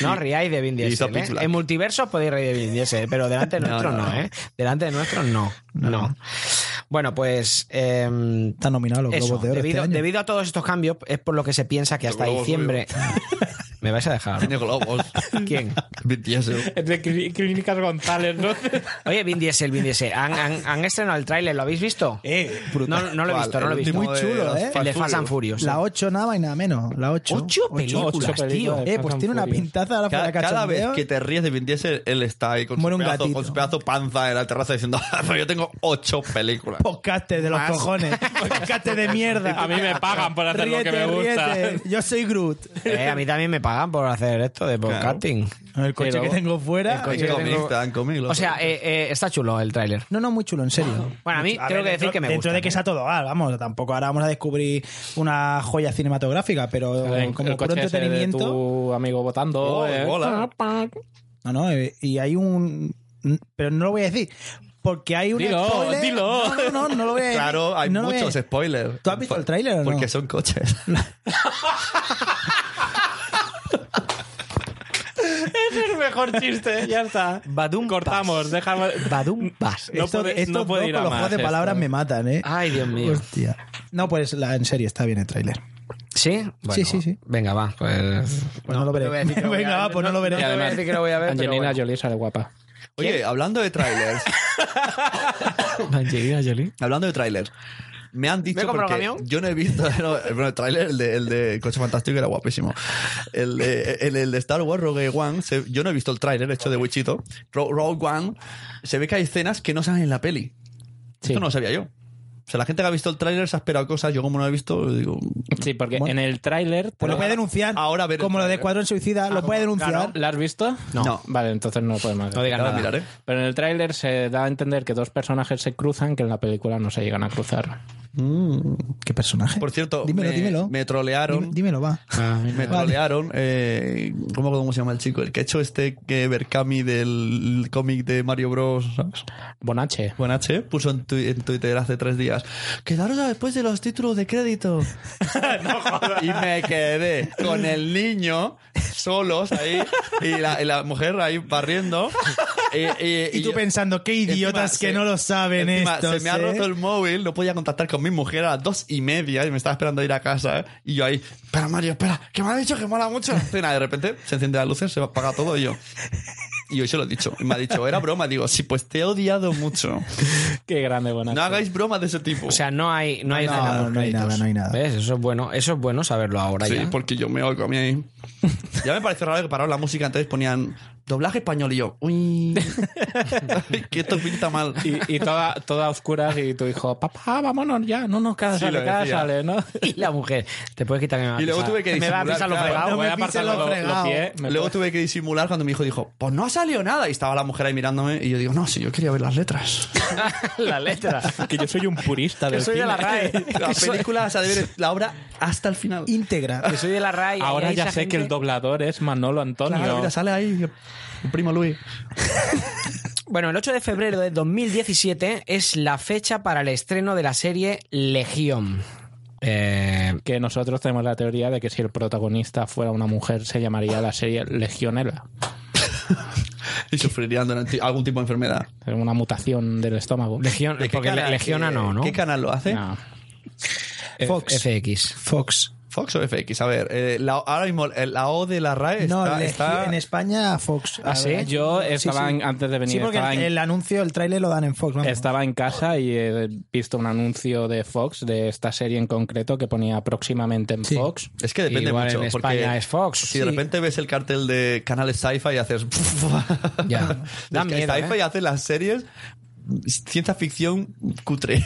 [SPEAKER 1] No os riáis de Vin
[SPEAKER 2] hizo
[SPEAKER 1] Diesel. ¿eh?
[SPEAKER 2] Pitch Black.
[SPEAKER 1] En multiverso podéis reír de Vin Diesel, pero delante de
[SPEAKER 2] No,
[SPEAKER 1] nuestro no,
[SPEAKER 2] no, no.
[SPEAKER 1] ¿eh? Delante de nuestro no. No. Bueno, pues. em,
[SPEAKER 4] Está nominado a los
[SPEAKER 1] eso,
[SPEAKER 4] Globos de Oro
[SPEAKER 1] debido,
[SPEAKER 4] este año.
[SPEAKER 1] debido a todos estos cambios, es por lo que se piensa que hasta
[SPEAKER 2] Globos,
[SPEAKER 1] diciembre. ¿Me vais a dejar?
[SPEAKER 2] Tiene globos.
[SPEAKER 1] ¿Quién?
[SPEAKER 2] Vin Diesel.
[SPEAKER 3] De clí- Clínicas González, ¿no?
[SPEAKER 1] Oye, Vin Diesel, Vin Diesel. Han, han- han estrenado el tráiler, ¿lo habéis visto?
[SPEAKER 4] Eh,
[SPEAKER 1] no, no lo he
[SPEAKER 2] Vale,
[SPEAKER 1] visto, no lo he
[SPEAKER 2] el
[SPEAKER 1] visto.
[SPEAKER 2] último
[SPEAKER 4] Muy chulo,
[SPEAKER 2] de
[SPEAKER 4] ¿eh?
[SPEAKER 1] El de Fast and Furious.
[SPEAKER 4] La 8 nada más y nada menos. La 8.
[SPEAKER 1] Ocho películas,
[SPEAKER 3] ocho
[SPEAKER 1] tío.
[SPEAKER 3] películas.
[SPEAKER 4] Eh, pues tiene una pintaza ahora
[SPEAKER 2] Cada,
[SPEAKER 4] fuera de
[SPEAKER 2] cada vez
[SPEAKER 4] cachondeo.
[SPEAKER 2] que te ríes de Vin Diesel, él está ahí con,
[SPEAKER 4] Muere
[SPEAKER 2] su
[SPEAKER 4] un
[SPEAKER 2] pedazo,
[SPEAKER 4] gatito.
[SPEAKER 2] con su pedazo panza en la terraza diciendo, "Ah, "Pero yo tengo ocho películas.
[SPEAKER 4] Podcaste de los cojones. Podcaste de mierda.
[SPEAKER 3] A mí me pagan por hacer lo que me gusta.
[SPEAKER 4] ríete. Yo soy Groot.
[SPEAKER 1] Eh, a mí también me pagan por hacer esto de podcasting.
[SPEAKER 4] El coche que tengo fuera. eh,
[SPEAKER 1] El coche que tengo- O sea, eh, eh, está chulo el tráiler.
[SPEAKER 4] No, no, muy chulo, en serio.
[SPEAKER 1] Bueno, a mí tengo que decir que me
[SPEAKER 4] Dentro
[SPEAKER 1] gusta.
[SPEAKER 4] de que sea todo, ah, vamos, tampoco ahora vamos a descubrir una joya cinematográfica, pero
[SPEAKER 3] El-
[SPEAKER 4] como
[SPEAKER 3] el
[SPEAKER 4] puro
[SPEAKER 3] coche ese de
[SPEAKER 4] entretenimiento.
[SPEAKER 3] tu amigo votando.
[SPEAKER 2] Oh,
[SPEAKER 4] Oh,
[SPEAKER 3] eh.
[SPEAKER 4] Ah, No, no, eh, y hay un. Pero no lo voy a decir. Porque hay un
[SPEAKER 3] Dilo,
[SPEAKER 4] spoiler.
[SPEAKER 3] dilo.
[SPEAKER 4] No, no, no, no lo voy a decir.
[SPEAKER 2] Claro, hay
[SPEAKER 4] No lo voy a
[SPEAKER 2] muchos
[SPEAKER 4] decir.
[SPEAKER 2] spoilers.
[SPEAKER 4] ¿Tú has visto el tráiler o no?
[SPEAKER 2] Porque son coches.
[SPEAKER 3] Es el mejor chiste, ya está. Cortamos, dejamos.
[SPEAKER 1] Badumpas.
[SPEAKER 3] No
[SPEAKER 4] Esto-
[SPEAKER 3] puede,
[SPEAKER 4] estos
[SPEAKER 3] no puede
[SPEAKER 4] dos
[SPEAKER 3] ir
[SPEAKER 4] con
[SPEAKER 3] a
[SPEAKER 4] los
[SPEAKER 3] más. Ah,
[SPEAKER 4] juegos de palabras me matan, ¿eh?
[SPEAKER 1] Ay, Dios mío.
[SPEAKER 4] Hostia. No, pues la, en serie está bien el tráiler.
[SPEAKER 1] ¿Sí? Bueno,
[SPEAKER 4] sí, sí, sí.
[SPEAKER 1] Venga, va. Pues,
[SPEAKER 4] Pues no, lo veré.
[SPEAKER 1] te voy a decir que lo voy
[SPEAKER 4] Venga,
[SPEAKER 1] a
[SPEAKER 4] va,
[SPEAKER 1] ver.
[SPEAKER 4] pues no lo veré.
[SPEAKER 1] Y además- Parece que lo voy a ver, pero
[SPEAKER 3] Angelina Jolie sale guapa.
[SPEAKER 2] Oye, hablando de trailers.
[SPEAKER 3] Angelina Jolie.
[SPEAKER 2] Hablando de tráiler, me han dicho
[SPEAKER 1] ¿Me he comprado
[SPEAKER 2] porque
[SPEAKER 1] camión?
[SPEAKER 2] yo no he visto no, eh, bueno, el tráiler, el de, el de Coche Fantástico era guapísimo. El de, el, el de Star Wars Rogue One, se- yo no he visto el tráiler hecho de Wichito. Ro- Rogue One, se ve que hay escenas que no salen en la peli. Esto no lo sabía yo. O sea, la gente que ha visto el tráiler se ha esperado cosas, yo como no lo he visto, digo...
[SPEAKER 3] Sí, porque en el tráiler...
[SPEAKER 4] Mm. Pues lo voy a denunciar.
[SPEAKER 2] Ahora a ver el
[SPEAKER 4] Como lo de
[SPEAKER 2] tráiler.
[SPEAKER 4] Cuadrón Suicida,
[SPEAKER 3] Ah,
[SPEAKER 4] lo puede denunciar.
[SPEAKER 3] ¿La has visto?
[SPEAKER 2] No.
[SPEAKER 3] Vale, entonces no podemos decir.
[SPEAKER 1] No digas
[SPEAKER 2] Ahora
[SPEAKER 1] nada.
[SPEAKER 2] miraré.
[SPEAKER 3] Pero en el tráiler se da a entender que dos personajes se cruzan que en la película no se llegan a cruzar.
[SPEAKER 4] ¿Qué personaje?
[SPEAKER 2] Por cierto,
[SPEAKER 4] Dímelo,
[SPEAKER 2] me,
[SPEAKER 4] dímelo.
[SPEAKER 2] me trolearon.
[SPEAKER 4] Dime- dímelo, va.
[SPEAKER 1] Ah,
[SPEAKER 2] Me trolearon. eh, ¿cómo, ¿Cómo se llama el chico? El que ha hecho este que Berkami del cómic de Mario Bros. ¿sabes?
[SPEAKER 3] Bonache.
[SPEAKER 2] Buen H puso en, tu- en Twitter hace tres días. Quedaros a después de los títulos de crédito. y me quedé con el niño solos ahí y la, y la mujer ahí barriendo. Y, y-
[SPEAKER 4] Y,
[SPEAKER 2] y
[SPEAKER 4] tú
[SPEAKER 2] yo-
[SPEAKER 4] pensando, qué
[SPEAKER 2] encima
[SPEAKER 4] idiotas que
[SPEAKER 2] se-
[SPEAKER 4] no lo saben
[SPEAKER 2] encima
[SPEAKER 4] estos,
[SPEAKER 2] Se me ha
[SPEAKER 4] ¿eh?
[SPEAKER 2] roto el móvil, no podía contactar con mi mujer a las dos y media y me estaba esperando a ir a casa. ¿eh? Y yo ahí, espera Mario, espera, que me ha dicho que mola mucho la escena. De repente se enciende las luces, se apaga todo y yo. Y yo se lo he dicho. Y me ha dicho, era broma. Digo, sí, pues te he odiado mucho.
[SPEAKER 3] Qué grande Bonache.
[SPEAKER 2] No hagáis bromas de ese tipo.
[SPEAKER 1] O sea, no hay, no hay
[SPEAKER 4] No,
[SPEAKER 1] nada.
[SPEAKER 4] no, no hay nada, no hay nada.
[SPEAKER 1] ¿Ves? Eso es bueno, eso es bueno saberlo ahora
[SPEAKER 2] sí,
[SPEAKER 1] ya.
[SPEAKER 2] porque yo me oigo a mí ahí. Ya me pareció raro que pararon la música, entonces ponían doblaje español y yo, uy, que esto pinta mal.
[SPEAKER 3] Y, y toda, toda oscura y tu hijo, papá, vámonos ya. No, no, cada
[SPEAKER 2] Sí,
[SPEAKER 3] sale,
[SPEAKER 2] lo
[SPEAKER 3] cada
[SPEAKER 2] decía.
[SPEAKER 3] sale, ¿no?
[SPEAKER 1] Y la mujer, te puedes quitar que me va a
[SPEAKER 2] Y luego
[SPEAKER 1] pisar-
[SPEAKER 2] tuve que
[SPEAKER 1] Me va a
[SPEAKER 2] disimular,
[SPEAKER 1] pisar los
[SPEAKER 2] claro.
[SPEAKER 1] fregados.
[SPEAKER 4] No
[SPEAKER 3] voy
[SPEAKER 4] me
[SPEAKER 3] a
[SPEAKER 4] pise
[SPEAKER 3] apartar
[SPEAKER 4] los
[SPEAKER 3] los, los
[SPEAKER 4] fregados.
[SPEAKER 3] pies. me
[SPEAKER 2] Luego
[SPEAKER 3] puedo-
[SPEAKER 2] tuve que disimular cuando mi hijo dijo, pues no ha salido nada. Y estaba la mujer ahí mirándome y yo digo, no, si yo quería ver las letras.
[SPEAKER 3] la letra. Que yo soy un purista del
[SPEAKER 1] soy de
[SPEAKER 3] cine.
[SPEAKER 1] la RAE.
[SPEAKER 2] La película, o sea, de ver la obra hasta el final.
[SPEAKER 4] Íntegra.
[SPEAKER 1] Que soy de la RAI.
[SPEAKER 3] Ahora ya sé que el doblador es Manolo Antonio.
[SPEAKER 2] Claro, mira, sale ahí el primo Luis.
[SPEAKER 1] Bueno, el 8 de febrero de 2017 es la fecha para el estreno de la serie Legión. Eh,
[SPEAKER 3] que nosotros tenemos la teoría de que si el protagonista fuera una mujer se llamaría la serie Legionela.
[SPEAKER 2] Y sufrirían durante algún tipo de enfermedad.
[SPEAKER 3] Una mutación del estómago.
[SPEAKER 1] Legión,
[SPEAKER 2] ¿De qué
[SPEAKER 1] porque
[SPEAKER 2] canal-
[SPEAKER 1] Legiona
[SPEAKER 2] qué-
[SPEAKER 1] no, ¿no?
[SPEAKER 2] ¿Qué canal lo hace?
[SPEAKER 3] No.
[SPEAKER 4] Fox.
[SPEAKER 1] FX.
[SPEAKER 4] Fox.
[SPEAKER 2] ¿Fox o FX? A ver, eh, la, ahora mismo eh, la O de la RAE
[SPEAKER 4] No,
[SPEAKER 2] está...
[SPEAKER 4] Legio-
[SPEAKER 2] está-
[SPEAKER 4] en España Fox.
[SPEAKER 1] ¿Ah, sí?
[SPEAKER 4] ver,
[SPEAKER 3] Yo
[SPEAKER 4] sí,
[SPEAKER 3] estaba
[SPEAKER 4] sí.
[SPEAKER 3] en- antes de venir.
[SPEAKER 4] Sí, porque
[SPEAKER 3] estaba en-
[SPEAKER 4] el anuncio, el tráiler lo dan en Fox. Vamos.
[SPEAKER 3] Estaba en casa y he visto un anuncio de Fox, de esta serie en concreto, que ponía próximamente en
[SPEAKER 4] Sí.
[SPEAKER 3] Fox.
[SPEAKER 2] Es que depende
[SPEAKER 1] Igual
[SPEAKER 2] mucho.
[SPEAKER 1] en
[SPEAKER 2] porque
[SPEAKER 1] España es Fox.
[SPEAKER 2] Si de repente ves el cartel de canales sci-fi y haces.
[SPEAKER 1] Ya. Da
[SPEAKER 2] Es que
[SPEAKER 1] miedo,
[SPEAKER 2] Sci-fi
[SPEAKER 1] ¿eh?
[SPEAKER 2] hace las series ciencia ficción cutre.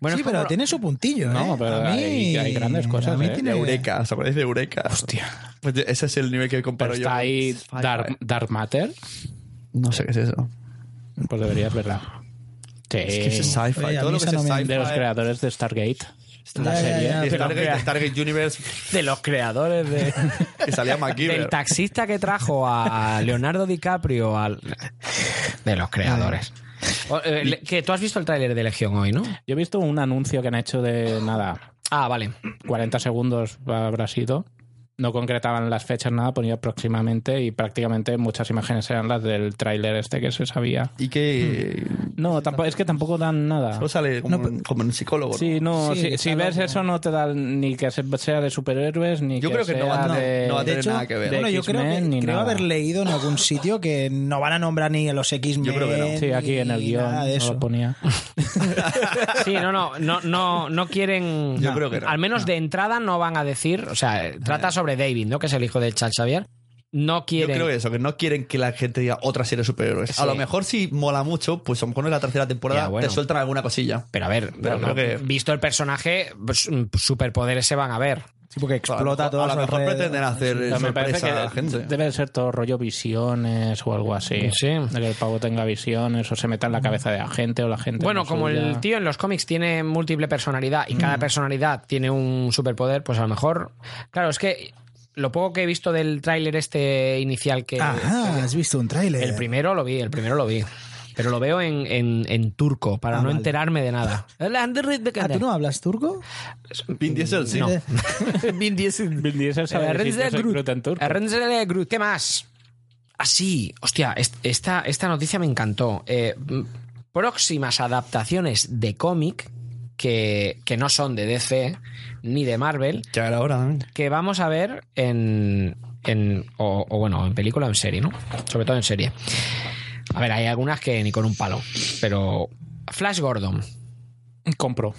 [SPEAKER 1] Bueno,
[SPEAKER 4] sí,
[SPEAKER 1] es como
[SPEAKER 4] pero
[SPEAKER 1] lo-
[SPEAKER 4] tiene su puntillo, ¿eh?
[SPEAKER 3] No, pero
[SPEAKER 4] A mí-
[SPEAKER 3] hay- hay grandes cosas,
[SPEAKER 4] a mí
[SPEAKER 3] ¿eh?
[SPEAKER 4] tiene-
[SPEAKER 2] Eureka, se parece Eureka. Hostia. Pues ese es el nivel que comparo
[SPEAKER 3] Pero
[SPEAKER 2] yo.
[SPEAKER 3] está ahí
[SPEAKER 2] con sci-fi.
[SPEAKER 3] Dark, Dark Matter.
[SPEAKER 2] No sé qué es eso.
[SPEAKER 3] Pues deberías verla. Sí.
[SPEAKER 2] Es que
[SPEAKER 1] Eh,
[SPEAKER 2] es sci-fi.
[SPEAKER 4] Oye, a
[SPEAKER 2] Todo
[SPEAKER 4] mí
[SPEAKER 2] lo que
[SPEAKER 4] esa
[SPEAKER 2] es
[SPEAKER 4] no me-
[SPEAKER 2] sci-fi.
[SPEAKER 3] de los creadores de Stargate.
[SPEAKER 4] Ya,
[SPEAKER 3] La
[SPEAKER 4] ya,
[SPEAKER 3] serie.
[SPEAKER 4] ya,
[SPEAKER 2] Y
[SPEAKER 4] pero-
[SPEAKER 2] Stargate, Stargate Universe,
[SPEAKER 1] de los creadores de...
[SPEAKER 2] que salía
[SPEAKER 1] del
[SPEAKER 2] MacGyver.
[SPEAKER 1] taxista que trajo a Leonardo DiCaprio al... de los creadores. O, eh, le- que tú has visto el tráiler de Legión hoy, ¿no?
[SPEAKER 3] Yo he visto un anuncio que han hecho de nada,
[SPEAKER 1] Ah, vale.
[SPEAKER 3] 40 segundos habrá sido. No concretaban las fechas, nada, ponía próximamente y prácticamente muchas imágenes eran las del tráiler este que se sabía.
[SPEAKER 2] Y que.
[SPEAKER 1] Hmm.
[SPEAKER 3] No, tampoco, es que tampoco dan nada.
[SPEAKER 2] Solo sale como,
[SPEAKER 4] No, pero-
[SPEAKER 2] como un psicólogo.
[SPEAKER 3] Ah. Sí, no,
[SPEAKER 4] Sí,
[SPEAKER 3] si,
[SPEAKER 4] está
[SPEAKER 3] si ves
[SPEAKER 4] loco.
[SPEAKER 3] eso no te da ni que se- sea de superhéroes, ni
[SPEAKER 2] Yo
[SPEAKER 3] que
[SPEAKER 2] creo que no
[SPEAKER 3] sea
[SPEAKER 2] va a
[SPEAKER 3] de...
[SPEAKER 2] tener- no va a
[SPEAKER 4] De
[SPEAKER 2] tener
[SPEAKER 4] hecho,
[SPEAKER 2] nada que ver.
[SPEAKER 4] Bueno, yo creo
[SPEAKER 3] X-Men
[SPEAKER 4] que
[SPEAKER 3] ni
[SPEAKER 4] creo
[SPEAKER 3] nada.
[SPEAKER 4] haber leído en algún sitio que no van a nombrar ni a los X-Men.
[SPEAKER 2] Yo creo que no.
[SPEAKER 3] Sí, aquí en el
[SPEAKER 4] ni
[SPEAKER 3] guión
[SPEAKER 4] nada de
[SPEAKER 3] no
[SPEAKER 4] eso.
[SPEAKER 3] lo ponía.
[SPEAKER 1] Sí, no, no, no, no, no quieren.
[SPEAKER 2] Yo
[SPEAKER 1] no.
[SPEAKER 2] creo que no. Eh.
[SPEAKER 1] Al menos de entrada no van a decir. O sea, trata sobre David, ¿no? Que es el hijo de Charles Xavier. no quieren.
[SPEAKER 2] Yo creo eso, que no quieren que la gente diga otra serie de superhéroes.
[SPEAKER 1] Sí.
[SPEAKER 2] A lo mejor si mola mucho, pues a lo mejor en la tercera temporada
[SPEAKER 1] Ya, bueno.
[SPEAKER 2] te sueltan alguna cosilla.
[SPEAKER 1] Pero a ver, bueno,
[SPEAKER 2] creo que-
[SPEAKER 1] visto el personaje, pues, mm, superpoderes se van a ver.
[SPEAKER 4] Sí, porque
[SPEAKER 2] explota a lo todo a mejor- a lo su mejor alrededor. pretenden hacer
[SPEAKER 1] eso
[SPEAKER 2] Pero me parece sorpresa que a la gente.
[SPEAKER 3] Debe de ser todo rollo visiones o algo así.
[SPEAKER 1] Sí.
[SPEAKER 3] De que el pavo tenga visiones o se meta en la cabeza de la gente o la gente. en
[SPEAKER 1] Bueno,
[SPEAKER 3] la
[SPEAKER 1] como
[SPEAKER 3] suya.
[SPEAKER 1] el tío en los cómics tiene múltiple personalidad y cada personalidad tiene un superpoder, pues a lo mejor. Claro, es que lo poco que he visto del tráiler este inicial que.
[SPEAKER 4] Ajá, has visto un tráiler.
[SPEAKER 1] El primero lo vi, el primero lo vi. Pero lo veo en, en- en turco, para
[SPEAKER 4] Ah,
[SPEAKER 1] no
[SPEAKER 4] vale.
[SPEAKER 1] enterarme de nada.
[SPEAKER 4] Ah, ¿tú no hablas turco?
[SPEAKER 2] Vin Diesel, sí.
[SPEAKER 1] No. Vin Diesel.
[SPEAKER 3] Vin Diesel sabe
[SPEAKER 1] Eh,
[SPEAKER 3] decir,
[SPEAKER 1] Renzi
[SPEAKER 3] yo soy
[SPEAKER 1] Groot.
[SPEAKER 3] Groot en turco.
[SPEAKER 1] Renzel Groot, ¿qué más? Así, hostia, est- esta, esta noticia me encantó. Eh, m- próximas adaptaciones de cómic que, que no son de DC ni de Marvel,
[SPEAKER 2] Ya era hora también.
[SPEAKER 1] que vamos a ver en. en- o, o bueno, en película o en serie, ¿no? Sobre todo en serie. A ver, hay algunas que ni con un palo, pero. Flash Gordon.
[SPEAKER 3] Compro.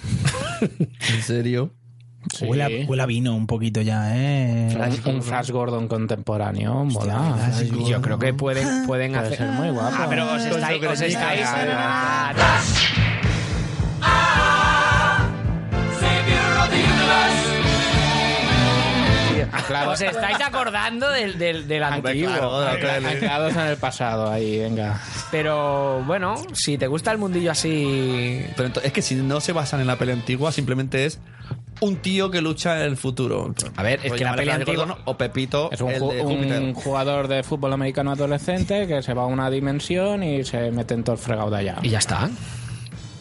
[SPEAKER 2] ¿En serio?
[SPEAKER 3] Sí.
[SPEAKER 4] Huele, a, huele a vino un poquito ya, ¿eh?
[SPEAKER 3] Un, un Flash Gordon contemporáneo, mola.
[SPEAKER 1] Yo creo que pueden, pueden
[SPEAKER 3] Ah, Puede
[SPEAKER 1] hacer.
[SPEAKER 3] ser muy guapo.
[SPEAKER 1] Ah, pero os estáis. Os estáis Ah,
[SPEAKER 3] Claro.
[SPEAKER 1] Os estáis acordando del, del, del antiguo.
[SPEAKER 3] Anclados en el pasado, ahí, venga.
[SPEAKER 1] Pero bueno, si te gusta el mundillo así.
[SPEAKER 2] Pero ento- es que si no se basan en la pelea antigua, simplemente es un tío que lucha en el futuro.
[SPEAKER 1] A ver, es
[SPEAKER 2] Rollo
[SPEAKER 1] que la
[SPEAKER 2] Alejandro
[SPEAKER 1] pelea antigua.
[SPEAKER 2] Gordon O Pepito,
[SPEAKER 3] Es un,
[SPEAKER 2] el
[SPEAKER 3] ju-
[SPEAKER 2] de
[SPEAKER 3] un
[SPEAKER 2] Júpiter.
[SPEAKER 3] jugador de fútbol americano adolescente que se va a una dimensión y se mete en todo el fregado de allá.
[SPEAKER 1] Y ya está.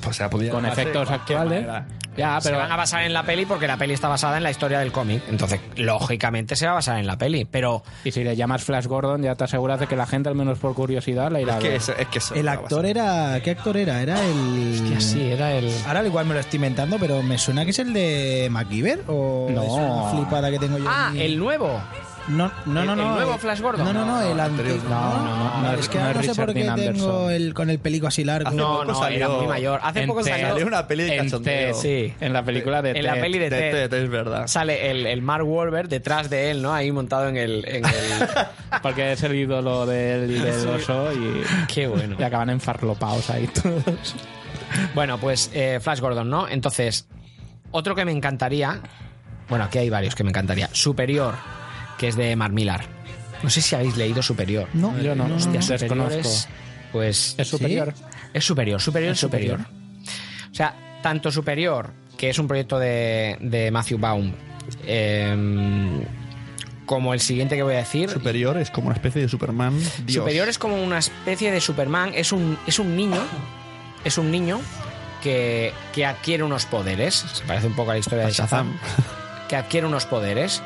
[SPEAKER 2] O sea, podía
[SPEAKER 3] Con
[SPEAKER 2] llamarse de
[SPEAKER 3] efectos
[SPEAKER 2] cualquier
[SPEAKER 3] actuales.
[SPEAKER 2] manera.
[SPEAKER 1] Ya, pero
[SPEAKER 3] pero-
[SPEAKER 1] van a basar en la peli porque la peli está basada en la historia del cómic. Entonces, lógicamente se va a basar en la peli. Pero
[SPEAKER 3] Y si le llamas Flash Gordon, ya te aseguras de que la gente, al menos por curiosidad, la irá
[SPEAKER 2] Es
[SPEAKER 3] a
[SPEAKER 2] que
[SPEAKER 3] ver.
[SPEAKER 2] eso, es que eso
[SPEAKER 4] El
[SPEAKER 2] era
[SPEAKER 4] actor
[SPEAKER 2] bastante-
[SPEAKER 4] era. ¿Qué actor era? Era el.
[SPEAKER 1] que así era el.
[SPEAKER 4] Ahora igual me lo estoy inventando, pero me suena que es el de MacGyver o
[SPEAKER 3] No.
[SPEAKER 4] es una flipada que tengo yo.
[SPEAKER 1] Ah,
[SPEAKER 4] aquí?
[SPEAKER 1] el nuevo.
[SPEAKER 4] no, no, no,
[SPEAKER 1] el-
[SPEAKER 4] no,
[SPEAKER 1] el nuevo
[SPEAKER 4] eh,
[SPEAKER 1] Flash Gordon.
[SPEAKER 4] No, no, no, el anterior.
[SPEAKER 3] no, no, no,
[SPEAKER 4] es
[SPEAKER 3] no
[SPEAKER 4] que
[SPEAKER 3] es
[SPEAKER 4] ahora no sé
[SPEAKER 3] Richard
[SPEAKER 4] por qué
[SPEAKER 3] Dean
[SPEAKER 4] tengo
[SPEAKER 3] Anderson.
[SPEAKER 4] el con el pelico así largo.
[SPEAKER 2] Hace
[SPEAKER 1] No,
[SPEAKER 2] poco
[SPEAKER 1] no, era
[SPEAKER 2] salió-
[SPEAKER 1] muy mayor. Hace
[SPEAKER 3] en
[SPEAKER 1] poco
[SPEAKER 3] T.
[SPEAKER 1] salió
[SPEAKER 2] Salió una peli de
[SPEAKER 1] en T,
[SPEAKER 2] cachondeo.
[SPEAKER 1] sí.
[SPEAKER 3] En la película de
[SPEAKER 1] En la
[SPEAKER 3] Ted.
[SPEAKER 1] peli de
[SPEAKER 2] Ted,
[SPEAKER 1] Ted.
[SPEAKER 2] Ted, es verdad.
[SPEAKER 1] Sale el, el Mark Wahlberg detrás de él, ¿no? Ahí montado en el. en el-
[SPEAKER 3] Porque es el ídolo del, y del oso y,
[SPEAKER 1] Qué bueno.
[SPEAKER 3] y acaban enfarlopados ahí todos.
[SPEAKER 1] Bueno, pues eh, Flash Gordon, ¿no? Entonces, otro que me encantaría. Bueno, aquí hay varios que me encantaría. Superior, que es de Mark Millar. No sé si habéis leído Superior.
[SPEAKER 4] No,
[SPEAKER 3] Yo no,
[SPEAKER 1] Hostia,
[SPEAKER 3] no,
[SPEAKER 1] Superior
[SPEAKER 3] desconozco.
[SPEAKER 1] es- pues.
[SPEAKER 3] Es superior.
[SPEAKER 1] Es superior, superior,
[SPEAKER 3] Es
[SPEAKER 1] superior.
[SPEAKER 3] superior.
[SPEAKER 1] O sea, tanto superior, que es un proyecto de, de Matthew Baum, eh, como el siguiente que voy a decir.
[SPEAKER 2] Superior es como una especie de Superman. Dios.
[SPEAKER 1] Superior es como una especie de Superman, es un, es un niño, es un niño que, que adquiere unos poderes, se parece un poco a la historia de Shazam, que adquiere unos poderes.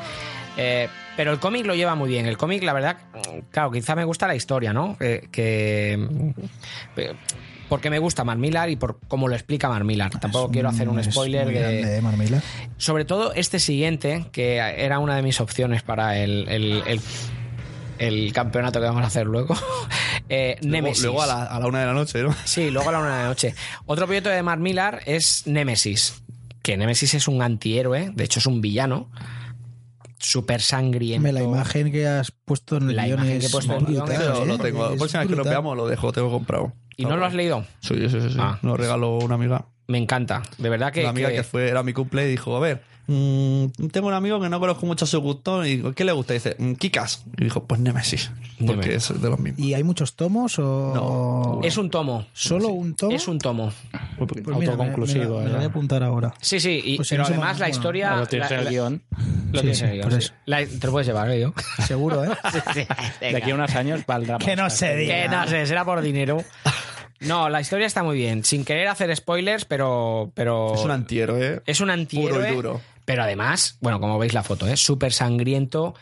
[SPEAKER 1] Eh, pero el cómic lo lleva muy bien. El cómic, la verdad, claro, quizá me gusta la historia, ¿no? Que, que- eh, porque me gusta Marmillar y por cómo lo explica Marmillar. Tampoco quiero hacer un
[SPEAKER 4] Es
[SPEAKER 1] spoiler
[SPEAKER 4] muy
[SPEAKER 1] de,
[SPEAKER 4] grande, ¿eh, Marmela?
[SPEAKER 1] sobre todo este siguiente, que era una de mis opciones para el, el- el- el campeonato que vamos a hacer luego. Eh,
[SPEAKER 2] Luego,
[SPEAKER 1] Nemesis.
[SPEAKER 2] luego a, la, a la una de la noche, ¿no?
[SPEAKER 1] Sí, luego a la una de la noche. Otro proyecto de Mark Millar es Nemesis. Que Nemesis es un antihéroe, de hecho es un villano. Súper sangriento.
[SPEAKER 4] Me la imagen que has puesto en el
[SPEAKER 1] La
[SPEAKER 4] guión
[SPEAKER 1] imagen
[SPEAKER 4] es
[SPEAKER 1] que he puesto en el guión
[SPEAKER 4] brutal,
[SPEAKER 1] es-
[SPEAKER 2] Pero
[SPEAKER 4] ¿eh?
[SPEAKER 2] lo tengo. La
[SPEAKER 4] Es
[SPEAKER 2] próxima vez que lo
[SPEAKER 4] brutal.
[SPEAKER 2] veamos lo dejo, tengo comprado.
[SPEAKER 1] ¿Y no lo has leído?
[SPEAKER 2] Sí, sí, sí. sí.
[SPEAKER 1] Ah.
[SPEAKER 2] Lo regaló una amiga.
[SPEAKER 1] Me encanta. De verdad que.
[SPEAKER 2] una amiga
[SPEAKER 1] que-
[SPEAKER 2] que, fue, era mi cumple y dijo, a ver, mm, tengo un amigo que no conozco mucho su gusto y digo, ¿qué le gusta? Y dice, "Mm, Kikas. Y dijo, pues Nemesis, porque
[SPEAKER 1] Nemesis.
[SPEAKER 2] es de los mismos.
[SPEAKER 4] ¿Y hay muchos tomos o.?
[SPEAKER 1] Es un tomo.
[SPEAKER 4] ¿Solo un tomo?
[SPEAKER 1] Es un tomo.
[SPEAKER 4] Pues mira, me-
[SPEAKER 3] autoconclusivo,
[SPEAKER 4] Me, me lo
[SPEAKER 3] ¿eh?
[SPEAKER 4] voy a apuntar ahora.
[SPEAKER 1] Sí, sí. y-
[SPEAKER 4] Pues si
[SPEAKER 1] pero
[SPEAKER 4] no se
[SPEAKER 1] además
[SPEAKER 4] me-
[SPEAKER 1] la
[SPEAKER 4] bueno,
[SPEAKER 1] historia.
[SPEAKER 3] Ah, Lo tienes
[SPEAKER 1] Ah, la-
[SPEAKER 3] en el
[SPEAKER 1] la-
[SPEAKER 3] guión.
[SPEAKER 1] Lo
[SPEAKER 4] Sí,
[SPEAKER 1] tienes
[SPEAKER 4] sí,
[SPEAKER 1] en el guión,
[SPEAKER 4] por
[SPEAKER 1] sí.
[SPEAKER 4] eso.
[SPEAKER 1] La- te lo puedes llevar, ¿eh, yo.
[SPEAKER 4] Seguro, ¿eh?
[SPEAKER 3] De aquí a unos años valdrá
[SPEAKER 4] que no
[SPEAKER 3] más.
[SPEAKER 4] se diga.
[SPEAKER 1] Que no sé, será por dinero. No, la historia está muy bien. Sin querer hacer spoilers, pero.
[SPEAKER 3] Oh.
[SPEAKER 1] pero
[SPEAKER 2] Es un antihéroe.
[SPEAKER 1] es un antihéroe.
[SPEAKER 2] Puro y duro.
[SPEAKER 1] Pero además, bueno, como veis la foto, es súper sangriento.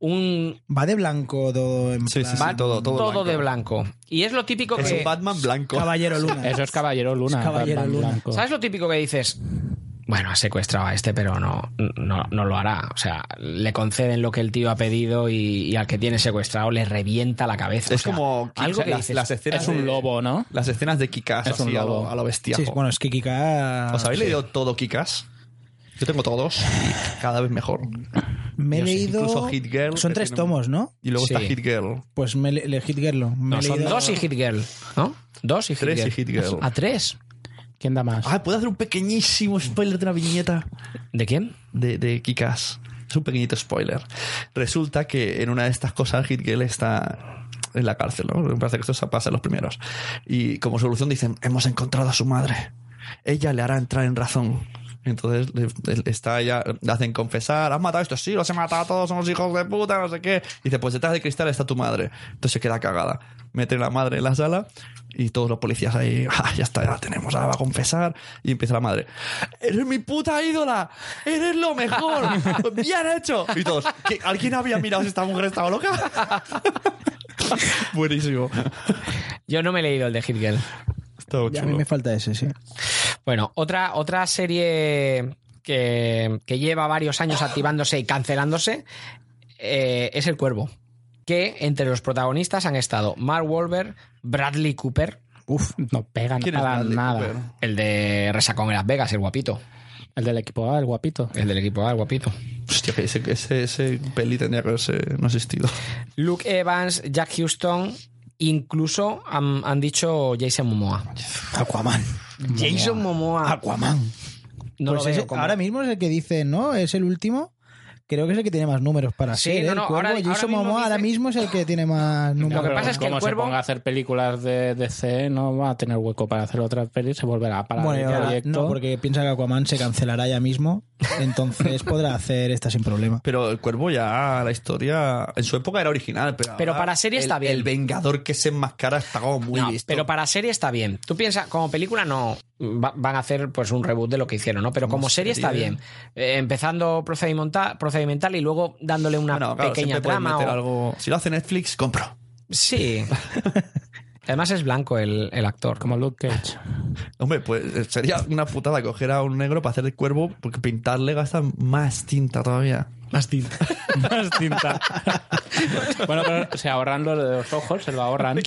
[SPEAKER 1] Un.
[SPEAKER 4] Va de blanco todo en
[SPEAKER 2] Sí, sí, sí,
[SPEAKER 4] plan-
[SPEAKER 2] todo, todo,
[SPEAKER 1] de blanco. Y es lo típico
[SPEAKER 2] Es
[SPEAKER 1] que.
[SPEAKER 2] un Batman blanco.
[SPEAKER 4] Caballero Luna.
[SPEAKER 3] Eso es Caballero Luna.
[SPEAKER 4] Es Caballero
[SPEAKER 3] Batman
[SPEAKER 4] Luna.
[SPEAKER 3] Blanco.
[SPEAKER 1] ¿Sabes lo típico que dices? Bueno, ha secuestrado a este, pero no, no, no lo hará. O sea, le conceden lo que el tío ha pedido y, y al que tiene secuestrado le revienta la cabeza. O
[SPEAKER 2] Es
[SPEAKER 1] sea,
[SPEAKER 2] como
[SPEAKER 1] algo que
[SPEAKER 2] las,
[SPEAKER 1] dices,
[SPEAKER 2] las escenas
[SPEAKER 3] Es un
[SPEAKER 2] de-
[SPEAKER 3] lobo, ¿no?
[SPEAKER 2] Las escenas de Kikas
[SPEAKER 3] Es un
[SPEAKER 2] así, a lo-
[SPEAKER 3] lobo.
[SPEAKER 2] a lo bestiajo.
[SPEAKER 4] Sí, bueno, es que Kika.
[SPEAKER 2] Ah, ¿Os habéis leído todo Kikas? Yo tengo todos y cada vez mejor.
[SPEAKER 4] Me he
[SPEAKER 2] Yo sí.
[SPEAKER 4] leído.
[SPEAKER 2] Incluso Hit Girl,
[SPEAKER 4] son
[SPEAKER 2] que
[SPEAKER 4] tres
[SPEAKER 2] tiene un-
[SPEAKER 4] tomos, ¿no?
[SPEAKER 2] Y luego está Hit Girl.
[SPEAKER 4] Pues me le, le- Hit Girl. lo- Me
[SPEAKER 1] No,
[SPEAKER 4] he
[SPEAKER 1] son
[SPEAKER 4] leído-
[SPEAKER 1] dos y Hit Girl, ¿no? Dos y Hit
[SPEAKER 2] Tres y
[SPEAKER 1] Girl.
[SPEAKER 2] Hit Girl.
[SPEAKER 1] ¿A tres?
[SPEAKER 3] ¿Quién da más?
[SPEAKER 2] Ah, puedo hacer un pequeñísimo spoiler de una viñeta.
[SPEAKER 1] ¿De quién?
[SPEAKER 2] De, de Kikas. Es un pequeñito spoiler. Resulta que en una de estas cosas Hit Girl está en la cárcel, ¿no? Me parece que esto pasa en los primeros. Y como solución dicen, hemos encontrado a su madre. Ella le hará entrar en razón. Entonces le- le- está ella, le hacen confesar, has matado a estos, sí, los he matado a todos, somos hijos de puta, no sé qué. Y dice, pues detrás de cristal está tu madre. Entonces se queda cagada. Mete la madre en la sala y todos los policías ahí, "Ah, ya está, ya la tenemos, ahora va a confesar. Y empieza la madre, eres mi puta ídola, eres lo mejor, bien hecho. Y todos, "¿Qué- ¿alguien había mirado si esta mujer estaba loca? Buenísimo.
[SPEAKER 1] Yo no me he leído el de Hit Girl.
[SPEAKER 4] A mí me falta ese, sí.
[SPEAKER 1] Bueno, otra, otra serie que, que lleva varios años activándose y cancelándose eh, es El Cuervo. Que entre los protagonistas han estado Mark Wahlberg, Bradley Cooper.
[SPEAKER 3] Uf, no pegan
[SPEAKER 2] ¿Quién es
[SPEAKER 3] nada,
[SPEAKER 2] Bradley
[SPEAKER 3] nada.
[SPEAKER 2] Cooper?
[SPEAKER 1] El de Resacón en Las Vegas, el guapito.
[SPEAKER 3] El del equipo A, el guapito.
[SPEAKER 1] El del equipo A, el guapito.
[SPEAKER 2] Hostia, que ese, ese, ese peli tendría que haberse no asistido.
[SPEAKER 1] Luke Evans, Jack Houston, incluso han, han dicho Jason Momoa.
[SPEAKER 4] Aquaman.
[SPEAKER 1] Jason Momoa.
[SPEAKER 4] Aquaman.
[SPEAKER 1] No
[SPEAKER 4] Ah, Pues
[SPEAKER 1] lo veo
[SPEAKER 4] ese-
[SPEAKER 1] como-
[SPEAKER 4] Ahora mismo es el que dice, ¿no? Es el último. Creo que es el que tiene más números para
[SPEAKER 1] Sí,
[SPEAKER 4] ser.
[SPEAKER 1] no,
[SPEAKER 4] ¿eh?
[SPEAKER 1] no,
[SPEAKER 4] El Cuervo.
[SPEAKER 1] ahora- ahora
[SPEAKER 4] Jason
[SPEAKER 1] mismo
[SPEAKER 4] Momoa ahora
[SPEAKER 1] dice-
[SPEAKER 4] mismo es el que tiene más números.
[SPEAKER 1] Lo que pasa es que el
[SPEAKER 3] como
[SPEAKER 1] cuervo-
[SPEAKER 3] se ponga a hacer películas de DC, no va a tener hueco para hacer otras pelis, se volverá para
[SPEAKER 4] Bueno,
[SPEAKER 3] el
[SPEAKER 4] ahora-
[SPEAKER 3] proyecto.
[SPEAKER 4] no, porque piensa que Aquaman se cancelará ya mismo, entonces podrá hacer esta sin problema.
[SPEAKER 2] Pero el cuervo ya, la historia, en su época era original. Pero,
[SPEAKER 1] Pero
[SPEAKER 2] ahora
[SPEAKER 1] para serie
[SPEAKER 2] el-
[SPEAKER 1] está bien.
[SPEAKER 2] El vengador que se enmascara está como muy
[SPEAKER 1] No,
[SPEAKER 2] visto.
[SPEAKER 1] pero para serie está bien. Tú piensas, como película no, va- van a hacer pues un reboot de lo que hicieron, ¿no? Pero como,
[SPEAKER 2] Como
[SPEAKER 1] serie, está
[SPEAKER 2] serie.
[SPEAKER 1] bien. Eh, empezando procedimental, procedimental y luego dándole una
[SPEAKER 2] Bueno, claro,
[SPEAKER 1] pequeña
[SPEAKER 2] siempre pueden
[SPEAKER 1] trama.
[SPEAKER 2] meter
[SPEAKER 1] o-
[SPEAKER 2] algo- Si lo hace Netflix, compro.
[SPEAKER 1] Sí. Además es blanco el, el actor.
[SPEAKER 3] Como Luke Cage.
[SPEAKER 2] Hombre, pues eh, sería una putada coger a un negro para hacer el cuervo, porque pintarle gasta más tinta todavía.
[SPEAKER 1] Más tinta.
[SPEAKER 3] Más tinta. bueno, pero se ahorran lo de los ojos, se lo ahorran.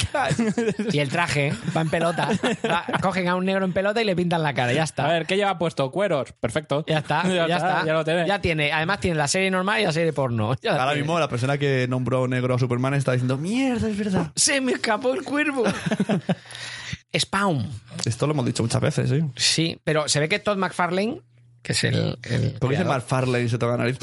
[SPEAKER 1] Y el traje va en pelota. Va- cogen a un negro en pelota y le pintan la cara. Ya
[SPEAKER 3] A
[SPEAKER 1] está.
[SPEAKER 3] ver, ¿qué lleva puesto? Cueros. Perfecto.
[SPEAKER 1] Ya está. Ya, está.
[SPEAKER 3] Ya lo tiene.
[SPEAKER 1] Ya tiene. Además tiene la serie normal y la serie porno. Ya la
[SPEAKER 2] Ahora
[SPEAKER 1] tiene.
[SPEAKER 2] mismo la persona que nombró negro a Superman está diciendo, mierda, es verdad.
[SPEAKER 1] Se me escapó el cuervo. Spawn.
[SPEAKER 2] Esto lo hemos dicho muchas veces, ¿eh? sí.
[SPEAKER 1] Sí, pero se ve que Todd McFarlane, que es el. el
[SPEAKER 2] Porque dice
[SPEAKER 1] creador-
[SPEAKER 2] McFarlane y se toca la nariz.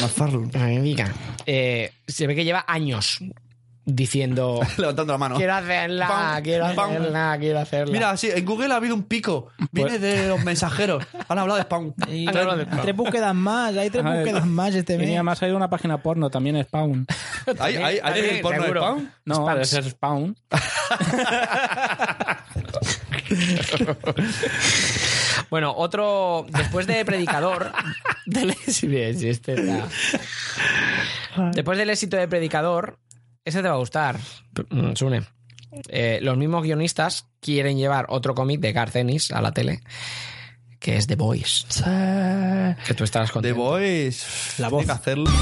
[SPEAKER 2] McFarlane.
[SPEAKER 1] Ay, diga. Eh, se ve que lleva años diciendo.
[SPEAKER 2] Levantando la mano.
[SPEAKER 1] Quiero hacerla,
[SPEAKER 2] Pam,
[SPEAKER 1] quiero
[SPEAKER 2] pam.
[SPEAKER 1] hacerla, quiero hacerla.
[SPEAKER 2] Mira, sí, en Google ha habido un pico. Viene de los mensajeros. Han hablado de spam.
[SPEAKER 1] Han hablado de spam.
[SPEAKER 4] Tres búsquedas más, hay tres
[SPEAKER 3] Ajá,
[SPEAKER 4] búsquedas más este
[SPEAKER 3] Y
[SPEAKER 4] mes.
[SPEAKER 3] además hay una página porno también, Spawn.
[SPEAKER 2] ¿Hay, hay, hay
[SPEAKER 1] También,
[SPEAKER 2] el porno de
[SPEAKER 1] Eh, seguro.
[SPEAKER 2] spam?
[SPEAKER 3] No,
[SPEAKER 1] Spams.
[SPEAKER 3] debe ser Spawn.
[SPEAKER 1] Bueno, otro. Después de Predicador. del, sí, bien, sí, este está. Después del éxito de Predicador, ese te va a gustar, mm, Sune. Eh, los mismos guionistas quieren llevar otro cómic de Garth Ennis a la tele, que es The Boys. Que tú estarás
[SPEAKER 2] The
[SPEAKER 1] contento.
[SPEAKER 2] Voice.
[SPEAKER 4] La voz.
[SPEAKER 2] Tiene que hacerlo. Lo-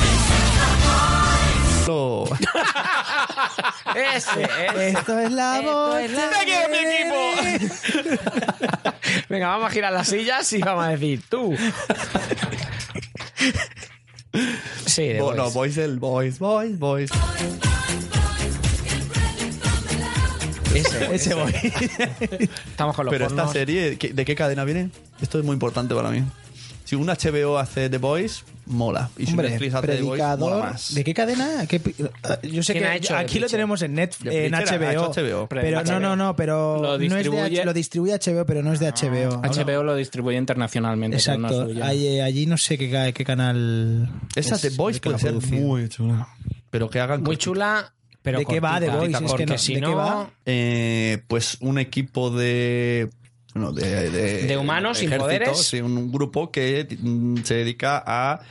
[SPEAKER 1] Ese, ese.
[SPEAKER 4] Esto es la voz.
[SPEAKER 1] Venga, vamos a girar las sillas y vamos a decir tú. Sí, de
[SPEAKER 2] Bo- No,
[SPEAKER 1] Boys.
[SPEAKER 2] Voice el Voice, Voice, Voice.
[SPEAKER 1] Ese,
[SPEAKER 4] Ese voy.
[SPEAKER 1] Estamos con los
[SPEAKER 2] Pero esta
[SPEAKER 1] pornos.
[SPEAKER 2] serie, ¿qué- ¿de qué cadena viene? Esto es muy importante para mí. Si un HBO hace The Voice, mola. Y si
[SPEAKER 4] Hombre,
[SPEAKER 2] Netflix hace The Voice, mola
[SPEAKER 4] predicador.
[SPEAKER 2] más.
[SPEAKER 4] ¿De qué cadena? ¿Qué pi- eh, yo sé
[SPEAKER 1] ¿Quién
[SPEAKER 4] que
[SPEAKER 1] ha hecho de
[SPEAKER 4] aquí lo
[SPEAKER 1] Preacher?
[SPEAKER 4] tenemos en Netflix,
[SPEAKER 2] De ah,
[SPEAKER 4] en
[SPEAKER 2] Preacher ha
[SPEAKER 4] HBO.
[SPEAKER 2] hecho HBO.
[SPEAKER 4] Pero no, no, no, pero no es
[SPEAKER 3] Lo
[SPEAKER 4] de H-
[SPEAKER 3] distribuye-
[SPEAKER 4] lo distribuye HBO, pero no es de
[SPEAKER 1] Ah.
[SPEAKER 4] HBO.
[SPEAKER 3] HBO lo distribuye internacionalmente. pero no es
[SPEAKER 4] Exacto.
[SPEAKER 3] suyo.
[SPEAKER 4] Ahí- eh, allí no sé qué, ca- qué canal.
[SPEAKER 2] Esa
[SPEAKER 4] es
[SPEAKER 2] The Voice
[SPEAKER 4] el que la
[SPEAKER 2] puede
[SPEAKER 4] ha
[SPEAKER 2] ser
[SPEAKER 4] producido.
[SPEAKER 2] muy chula. Pero que hagan
[SPEAKER 1] Muy
[SPEAKER 2] cortita.
[SPEAKER 1] chula, pero
[SPEAKER 4] ¿De qué va The
[SPEAKER 1] cortita.
[SPEAKER 4] Boys? Es que
[SPEAKER 1] Porque
[SPEAKER 4] no-
[SPEAKER 1] si
[SPEAKER 4] ¿de qué
[SPEAKER 1] no,
[SPEAKER 4] va?
[SPEAKER 2] Eh, pues un equipo de bueno, de,
[SPEAKER 1] De humanos sin poderes.
[SPEAKER 2] sí, un, un grupo que mm, se dedica a,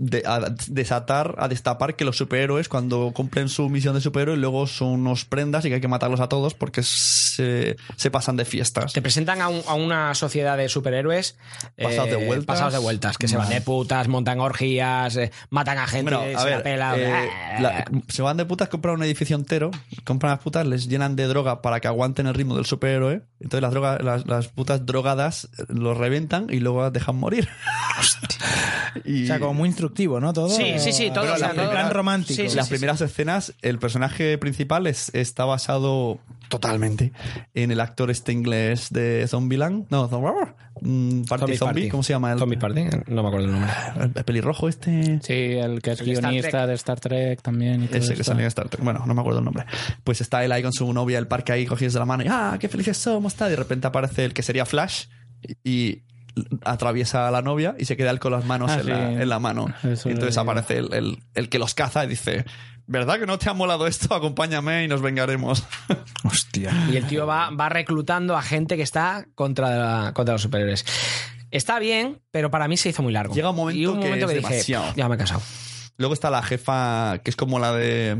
[SPEAKER 2] de- a desatar, a destapar que los superhéroes cuando cumplen su misión de superhéroe luego son unos prendas y que hay que matarlos a todos porque se, se pasan de fiestas.
[SPEAKER 1] te presentan a, un- a una sociedad de superhéroes eh,
[SPEAKER 2] Pasados de vueltas.
[SPEAKER 1] pasados de vueltas, que se van de putas, montan orgías, eh, matan a gente,
[SPEAKER 2] Bueno, a
[SPEAKER 1] se la
[SPEAKER 2] ver,
[SPEAKER 1] pelan.
[SPEAKER 2] eh, la- se van de putas, compran un edificio entero, compran las putas, les llenan de droga para que aguanten el ritmo del superhéroe. Entonces las drogas, las, las putas drogadas los reventan y luego las dejan morir.
[SPEAKER 4] O sea, como muy instructivo, ¿no? Todo.
[SPEAKER 1] Sí, sí, sí, todo,
[SPEAKER 4] Pero
[SPEAKER 1] o sea,
[SPEAKER 4] la- el
[SPEAKER 1] todo-
[SPEAKER 4] plan romántico.
[SPEAKER 1] Sí, sí,
[SPEAKER 2] las
[SPEAKER 1] sí,
[SPEAKER 2] primeras escenas, el personaje principal es- está basado totalmente en el actor este inglés de Zombieland. No, Zom- mm, Party Zombie,
[SPEAKER 1] Zombie Party.
[SPEAKER 2] ¿cómo se llama? El,
[SPEAKER 1] Zombie Party, no me acuerdo el nombre.
[SPEAKER 2] el- el pelirrojo este.
[SPEAKER 3] Sí, el que es
[SPEAKER 1] El de Star
[SPEAKER 3] guionista
[SPEAKER 1] Trek.
[SPEAKER 3] de Star Trek también. Y todo
[SPEAKER 2] Ese que
[SPEAKER 3] esto.
[SPEAKER 2] salía en Star Trek. Bueno, no me acuerdo el nombre. Pues está él ahí con su novia, el parque ahí cogidos de la mano. Y, ah, qué felices somos. Tal. Y de repente aparece el que sería Flash y atraviesa a la novia y se queda él con las manos
[SPEAKER 3] Ah,
[SPEAKER 2] en, la,
[SPEAKER 3] sí.
[SPEAKER 2] en la mano.
[SPEAKER 3] Eso
[SPEAKER 2] Y entonces
[SPEAKER 3] lo-
[SPEAKER 2] aparece el, el- el que los caza y dice: ¿Verdad que no te ha molado esto? Acompáñame y nos vengaremos.
[SPEAKER 4] Hostia.
[SPEAKER 1] Y el tío va, va reclutando a gente que está contra, la- contra los superiores. Está bien, pero para mí se hizo muy largo.
[SPEAKER 2] Llega un momento
[SPEAKER 1] y hubo un
[SPEAKER 2] que
[SPEAKER 1] momento que,
[SPEAKER 2] es
[SPEAKER 1] dije,
[SPEAKER 2] demasiado.
[SPEAKER 1] ya me he casado.
[SPEAKER 2] Luego está la jefa, que es como la de eh,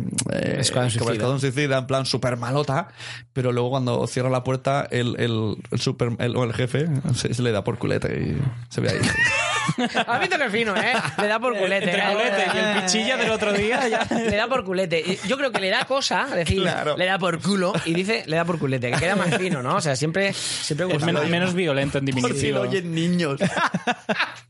[SPEAKER 1] Escuadrón
[SPEAKER 2] como
[SPEAKER 1] Suicida.
[SPEAKER 2] Escuadrón Suicida, en plan super malota, pero luego cuando cierra la puerta, el, el, el super, el, o el jefe se, se le da por culete y se ve ahí.
[SPEAKER 1] Has visto qué fino, ¿eh? Le da por culete.
[SPEAKER 4] Entre
[SPEAKER 1] ¿eh?
[SPEAKER 4] culete y el pichilla del otro día, ya.
[SPEAKER 1] Le da por culete. Y Yo creo que le da cosa decir,
[SPEAKER 2] Claro.
[SPEAKER 1] le da por culo y dice, le da por culete, que queda más fino, ¿no? O sea, siempre, siempre
[SPEAKER 3] Es
[SPEAKER 1] gusta.
[SPEAKER 3] menos, Pues menos violento en
[SPEAKER 2] Por si lo
[SPEAKER 3] diminutivo.
[SPEAKER 2] oyen niños.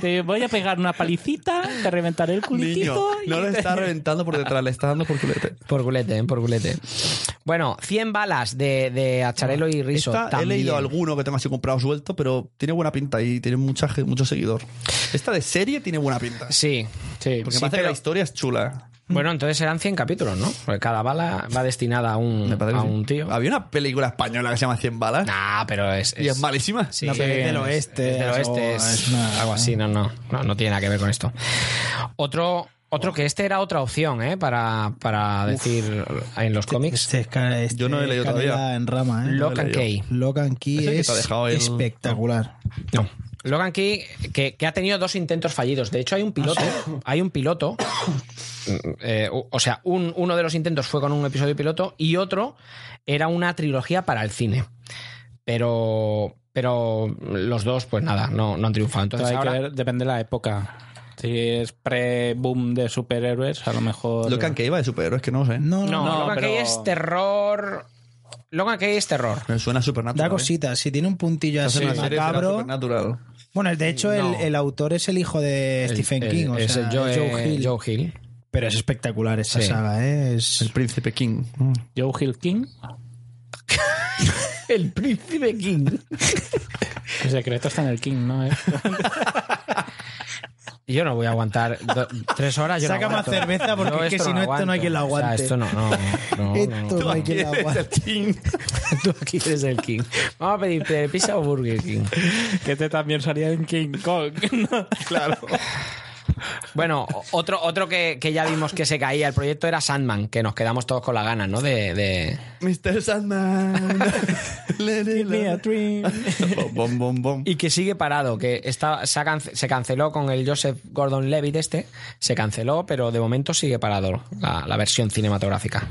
[SPEAKER 3] Te voy a pegar una palicita, te reventaré el
[SPEAKER 2] Niño,
[SPEAKER 3] culitito. y
[SPEAKER 2] no le
[SPEAKER 3] te-
[SPEAKER 2] está reventando por detrás, le está dando por culete.
[SPEAKER 1] Por culete, ¿eh? por culete. Bueno, 100 balas de, de Acharelo y Riso.
[SPEAKER 2] Esta, he
[SPEAKER 1] también.
[SPEAKER 2] leído alguno que tengo así comprado suelto, pero tiene buena pinta y tiene mucha, ge- mucho seguidor. Esta de serie tiene buena pinta.
[SPEAKER 1] Sí.
[SPEAKER 3] Sí,
[SPEAKER 2] Porque
[SPEAKER 1] Sí,
[SPEAKER 2] me parece que
[SPEAKER 1] pero-
[SPEAKER 2] la historia es chula.
[SPEAKER 1] Bueno, entonces serán 100 capítulos, ¿no? Porque cada bala va destinada a un,
[SPEAKER 2] Me parece
[SPEAKER 1] Mm, a
[SPEAKER 2] que sí.
[SPEAKER 1] un tío.
[SPEAKER 2] Había una película española que se llama 100 balas
[SPEAKER 1] Nah, pero es.
[SPEAKER 2] y es malísima.
[SPEAKER 1] Sí,
[SPEAKER 4] No, pero es del oeste,
[SPEAKER 1] es del
[SPEAKER 4] es algo-
[SPEAKER 1] oeste, es,
[SPEAKER 4] es una-
[SPEAKER 1] algo así, no, no, no. no tiene nada que ver con esto. Otro. Otro que este era otra opción, ¿eh? Para, para decir en los cómics.
[SPEAKER 4] Este es ca- este
[SPEAKER 2] Yo no he leído
[SPEAKER 4] canela
[SPEAKER 2] todavía.
[SPEAKER 4] en rama, ¿eh?
[SPEAKER 1] Lock and
[SPEAKER 2] lo he
[SPEAKER 1] Key.
[SPEAKER 4] Logan Key
[SPEAKER 2] Ese que
[SPEAKER 4] es
[SPEAKER 2] te ha dejado el-
[SPEAKER 4] espectacular.
[SPEAKER 1] No. Logan Key, que, que ha tenido dos intentos fallidos. De hecho, hay un piloto. Hay un piloto. eh, o o sea, un- uno de los intentos fue con un episodio piloto y otro era una trilogía para el cine. Pero. Pero los dos, pues nada, no, no han triunfado. Entonces,
[SPEAKER 3] Hay que
[SPEAKER 1] ahora,
[SPEAKER 3] ver, depende de la época. Si es pre-boom de superhéroes, a lo mejor.
[SPEAKER 2] Lo que iba de superhéroes, que no sé.
[SPEAKER 4] No,
[SPEAKER 1] No,
[SPEAKER 4] no.
[SPEAKER 3] No,
[SPEAKER 1] Logan
[SPEAKER 3] pero-
[SPEAKER 1] Key es terror. Logan Key es terror.
[SPEAKER 2] Me suena Supernatural.
[SPEAKER 4] Da
[SPEAKER 2] ¿eh?
[SPEAKER 4] cositas, si tiene un puntillo
[SPEAKER 2] Es
[SPEAKER 4] así
[SPEAKER 2] una serie, pero
[SPEAKER 4] macabro.
[SPEAKER 2] Supernatural.
[SPEAKER 4] Bueno, de hecho,
[SPEAKER 1] No.
[SPEAKER 4] el, el autor es el hijo de Stephen
[SPEAKER 1] El-
[SPEAKER 4] King,
[SPEAKER 1] el-
[SPEAKER 4] o
[SPEAKER 1] es el
[SPEAKER 4] sea,
[SPEAKER 1] Joe,
[SPEAKER 4] Joe Hill.
[SPEAKER 1] Joe Hill.
[SPEAKER 4] Pero es espectacular esta
[SPEAKER 1] Sí.
[SPEAKER 4] saga, ¿eh? Es-
[SPEAKER 2] El Príncipe King.
[SPEAKER 3] Joe Hill King.
[SPEAKER 1] El príncipe King.
[SPEAKER 3] El secreto está en el King, ¿no? ¿Eh?
[SPEAKER 1] Yo no voy a aguantar do- tres horas. Yo no
[SPEAKER 4] Saca más
[SPEAKER 1] aguanto.
[SPEAKER 4] cerveza, porque es que si no, esto
[SPEAKER 1] aguanto.
[SPEAKER 4] no hay quien lo
[SPEAKER 1] O sea,
[SPEAKER 4] aguante.
[SPEAKER 1] esto no, no, no, no.
[SPEAKER 4] Esto no hay quien la aguante.
[SPEAKER 1] Tú aquí eres el King. Vamos a pedirte pizza o Burger King.
[SPEAKER 3] que este también salía en King Kong. ¿no?
[SPEAKER 2] Claro.
[SPEAKER 1] Bueno, otro, otro que, que ya vimos que se caía el proyecto era Sandman, que nos quedamos todos con la gana, ¿no? De, de-
[SPEAKER 2] Mr. Sandman. Let it
[SPEAKER 3] Give me a dream.
[SPEAKER 2] Bom, bom, bom.
[SPEAKER 1] Y que sigue parado, que está, se, ha can- se canceló con el Joseph Gordon Levitt este, se canceló, pero de momento sigue parado la, la versión cinematográfica.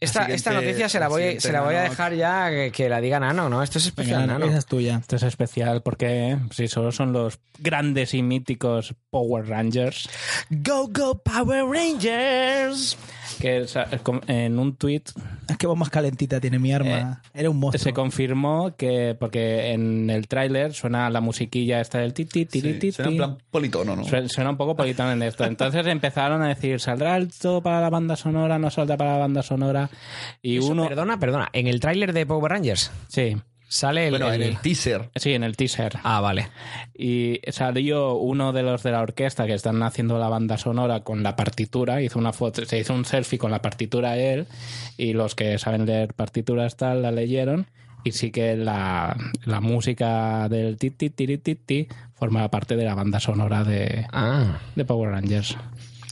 [SPEAKER 1] Esta,
[SPEAKER 2] siguiente-
[SPEAKER 1] esta noticia se la
[SPEAKER 2] la
[SPEAKER 1] voy,
[SPEAKER 2] siguiente,
[SPEAKER 1] se la voy a
[SPEAKER 2] Nano.
[SPEAKER 1] dejar ya que, que la diga Nano, ¿no? Esto es especial,
[SPEAKER 4] Venga,
[SPEAKER 1] Nano.
[SPEAKER 4] esa es tuya.
[SPEAKER 3] Esto es especial porque eh, si solo son los grandes y míticos Power Rangers.
[SPEAKER 1] Go, go, Power Rangers.
[SPEAKER 3] Que sa- en un tweet
[SPEAKER 4] Es que voz más calentita tiene mi arma.
[SPEAKER 1] Eh,
[SPEAKER 4] Era un monstruo.
[SPEAKER 3] se confirmó que, porque en el tráiler suena la musiquilla esta del ti ti ti ti, ti,
[SPEAKER 2] Sí, Será en
[SPEAKER 3] ti.
[SPEAKER 2] plan politono, ¿no?
[SPEAKER 3] Sue- Suena un poco politón en esto. Entonces empezaron a decir, ¿saldrá esto para la banda sonora? ¿No saldrá para la banda sonora? Y
[SPEAKER 1] Eso,
[SPEAKER 3] uno...
[SPEAKER 1] Perdona, perdona. En el tráiler de Power Rangers
[SPEAKER 3] Sí,
[SPEAKER 1] sale el.
[SPEAKER 2] Bueno,
[SPEAKER 1] el-
[SPEAKER 2] en el teaser.
[SPEAKER 3] sí, en el teaser.
[SPEAKER 1] Ah, vale.
[SPEAKER 3] Y salió uno de los de la orquesta que están haciendo la banda sonora con la partitura, hizo una foto, se hizo un selfie con la partitura él y los que saben leer partituras tal la leyeron y sí que la, la música del ti ti ti ti ti forma parte de la banda sonora de,
[SPEAKER 1] Ah.
[SPEAKER 3] de Power Rangers.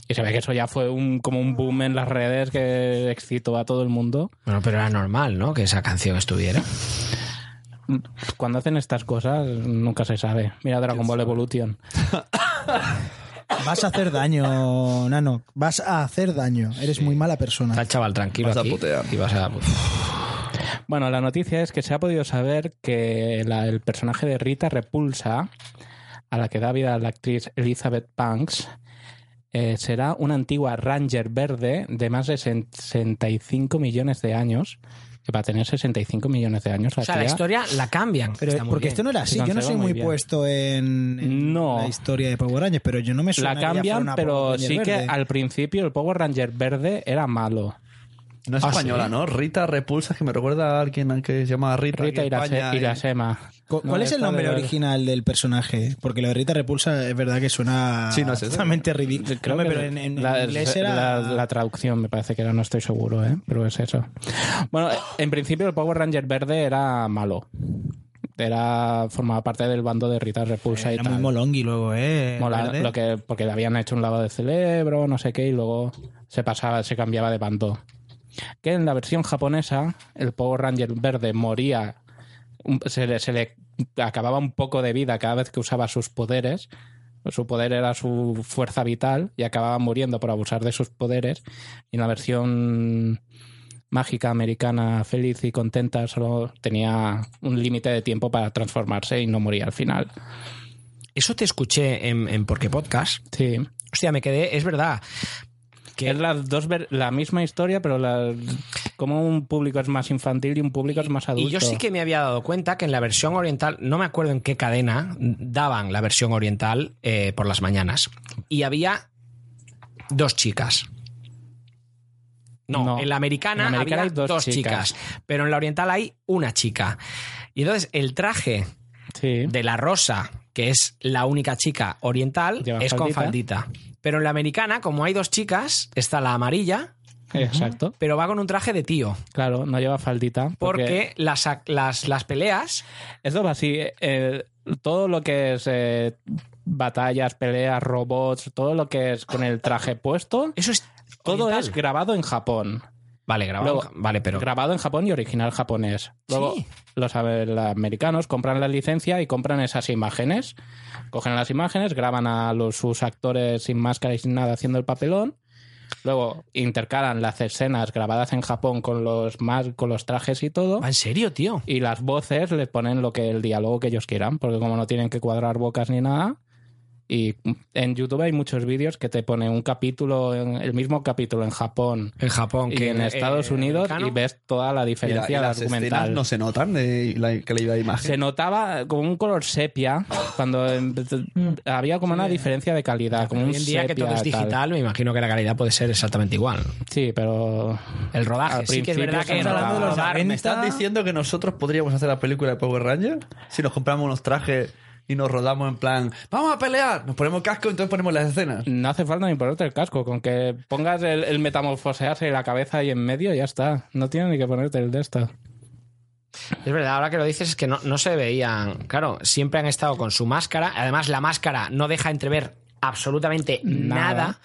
[SPEAKER 3] Y se ve que eso ya fue un, como un boom en las redes que excitó a todo el mundo.
[SPEAKER 1] Bueno, pero era normal, ¿no? Que esa canción estuviera.
[SPEAKER 3] Cuando hacen estas cosas nunca se sabe. Mira Dragon Ball Evolution.
[SPEAKER 4] Vas a hacer daño, Nano. Vas a hacer daño. Eres muy mala persona.
[SPEAKER 1] Está el chaval tranquilo
[SPEAKER 2] Vas a
[SPEAKER 1] aquí
[SPEAKER 2] putear.
[SPEAKER 1] Y vas a.
[SPEAKER 3] Bueno, la noticia es que se ha podido saber que la- el personaje de Rita Repulsa, a la que da vida la actriz Elizabeth Banks, eh, será una antigua Ranger verde de más de 65 millones de años que para tener 65 millones de años la
[SPEAKER 1] O sea, la
[SPEAKER 3] tía-
[SPEAKER 1] historia la cambian.
[SPEAKER 4] Pero,
[SPEAKER 1] Está muy
[SPEAKER 4] porque
[SPEAKER 1] bien.
[SPEAKER 4] esto no era así.
[SPEAKER 3] Se
[SPEAKER 4] Yo no soy
[SPEAKER 3] conserva
[SPEAKER 4] muy,
[SPEAKER 3] muy bien.
[SPEAKER 4] puesto en, en la historia de Power Rangers, pero yo no me suena
[SPEAKER 3] la
[SPEAKER 4] que ella fuera
[SPEAKER 3] cambian,
[SPEAKER 4] una
[SPEAKER 3] pero
[SPEAKER 4] Power Ranger
[SPEAKER 3] sí que
[SPEAKER 4] verde.
[SPEAKER 3] al principio el Power Ranger verde era malo.
[SPEAKER 2] No es
[SPEAKER 3] Ah,
[SPEAKER 2] española,
[SPEAKER 3] ¿sí?
[SPEAKER 2] ¿no? Rita Repulsa, que me recuerda a alguien al que se llama Rita.
[SPEAKER 3] Rita
[SPEAKER 2] aquí en
[SPEAKER 3] Irase-
[SPEAKER 2] España,
[SPEAKER 3] Irasema.
[SPEAKER 4] eh. ¿Cu- ¿Cuál
[SPEAKER 3] No,
[SPEAKER 4] es el
[SPEAKER 3] esta
[SPEAKER 4] nombre
[SPEAKER 3] de-
[SPEAKER 4] original del personaje? Porque lo de Rita Repulsa es verdad que suena
[SPEAKER 3] Sí, no es ese.
[SPEAKER 4] totalmente ridículo.
[SPEAKER 3] Creo
[SPEAKER 4] Hombre,
[SPEAKER 3] que
[SPEAKER 4] pero en, en
[SPEAKER 3] la,
[SPEAKER 4] inglés era...
[SPEAKER 3] la- la traducción me parece que era, no estoy seguro, ¿eh? pero es eso. Bueno, en principio el Power Ranger verde era malo. Era formaba parte del bando de Rita Repulsa
[SPEAKER 4] Eh,
[SPEAKER 3] y
[SPEAKER 4] era
[SPEAKER 3] tal.
[SPEAKER 4] muy molongui luego, ¿eh?
[SPEAKER 3] Mola-
[SPEAKER 4] Verde.
[SPEAKER 3] lo que porque le habían hecho un lavado de cerebro, no sé qué, y luego se pasaba, se cambiaba de bando. Que en la versión japonesa el Power Ranger verde moría, un- se le, se le acababa un poco de vida cada vez que usaba sus poderes. Su poder era su fuerza vital y acababa muriendo por abusar de sus poderes. Y en la versión mágica americana feliz y contenta solo tenía un límite de tiempo para transformarse y no moría al final.
[SPEAKER 1] Eso te escuché en, en Porque Podcast.
[SPEAKER 3] Sí.
[SPEAKER 1] Hostia, me quedé, es verdad. Que
[SPEAKER 3] es las dos ver- la misma historia, pero la, como un público es más infantil y un público es más adulto.
[SPEAKER 1] Y yo sí que me había dado cuenta que en la versión oriental, no me acuerdo en qué cadena daban la versión oriental eh, por las mañanas. Y había dos chicas. No,
[SPEAKER 3] No,
[SPEAKER 1] en la americana,
[SPEAKER 3] en la americana
[SPEAKER 1] había
[SPEAKER 3] hay
[SPEAKER 1] dos,
[SPEAKER 3] dos
[SPEAKER 1] chicas.
[SPEAKER 3] chicas.
[SPEAKER 1] pero en la oriental hay una chica. Y entonces el traje
[SPEAKER 3] Sí.
[SPEAKER 1] de la rosa, que es la única chica oriental,
[SPEAKER 3] Lleva
[SPEAKER 1] es con
[SPEAKER 3] faldita.
[SPEAKER 1] faldita. Pero en la americana, como hay dos chicas, está la amarilla,
[SPEAKER 3] Exacto.
[SPEAKER 1] pero va con un traje de tío.
[SPEAKER 3] Claro, no lleva faldita.
[SPEAKER 1] Porque las, ac- las, las peleas
[SPEAKER 3] Esto va así. eh, todo lo que es eh, batallas, peleas, robots, todo lo que es con el traje puesto.
[SPEAKER 1] Eso es.
[SPEAKER 3] Todo es grabado en Japón.
[SPEAKER 1] Vale, grabado.
[SPEAKER 3] Luego-
[SPEAKER 1] vale, pero.
[SPEAKER 3] Grabado en Japón y original japonés. Luego,
[SPEAKER 1] Sí.
[SPEAKER 3] los eh, los americanos compran la licencia y compran esas imágenes. Cogen las imágenes, graban a los, sus actores sin máscara y sin nada haciendo el papelón. Luego intercalan las escenas grabadas en Japón con los, más, con los trajes y todo.
[SPEAKER 1] Ah, ¿En serio, tío?
[SPEAKER 3] Y las voces les ponen lo que el diálogo que ellos quieran, porque como no tienen que cuadrar bocas ni nada. Y en YouTube hay muchos vídeos que te ponen un capítulo, en- el mismo capítulo en Japón
[SPEAKER 1] En Japón,
[SPEAKER 3] y
[SPEAKER 1] que
[SPEAKER 3] en
[SPEAKER 1] eh,
[SPEAKER 3] Estados Unidos
[SPEAKER 1] americano.
[SPEAKER 3] y ves toda la
[SPEAKER 2] Y la- y
[SPEAKER 3] diferencia
[SPEAKER 2] las escenas
[SPEAKER 3] argumental.
[SPEAKER 2] no se notan de la calidad de imagen.
[SPEAKER 3] Se notaba como un color sepia cuando em- había como una diferencia de calidad. Como
[SPEAKER 1] Hoy
[SPEAKER 3] un
[SPEAKER 1] en día que
[SPEAKER 3] sepia,
[SPEAKER 1] todo es digital,
[SPEAKER 3] tal.
[SPEAKER 1] me imagino que la calidad puede ser exactamente igual.
[SPEAKER 3] Sí, pero
[SPEAKER 1] El rodaje,
[SPEAKER 3] Al
[SPEAKER 1] sí que es
[SPEAKER 3] principio
[SPEAKER 1] verdad
[SPEAKER 3] se
[SPEAKER 1] que
[SPEAKER 3] notaba.
[SPEAKER 1] rodar-
[SPEAKER 3] Hablando de los
[SPEAKER 1] rodar-
[SPEAKER 2] ¿Me estás diciendo que nosotros podríamos hacer la película de Power Ranger? Si nos compramos unos trajes y nos rodamos en plan, vamos a pelear, nos ponemos casco, entonces ponemos las escenas.
[SPEAKER 3] no hace falta ni ponerte el casco. Con que pongas el, el metamorfosearse y la cabeza ahí en medio, ya está. No tienes ni que ponerte el de esto.
[SPEAKER 1] Es verdad, ahora que lo dices es que no, no se veían. Claro, siempre han estado con su máscara. Además, la máscara no deja entrever absolutamente nada.
[SPEAKER 3] Nada.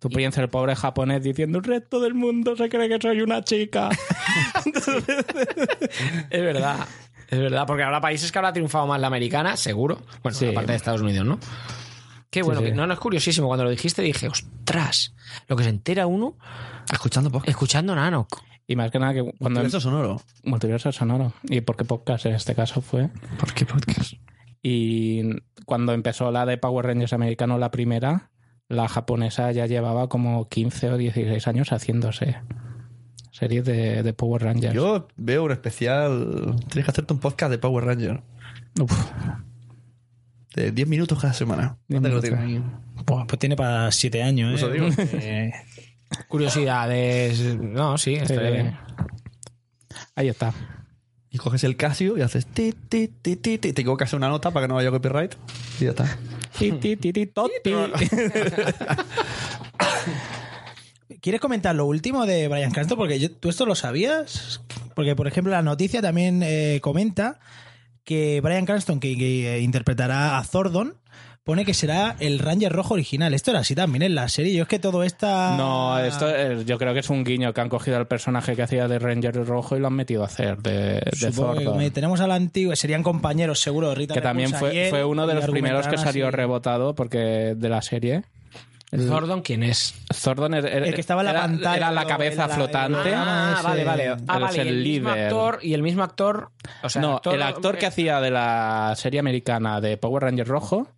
[SPEAKER 3] Tú piensas el pobre japonés diciendo el resto del mundo se cree que soy una chica.
[SPEAKER 1] Es verdad. Es verdad, porque habrá países que habrá triunfado más la americana, seguro. Bueno,
[SPEAKER 3] Sí.
[SPEAKER 1] aparte de Estados Unidos, ¿no? Qué bueno,
[SPEAKER 3] sí.
[SPEAKER 1] que no, no es curiosísimo. Cuando lo dijiste dije, ostras, lo que se entera uno
[SPEAKER 2] Escuchando podcast.
[SPEAKER 1] escuchando Nano.
[SPEAKER 3] Y más que nada que cuando...
[SPEAKER 2] Eso sonoro.
[SPEAKER 3] Multiverso sonoro. ¿Y por qué podcast en este caso fue?
[SPEAKER 2] ¿Por qué podcast?
[SPEAKER 3] Y cuando empezó la de Power Rangers americano, la primera, la japonesa ya llevaba como 15 o 16 años haciéndose series de, de Power Rangers.
[SPEAKER 2] Yo veo un especial. Tienes que hacerte un podcast de Power Ranger.
[SPEAKER 3] Uf,
[SPEAKER 2] De 10 minutos cada semana.
[SPEAKER 3] diez
[SPEAKER 2] ¿Dónde lo
[SPEAKER 3] minutos.
[SPEAKER 2] tienes?
[SPEAKER 4] Buah, pues tiene para siete años, ¿eh?
[SPEAKER 2] Eso digo.
[SPEAKER 4] Eh,
[SPEAKER 1] Curiosidades. No, sí, estaría
[SPEAKER 3] Eh,
[SPEAKER 1] bien.
[SPEAKER 3] Ahí está.
[SPEAKER 2] Y coges el Casio y haces ti, ti, ti, ti, ti. Te equivocas en una nota para que no haya copyright. Y ya está.
[SPEAKER 3] Ti, ti, ti, ti, to, ti.
[SPEAKER 4] ¿Quieres comentar lo último de Brian Cranston? Porque yo- tú esto lo sabías. Porque, por ejemplo, la noticia también eh, comenta que Brian Cranston, que, que, eh, interpretará a Zordon, pone que será el Ranger Rojo original. Esto era así también en la serie. Yo es que todo esta...
[SPEAKER 3] No, esto eh, yo creo que es un guiño que han cogido al personaje que hacía de Ranger Rojo y lo han metido a hacer de, de
[SPEAKER 4] Supongo que
[SPEAKER 3] Zordon.
[SPEAKER 4] me- tenemos a la antigua, serían compañeros seguro, Rita
[SPEAKER 3] Que también
[SPEAKER 4] Repulsa y
[SPEAKER 3] fue,
[SPEAKER 4] él,
[SPEAKER 3] fue uno de
[SPEAKER 4] y
[SPEAKER 3] los primeros que
[SPEAKER 4] argumentarán
[SPEAKER 3] salió
[SPEAKER 4] así.
[SPEAKER 3] rebotado porque de la serie.
[SPEAKER 1] Zordon, ¿quién es?
[SPEAKER 3] Zordon era,
[SPEAKER 4] El que estaba en la
[SPEAKER 3] era-
[SPEAKER 4] pantalla,
[SPEAKER 3] Era la
[SPEAKER 4] ¿no?
[SPEAKER 3] cabeza
[SPEAKER 4] En la-
[SPEAKER 3] flotante.
[SPEAKER 4] Ah,
[SPEAKER 1] Ah,
[SPEAKER 4] ese-
[SPEAKER 1] vale, vale. Ah,
[SPEAKER 3] Él es
[SPEAKER 1] vale.
[SPEAKER 3] el
[SPEAKER 1] y el mismo
[SPEAKER 3] líder.
[SPEAKER 1] actor y el mismo actor. eh, O sea,
[SPEAKER 3] no, el actor que hacía de la serie americana de Power Ranger Rojo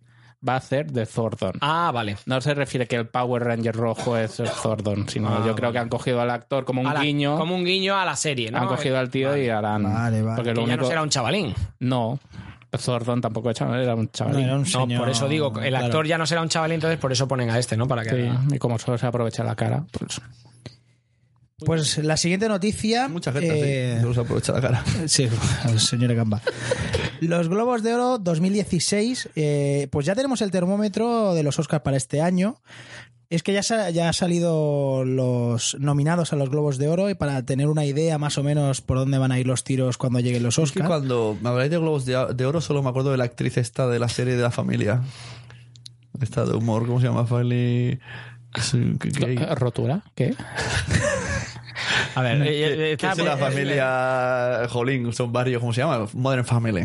[SPEAKER 3] va a hacer de Zordon.
[SPEAKER 1] Ah, vale.
[SPEAKER 3] No se refiere que el Power Ranger rojo es el Zordon, sino
[SPEAKER 1] Ah,
[SPEAKER 3] yo creo que han cogido al actor como un
[SPEAKER 1] A la-
[SPEAKER 3] guiño.
[SPEAKER 1] Como un guiño a la serie, ¿no?
[SPEAKER 3] Han cogido al tío y harán.
[SPEAKER 1] Vale, vale.
[SPEAKER 3] Porque
[SPEAKER 1] Que
[SPEAKER 3] lo
[SPEAKER 1] ya no
[SPEAKER 3] único...
[SPEAKER 1] será un chavalín.
[SPEAKER 3] No. Zordon tampoco era chaval, era un chavalín.
[SPEAKER 1] No, por eso digo, el actor ya no será un chavalín, entonces por eso ponen a este, ¿no? Para que
[SPEAKER 3] Sí, y como solo se aprovecha la cara, pues
[SPEAKER 4] Pues la siguiente noticia. Mucha
[SPEAKER 3] Eh,
[SPEAKER 2] gente, sí. Se aprovecha la cara.
[SPEAKER 4] Sí, señora Gamba. Los Globos de Oro 2016, eh, pues ya tenemos el termómetro de los Oscars para este año. Es que ya, sa- ya han salido los nominados a los Globos de Oro y para tener una idea más o menos por dónde van a ir los tiros cuando lleguen los
[SPEAKER 2] Es que
[SPEAKER 4] Oscars.
[SPEAKER 2] cuando me habláis de Globos de, de Oro solo me acuerdo de la actriz esta de la serie de la familia. Esta de humor, ¿cómo se llama? Fali... Sí, que-
[SPEAKER 1] Ah,
[SPEAKER 2] que-
[SPEAKER 3] Eh, ¿Rotura? ¿Qué?
[SPEAKER 1] A ver, eh, eh,
[SPEAKER 2] que
[SPEAKER 1] está-
[SPEAKER 2] es de la
[SPEAKER 1] eh,
[SPEAKER 2] familia... Jolín, son varios, ¿cómo se llama? Modern Family.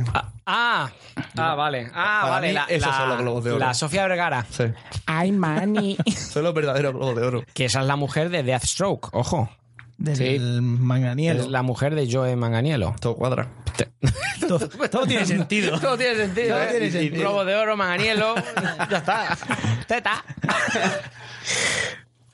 [SPEAKER 1] Ah, ah, vale. Ah,
[SPEAKER 2] Para
[SPEAKER 1] vale.
[SPEAKER 2] mí,
[SPEAKER 1] la,
[SPEAKER 2] esos
[SPEAKER 1] la-
[SPEAKER 2] son los Globos de Oro.
[SPEAKER 1] La Sofía Vergara.
[SPEAKER 2] Sí.
[SPEAKER 3] Ay, mani.
[SPEAKER 2] Son los verdaderos Globos de Oro.
[SPEAKER 1] Que esa es la mujer de Deathstroke, ojo.
[SPEAKER 4] Del
[SPEAKER 1] Sí.
[SPEAKER 4] Manganiello.
[SPEAKER 1] Es la mujer de Joe Manganiello.
[SPEAKER 2] Todo cuadra.
[SPEAKER 4] Todo, todo tiene sentido.
[SPEAKER 1] Todo tiene sentido.
[SPEAKER 4] Todo
[SPEAKER 1] ¿eh?
[SPEAKER 4] tiene sentido.
[SPEAKER 1] Globo de oro, Manganiello. ya está. Teta.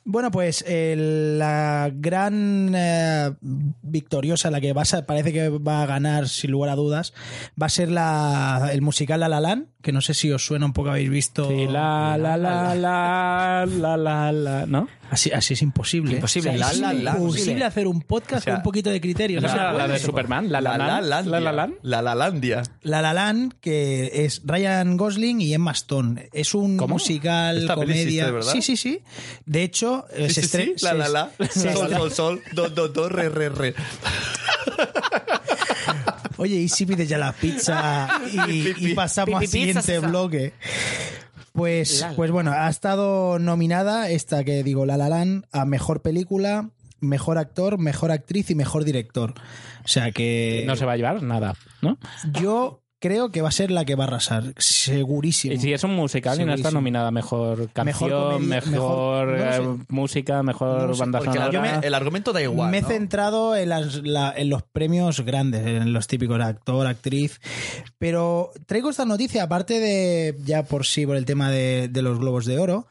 [SPEAKER 4] Bueno, pues eh, la gran eh, victoriosa, la que va a ser- parece que va a ganar sin lugar a dudas, va a ser la, el musical La La Land, que no sé si os suena un poco, habéis visto.
[SPEAKER 3] Sí, la, la, la, la, la, la, la, ¿no?
[SPEAKER 4] Así, así es imposible. ¿eh?
[SPEAKER 1] Imposible.
[SPEAKER 4] O sea, es
[SPEAKER 1] La La Land.
[SPEAKER 4] imposible hacer un podcast
[SPEAKER 2] O sea,
[SPEAKER 4] con un poquito de criterio.
[SPEAKER 3] ¿No
[SPEAKER 4] ¿no?
[SPEAKER 3] será la de Superman? La, la, la, la, la, la, la.
[SPEAKER 2] La La Landia.
[SPEAKER 4] La La Land, que es Ryan Gosling y Emma Stone. Es un
[SPEAKER 3] ¿Cómo?
[SPEAKER 4] musical,
[SPEAKER 2] Esta peli
[SPEAKER 4] comedia.
[SPEAKER 2] existe, ¿verdad?
[SPEAKER 4] Sí, sí, sí. De hecho, eh,
[SPEAKER 2] Sí,
[SPEAKER 4] se
[SPEAKER 2] sí,
[SPEAKER 4] estre-
[SPEAKER 2] sí, La
[SPEAKER 4] se-
[SPEAKER 2] La La.
[SPEAKER 4] se-
[SPEAKER 2] Sol, sol, sol. Do, do, do, re, re, re.
[SPEAKER 4] Oye, ¿y si pides ya la pizza y, y pasamos
[SPEAKER 1] Pi,
[SPEAKER 4] al
[SPEAKER 1] pi, pizza,
[SPEAKER 4] siguiente
[SPEAKER 1] sisa.
[SPEAKER 4] bloque? Pues,
[SPEAKER 1] La, la.
[SPEAKER 4] pues bueno, ha estado nominada esta que digo, La La Land, a mejor película, mejor actor, mejor actriz y mejor director. O sea que
[SPEAKER 3] No se va a llevar nada, ¿no?
[SPEAKER 4] yo creo que va a ser la que va a arrasar, segurísimo.
[SPEAKER 3] Y si es un musical y no está
[SPEAKER 4] Segurísimo.
[SPEAKER 3] nominada a mejor
[SPEAKER 4] Mejor
[SPEAKER 3] canción,
[SPEAKER 4] comedia,
[SPEAKER 3] mejor,
[SPEAKER 4] mejor- no
[SPEAKER 3] eh, música, mejor
[SPEAKER 4] No lo sé,
[SPEAKER 3] banda
[SPEAKER 2] Porque el
[SPEAKER 3] sonora.
[SPEAKER 2] argumento- el argumento da igual,
[SPEAKER 4] Me he
[SPEAKER 2] ¿no?
[SPEAKER 4] centrado en, las- la- en los premios grandes, en los típicos actor, actriz. Pero traigo esta noticia, aparte de ya por sí, por el tema de, de los globos de oro,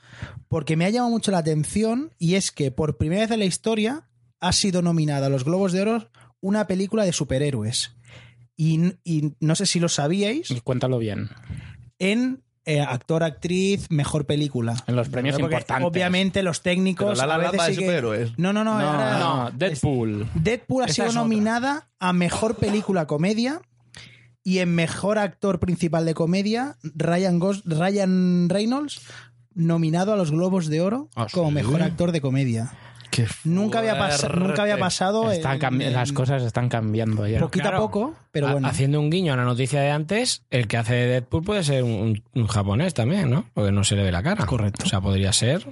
[SPEAKER 4] porque me ha llamado mucho la atención y es que por primera vez en la historia ha sido nominada a los globos de oro una película de superhéroes. Y, n- y no sé si lo sabíais,
[SPEAKER 3] Cuéntalo bien.
[SPEAKER 4] en eh, actor, actriz, mejor película.
[SPEAKER 3] En los premios
[SPEAKER 4] Porque
[SPEAKER 3] importantes.
[SPEAKER 4] Obviamente los
[SPEAKER 2] Pero
[SPEAKER 4] técnicos...
[SPEAKER 2] La La
[SPEAKER 4] a
[SPEAKER 2] Land
[SPEAKER 4] veces
[SPEAKER 2] va de
[SPEAKER 4] sí que-
[SPEAKER 2] superhéroes.
[SPEAKER 4] No, no, no.
[SPEAKER 3] No,
[SPEAKER 4] ahora-
[SPEAKER 3] no, Deadpool.
[SPEAKER 4] Deadpool ha
[SPEAKER 1] Esa
[SPEAKER 4] sido
[SPEAKER 1] es otra.
[SPEAKER 4] nominada a mejor película comedia y en mejor actor principal de comedia, Ryan, Gos- Ryan Reynolds, nominado a los Globos de Oro
[SPEAKER 1] Ah,
[SPEAKER 4] como
[SPEAKER 1] sí.
[SPEAKER 4] mejor actor de comedia.
[SPEAKER 2] Qué
[SPEAKER 4] Nunca había, pas-
[SPEAKER 2] fuerte.
[SPEAKER 4] nunca había pasado.
[SPEAKER 3] Está
[SPEAKER 4] en-
[SPEAKER 3] cambi-
[SPEAKER 4] en-
[SPEAKER 3] Las cosas están cambiando ya.
[SPEAKER 4] Poquito
[SPEAKER 1] Claro.
[SPEAKER 4] a poco, pero
[SPEAKER 1] Ha-
[SPEAKER 4] bueno.
[SPEAKER 1] Haciendo un guiño a la noticia de antes, el que hace de Deadpool puede ser un, un japonés también, ¿no? Porque no se le ve la cara.
[SPEAKER 4] Correcto.
[SPEAKER 1] O sea, podría ser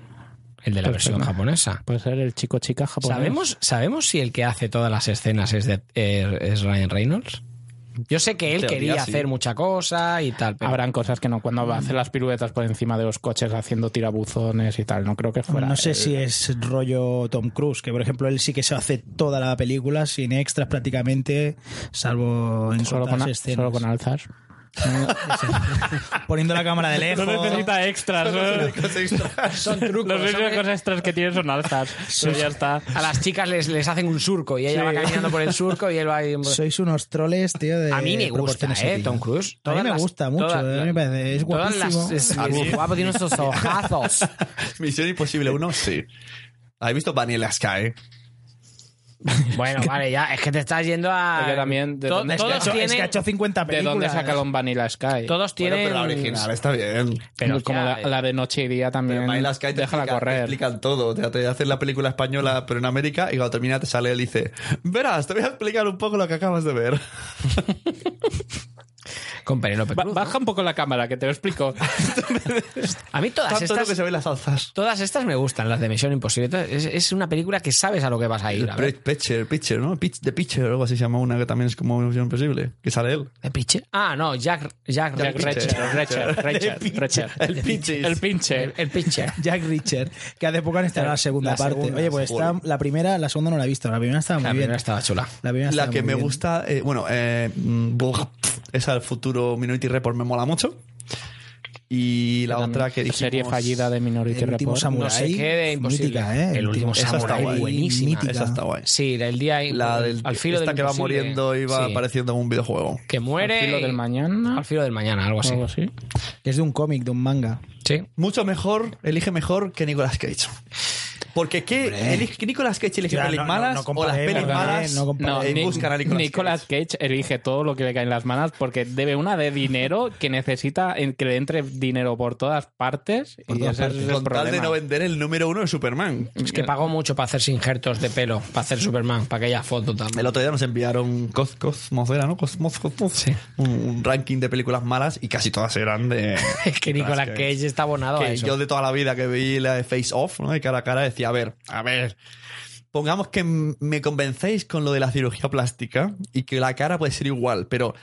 [SPEAKER 1] el de la
[SPEAKER 3] Perfecto.
[SPEAKER 1] versión japonesa.
[SPEAKER 3] Puede ser el chico chica japonés.
[SPEAKER 1] ¿Sabemos, ¿Sabemos si el que hace todas las escenas es, de, eh, es Ryan Reynolds? Yo sé que él
[SPEAKER 2] Teoría,
[SPEAKER 1] quería
[SPEAKER 2] sí.
[SPEAKER 1] hacer mucha cosa y tal, pero
[SPEAKER 3] Habrán cosas que no, cuando va a hacer las piruetas por encima de los coches haciendo tirabuzones y tal, no creo que fuera. eh.
[SPEAKER 4] no sé
[SPEAKER 3] él.
[SPEAKER 4] si es rollo Tom Cruise, que por ejemplo él sí que se hace toda la película sin extras prácticamente, salvo en
[SPEAKER 3] Solo con,
[SPEAKER 4] cortas
[SPEAKER 3] a-
[SPEAKER 4] escenas.
[SPEAKER 3] solo con alzas.
[SPEAKER 4] Poniendo la cámara de lejos.
[SPEAKER 3] extras. ¿eh?
[SPEAKER 1] son trucos.
[SPEAKER 3] Los
[SPEAKER 1] son-
[SPEAKER 3] únicos extras que tiene son alzas. Pero ya está.
[SPEAKER 1] A las chicas les, les hacen un surco y ella
[SPEAKER 3] Sí.
[SPEAKER 1] va caminando por el surco y él va... ahí-
[SPEAKER 4] Sois unos troles, tío. De
[SPEAKER 1] A mí me gusta,
[SPEAKER 4] proporciones
[SPEAKER 1] ¿eh?
[SPEAKER 4] épicas.
[SPEAKER 1] Tom Cruise.
[SPEAKER 4] A mí
[SPEAKER 1] Todas
[SPEAKER 4] me
[SPEAKER 1] las-
[SPEAKER 4] gusta mucho.
[SPEAKER 1] todas-
[SPEAKER 4] a mí me parece, es
[SPEAKER 1] todas
[SPEAKER 4] guapísimo.
[SPEAKER 1] las- es- es guapo, tiene esos ojazos.
[SPEAKER 2] Misión Imposible 1, sí. ¿Habéis visto Vanilla Sky?
[SPEAKER 1] Bueno, vale, ya, es que te estás yendo a.
[SPEAKER 3] Yo también, de
[SPEAKER 1] To-
[SPEAKER 3] dónde-
[SPEAKER 1] todos
[SPEAKER 3] es que- es
[SPEAKER 1] tienen.
[SPEAKER 4] Es que ha hecho 50
[SPEAKER 3] ¿De
[SPEAKER 4] películas.
[SPEAKER 3] dónde
[SPEAKER 2] ¿eh?
[SPEAKER 3] sacaron Vanilla Sky?
[SPEAKER 1] todos
[SPEAKER 2] Bueno,
[SPEAKER 1] tienen.
[SPEAKER 2] pero la original está bien.
[SPEAKER 1] Pero,
[SPEAKER 3] como
[SPEAKER 1] hostia,
[SPEAKER 3] la, la de noche y día también.
[SPEAKER 2] Pero Vanilla Sky te,
[SPEAKER 3] déjala
[SPEAKER 2] explica- te
[SPEAKER 3] correr.
[SPEAKER 2] explican todo. Te, te hacen la película española, pero en América, y cuando termina te sale él y dice: Verás, te voy a explicar un poco lo que acabas de ver.
[SPEAKER 1] Con Penélope
[SPEAKER 3] Ba-
[SPEAKER 1] Cruz.
[SPEAKER 3] baja un poco la cámara, que te lo explico.
[SPEAKER 1] A mí todas
[SPEAKER 2] Tanto es lo que se
[SPEAKER 1] estas.
[SPEAKER 2] ven las alzas.
[SPEAKER 1] Todas estas me gustan, las de Misión Imposible. Todas- Es, es una película que sabes a lo que vas a ir.
[SPEAKER 2] El
[SPEAKER 1] a ver.
[SPEAKER 2] pre- Pitcher, Pitcher, ¿no? Pitch, the Pitcher, algo así se llama una que también es como Misión Imposible. Que sale él.
[SPEAKER 1] ¿De pinche? Ah, no, Jack. Jack,
[SPEAKER 3] Jack Recher, Recher, Recher, Recher.
[SPEAKER 2] El Pitcher.
[SPEAKER 3] El pinche.
[SPEAKER 1] El pinche.
[SPEAKER 4] Jack Richard, que hace poco han estrenado la segunda
[SPEAKER 2] La
[SPEAKER 4] parte.
[SPEAKER 2] segunda,
[SPEAKER 4] Oye, pues
[SPEAKER 2] sí.
[SPEAKER 4] está, la primera, la segunda no la he visto. La primera estaba muy
[SPEAKER 1] La
[SPEAKER 4] bien.
[SPEAKER 1] primera estaba chula.
[SPEAKER 4] La, primera
[SPEAKER 2] La
[SPEAKER 4] estaba
[SPEAKER 2] que
[SPEAKER 4] muy
[SPEAKER 2] me
[SPEAKER 4] bien.
[SPEAKER 2] gusta, eh, bueno, eh, mm, buah, esa el futuro Minority Report me mola mucho. Y la
[SPEAKER 3] También
[SPEAKER 2] otra que dijimos...
[SPEAKER 3] serie fallida de Minority
[SPEAKER 2] El último
[SPEAKER 3] Report.
[SPEAKER 2] samurái,
[SPEAKER 1] No sé qué de imposible.
[SPEAKER 2] mítica, ¿eh?
[SPEAKER 1] El último
[SPEAKER 2] Esa está
[SPEAKER 1] samurái
[SPEAKER 2] guay.
[SPEAKER 1] buenísima.
[SPEAKER 2] Mítica. Ah, Esa está guay.
[SPEAKER 1] Sí, el día
[SPEAKER 2] La del,
[SPEAKER 1] al filo
[SPEAKER 2] esta
[SPEAKER 1] del
[SPEAKER 2] que va
[SPEAKER 1] imposible.
[SPEAKER 2] muriendo y va
[SPEAKER 1] Sí.
[SPEAKER 2] apareciendo en un videojuego.
[SPEAKER 1] que muere
[SPEAKER 3] Al filo del
[SPEAKER 1] mañana al filo del mañana algo así,
[SPEAKER 3] Algo así.
[SPEAKER 4] Es de un cómic, de un manga.
[SPEAKER 1] sí
[SPEAKER 2] Mucho mejor, elige mejor que Nicolas Cage. Porque ¿qué? Elige- ¿Nicolas Cage elige
[SPEAKER 4] Ya,
[SPEAKER 2] pelis
[SPEAKER 4] no, no,
[SPEAKER 2] malas
[SPEAKER 4] no
[SPEAKER 2] o las
[SPEAKER 4] comparemos,
[SPEAKER 2] pelis
[SPEAKER 4] ¿eh?
[SPEAKER 2] malas
[SPEAKER 4] No comparemos.
[SPEAKER 2] eh,
[SPEAKER 3] Ni-
[SPEAKER 2] buscan a Nicolas,
[SPEAKER 3] Nicolas Cage elige todo lo que le cae en las manos porque debe una de dinero que necesita en- que le entre dinero por todas partes
[SPEAKER 2] Cage?
[SPEAKER 3] y ese es el
[SPEAKER 2] Con tal de
[SPEAKER 3] problema.
[SPEAKER 2] no vender el número uno de Superman.
[SPEAKER 1] es que pagó mucho para hacerse injertos de pelo para hacer Superman para aquella foto también
[SPEAKER 2] El otro día nos enviaron Cos, Cosmos, era, ¿no? Cosmos, Cosmos. Un, un ranking de películas malas y casi todas eran de.
[SPEAKER 1] es que Nicolas Cage está abonado a
[SPEAKER 2] eh. que
[SPEAKER 1] eso
[SPEAKER 2] yo de toda la vida que vi la de Face Off, ¿no? De cara a cara, decía, a ver, a ver. Pongamos que m- me convencéis con lo de la cirugía plástica y que la cara puede ser igual, pero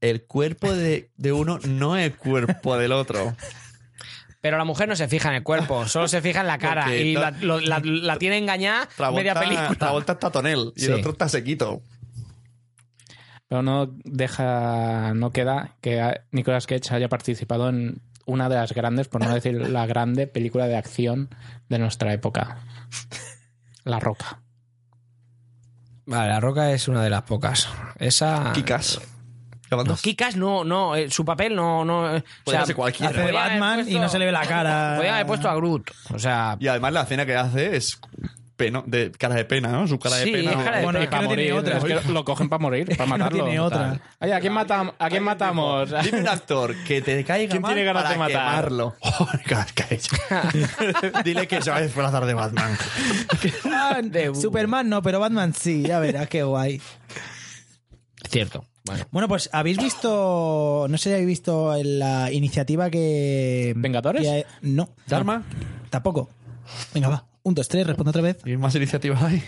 [SPEAKER 2] el cuerpo de, de uno no es el cuerpo del otro.
[SPEAKER 1] Pero la mujer no se fija en el cuerpo, solo se fija en la cara.
[SPEAKER 2] Porque
[SPEAKER 1] Y
[SPEAKER 2] to-
[SPEAKER 1] la, lo- la- la tiene engañada media película.
[SPEAKER 2] Travolta está tonel y
[SPEAKER 1] Sí.
[SPEAKER 2] el otro está sequito.
[SPEAKER 3] Pero no deja, no queda que a- Nicolas Cage haya participado en una de las grandes, por no decir la grande película de acción de nuestra época. La Roca.
[SPEAKER 1] Vale, La Roca es una de las pocas. Esa.
[SPEAKER 2] Kikas.
[SPEAKER 1] Ah, No, Kikas no, no, eh, su papel no. no eh, o
[SPEAKER 2] Podría
[SPEAKER 1] sea,
[SPEAKER 2] ser cualquiera.
[SPEAKER 4] Hace de
[SPEAKER 1] podían haber
[SPEAKER 4] Batman y
[SPEAKER 1] puesto-
[SPEAKER 4] no se le ve la cara.
[SPEAKER 1] Podrían haber puesto a Groot. O sea.
[SPEAKER 2] Y además la escena que hace es pena, de cara de pena, ¿no? Su cara de
[SPEAKER 1] Sí,
[SPEAKER 2] pena.
[SPEAKER 1] es cara de
[SPEAKER 4] Bueno,
[SPEAKER 1] pena.
[SPEAKER 4] es que no tiene otra.
[SPEAKER 3] Es que lo cogen para morir, para
[SPEAKER 4] no
[SPEAKER 3] matarlo.
[SPEAKER 4] tiene otra.
[SPEAKER 3] tal. Oye, ¿a quién, matam- a quién matamos?
[SPEAKER 2] Dime un actor que te caiga
[SPEAKER 3] ¿Quién
[SPEAKER 2] mal
[SPEAKER 3] tiene ganas
[SPEAKER 2] para
[SPEAKER 3] de matar?
[SPEAKER 2] quemarlo. Oh, Nicolas Cage. Dile que se va a disfrazar de Batman.
[SPEAKER 1] de-
[SPEAKER 4] Superman no, pero Batman sí, ya verás qué guay.
[SPEAKER 1] Cierto. Bueno.
[SPEAKER 4] Bueno, pues habéis visto, no sé si habéis visto la iniciativa que...
[SPEAKER 3] ¿Vengadores?
[SPEAKER 4] que- no.
[SPEAKER 2] ¿Dharma?
[SPEAKER 4] Tampoco. Venga, va. Un, dos, tres, responde otra vez.
[SPEAKER 2] ¿Y más iniciativas hay?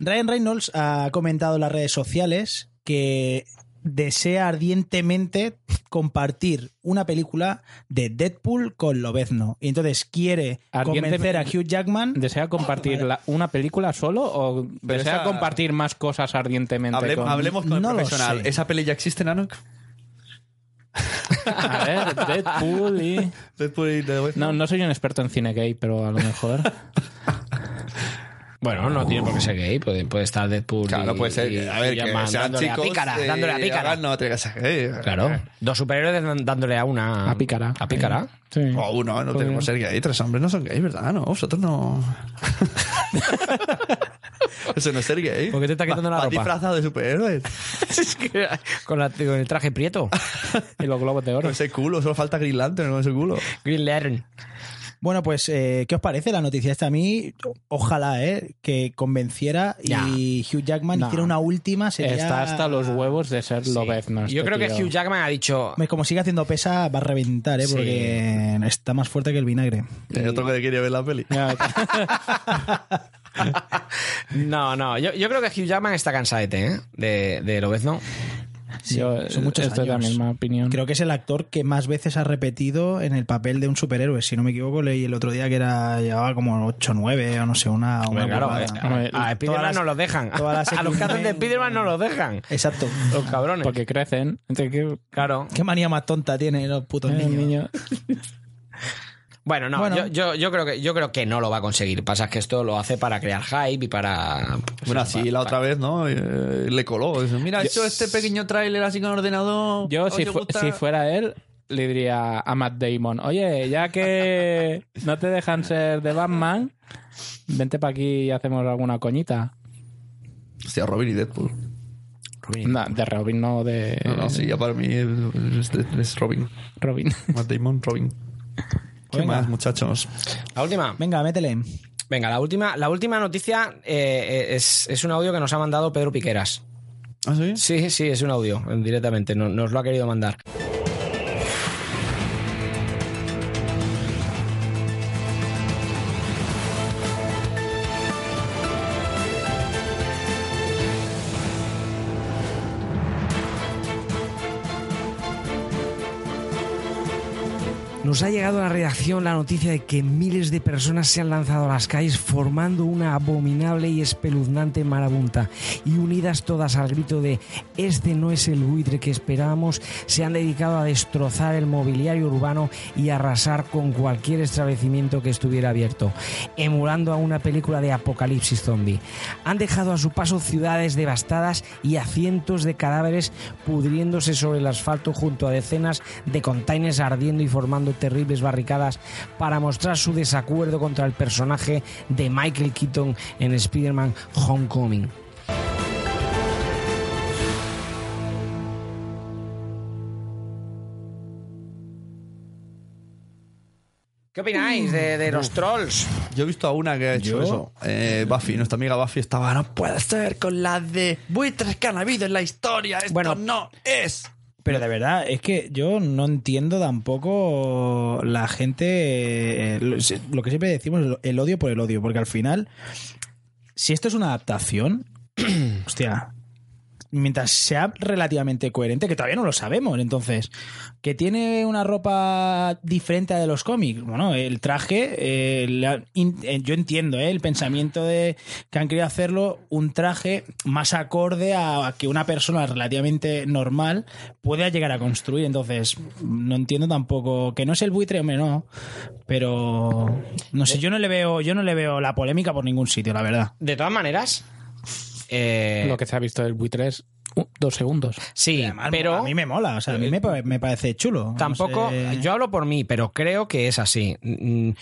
[SPEAKER 4] Ryan Reynolds ha comentado en las redes sociales que desea ardientemente compartir una película de Deadpool con Lobezno. Y entonces quiere convencer a
[SPEAKER 3] Ardientemente.
[SPEAKER 4] Hugh Jackman.
[SPEAKER 3] ¿Desea compartir la- una película solo o desea
[SPEAKER 2] esa-
[SPEAKER 3] compartir más cosas ardientemente?
[SPEAKER 2] Hable-
[SPEAKER 3] con-
[SPEAKER 2] hablemos con
[SPEAKER 4] No
[SPEAKER 2] el
[SPEAKER 4] lo
[SPEAKER 2] profesional.
[SPEAKER 4] sé.
[SPEAKER 2] ¿Esa peli ya existe, Nanok?
[SPEAKER 3] A ver, Deadpool y...
[SPEAKER 2] Deadpool y The Voice.
[SPEAKER 3] No, no soy un experto en cine gay, pero a lo mejor...
[SPEAKER 1] Bueno, no tiene por qué ser gay, puede, puede estar Deadpool.
[SPEAKER 2] Claro,
[SPEAKER 1] y-
[SPEAKER 2] puede ser. A ver,
[SPEAKER 1] y
[SPEAKER 2] que
[SPEAKER 1] Batman
[SPEAKER 2] sean
[SPEAKER 1] dándole
[SPEAKER 2] chicos.
[SPEAKER 1] a pícara,
[SPEAKER 2] eh,
[SPEAKER 1] dándole a pícara.
[SPEAKER 2] hagan- No, tiene que ser. eh,
[SPEAKER 1] Claro, dos superhéroes dan- dándole a una.
[SPEAKER 3] A pícara.
[SPEAKER 1] A pícara.
[SPEAKER 3] Sí.
[SPEAKER 2] O uno, ¿eh? no tenemos que ser gay. Tres hombres no son gay, ¿verdad? No, vosotros no. Eso no es ser gay.
[SPEAKER 1] ¿Por qué te está quitando la
[SPEAKER 2] Va- va
[SPEAKER 1] ropa?
[SPEAKER 2] disfrazado de superhéroes.
[SPEAKER 1] Es que- con, la- con el traje prieto.
[SPEAKER 3] Y los globos de oro.
[SPEAKER 2] Con ese culo, solo falta Green Lantern con ese culo.
[SPEAKER 1] Green Lantern.
[SPEAKER 4] Bueno, pues, eh, ¿qué os parece la noticia esta? A mí, ojalá, ¿eh? Que convenciera y Hugh Jackman
[SPEAKER 3] No.
[SPEAKER 4] hiciera una última. Sería...
[SPEAKER 3] Está hasta los huevos de ser
[SPEAKER 1] Sí.
[SPEAKER 3] Lobezno.
[SPEAKER 1] Yo
[SPEAKER 3] este
[SPEAKER 1] creo que
[SPEAKER 3] tío.
[SPEAKER 1] Hugh Jackman ha dicho.
[SPEAKER 4] Hombre, Como sigue haciendo pesa, va a reventar, ¿eh?
[SPEAKER 1] Sí.
[SPEAKER 4] Porque está más fuerte que el vinagre.
[SPEAKER 2] Hay otro que quiere ver la peli.
[SPEAKER 3] Ya,
[SPEAKER 1] No, no, yo, yo creo que Hugh Jackman está cansadete, ¿eh? De, de Lobezno.
[SPEAKER 3] yo-
[SPEAKER 4] son muchos
[SPEAKER 3] esto es la
[SPEAKER 4] años.
[SPEAKER 3] misma opinión.
[SPEAKER 4] Creo que es el actor que más veces ha repetido en el papel de un superhéroe. Si no me equivoco, leí el otro día que era llevaba como 8 o 9 o no sé, una, una
[SPEAKER 1] Hombre, claro,
[SPEAKER 4] burrada.
[SPEAKER 1] eh, a, a Spiderman
[SPEAKER 4] Todas las-
[SPEAKER 1] no los dejan.
[SPEAKER 4] todas las
[SPEAKER 1] A los que hacen de
[SPEAKER 4] X-Men.
[SPEAKER 1] Spiderman no los dejan.
[SPEAKER 4] Exacto.
[SPEAKER 1] Los cabrones.
[SPEAKER 3] Porque crecen. Entonces, ¿qué-
[SPEAKER 1] Claro.
[SPEAKER 4] Qué manía más tonta tienen los putos
[SPEAKER 3] eh,
[SPEAKER 4] niños.
[SPEAKER 3] niño?
[SPEAKER 1] Bueno, no,
[SPEAKER 4] Bueno.
[SPEAKER 1] Yo, yo, yo creo que, yo creo que no lo va a conseguir. Pasa que esto lo hace para crear hype y para.
[SPEAKER 2] Bueno, así la otra vez, ¿no? Eh, le coló. Dice, Mira, he hecho este pequeño tráiler así con ordenador.
[SPEAKER 3] Yo,
[SPEAKER 2] ¿Os
[SPEAKER 3] si, fu-
[SPEAKER 2] gusta?"
[SPEAKER 3] si fuera él, le diría a Matt Damon, oye, ya que no te dejan ser de Batman, vente para aquí y hacemos alguna coñita.
[SPEAKER 2] Hostia, Robin y Deadpool.
[SPEAKER 3] No, de Robin, no de
[SPEAKER 2] No, no, sí, ya para mí es, es Robin.
[SPEAKER 3] Robin.
[SPEAKER 2] Matt Damon, Robin. ¿Qué
[SPEAKER 4] Venga.
[SPEAKER 2] más, muchachos?
[SPEAKER 1] La última.
[SPEAKER 4] Venga, métele.
[SPEAKER 1] Venga, la última, la última noticia eh, eh, es, es un audio que nos ha mandado Pedro Piqueras.
[SPEAKER 2] ¿Ah, sí?
[SPEAKER 1] Sí, sí, es un audio eh, directamente. no- nos lo ha querido mandar.
[SPEAKER 12] Nos ha llegado a la redacción la noticia de que miles de personas se han lanzado a las calles formando una abominable y espeluznante marabunta y unidas todas al grito de este no es el buitre que esperábamos, se han dedicado a destrozar el mobiliario urbano y arrasar con cualquier establecimiento que estuviera abierto, emulando a una película de apocalipsis zombie. Han dejado a su paso ciudades devastadas y a cientos de cadáveres pudriéndose sobre el asfalto junto a decenas de containers ardiendo y formando terribles barricadas para mostrar su desacuerdo contra el personaje de Michael Keaton en Spider-Man Homecoming.
[SPEAKER 1] ¿Qué opináis de, de los trolls?
[SPEAKER 2] Yo he visto a una que ha hecho
[SPEAKER 1] ¿Yo?
[SPEAKER 2] eso. Eh, Buffy, nuestra amiga Buffy estaba, no puede ser con la de buitres que han habido en la historia. Esto bueno, no es.
[SPEAKER 4] Pero de verdad, es que yo no entiendo tampoco la gente, eh, lo lo que siempre decimos, el- el odio por el odio, porque al final, si esto es una adaptación, hostia, mientras sea relativamente coherente, que todavía no lo sabemos, entonces, que tiene una ropa diferente a de los cómics, bueno, el traje, eh, la- in- eh, yo entiendo eh, el pensamiento de que han querido hacerlo un traje más acorde a, a que una persona relativamente normal pueda llegar a construir, entonces, no entiendo tampoco, que no es el buitre, hombre, no, pero, no sé, yo no le veo, yo no le veo la polémica por ningún sitio, la verdad.
[SPEAKER 1] De todas maneras, eh,
[SPEAKER 3] Lo que se ha visto del buitre es uh, dos segundos.
[SPEAKER 1] Sí,
[SPEAKER 4] pero. Ah, Eh, A mí me mola, o sea, a mí me, pa- me parece chulo.
[SPEAKER 1] Tampoco, yo hablo por mí, pero creo que es así. Mm,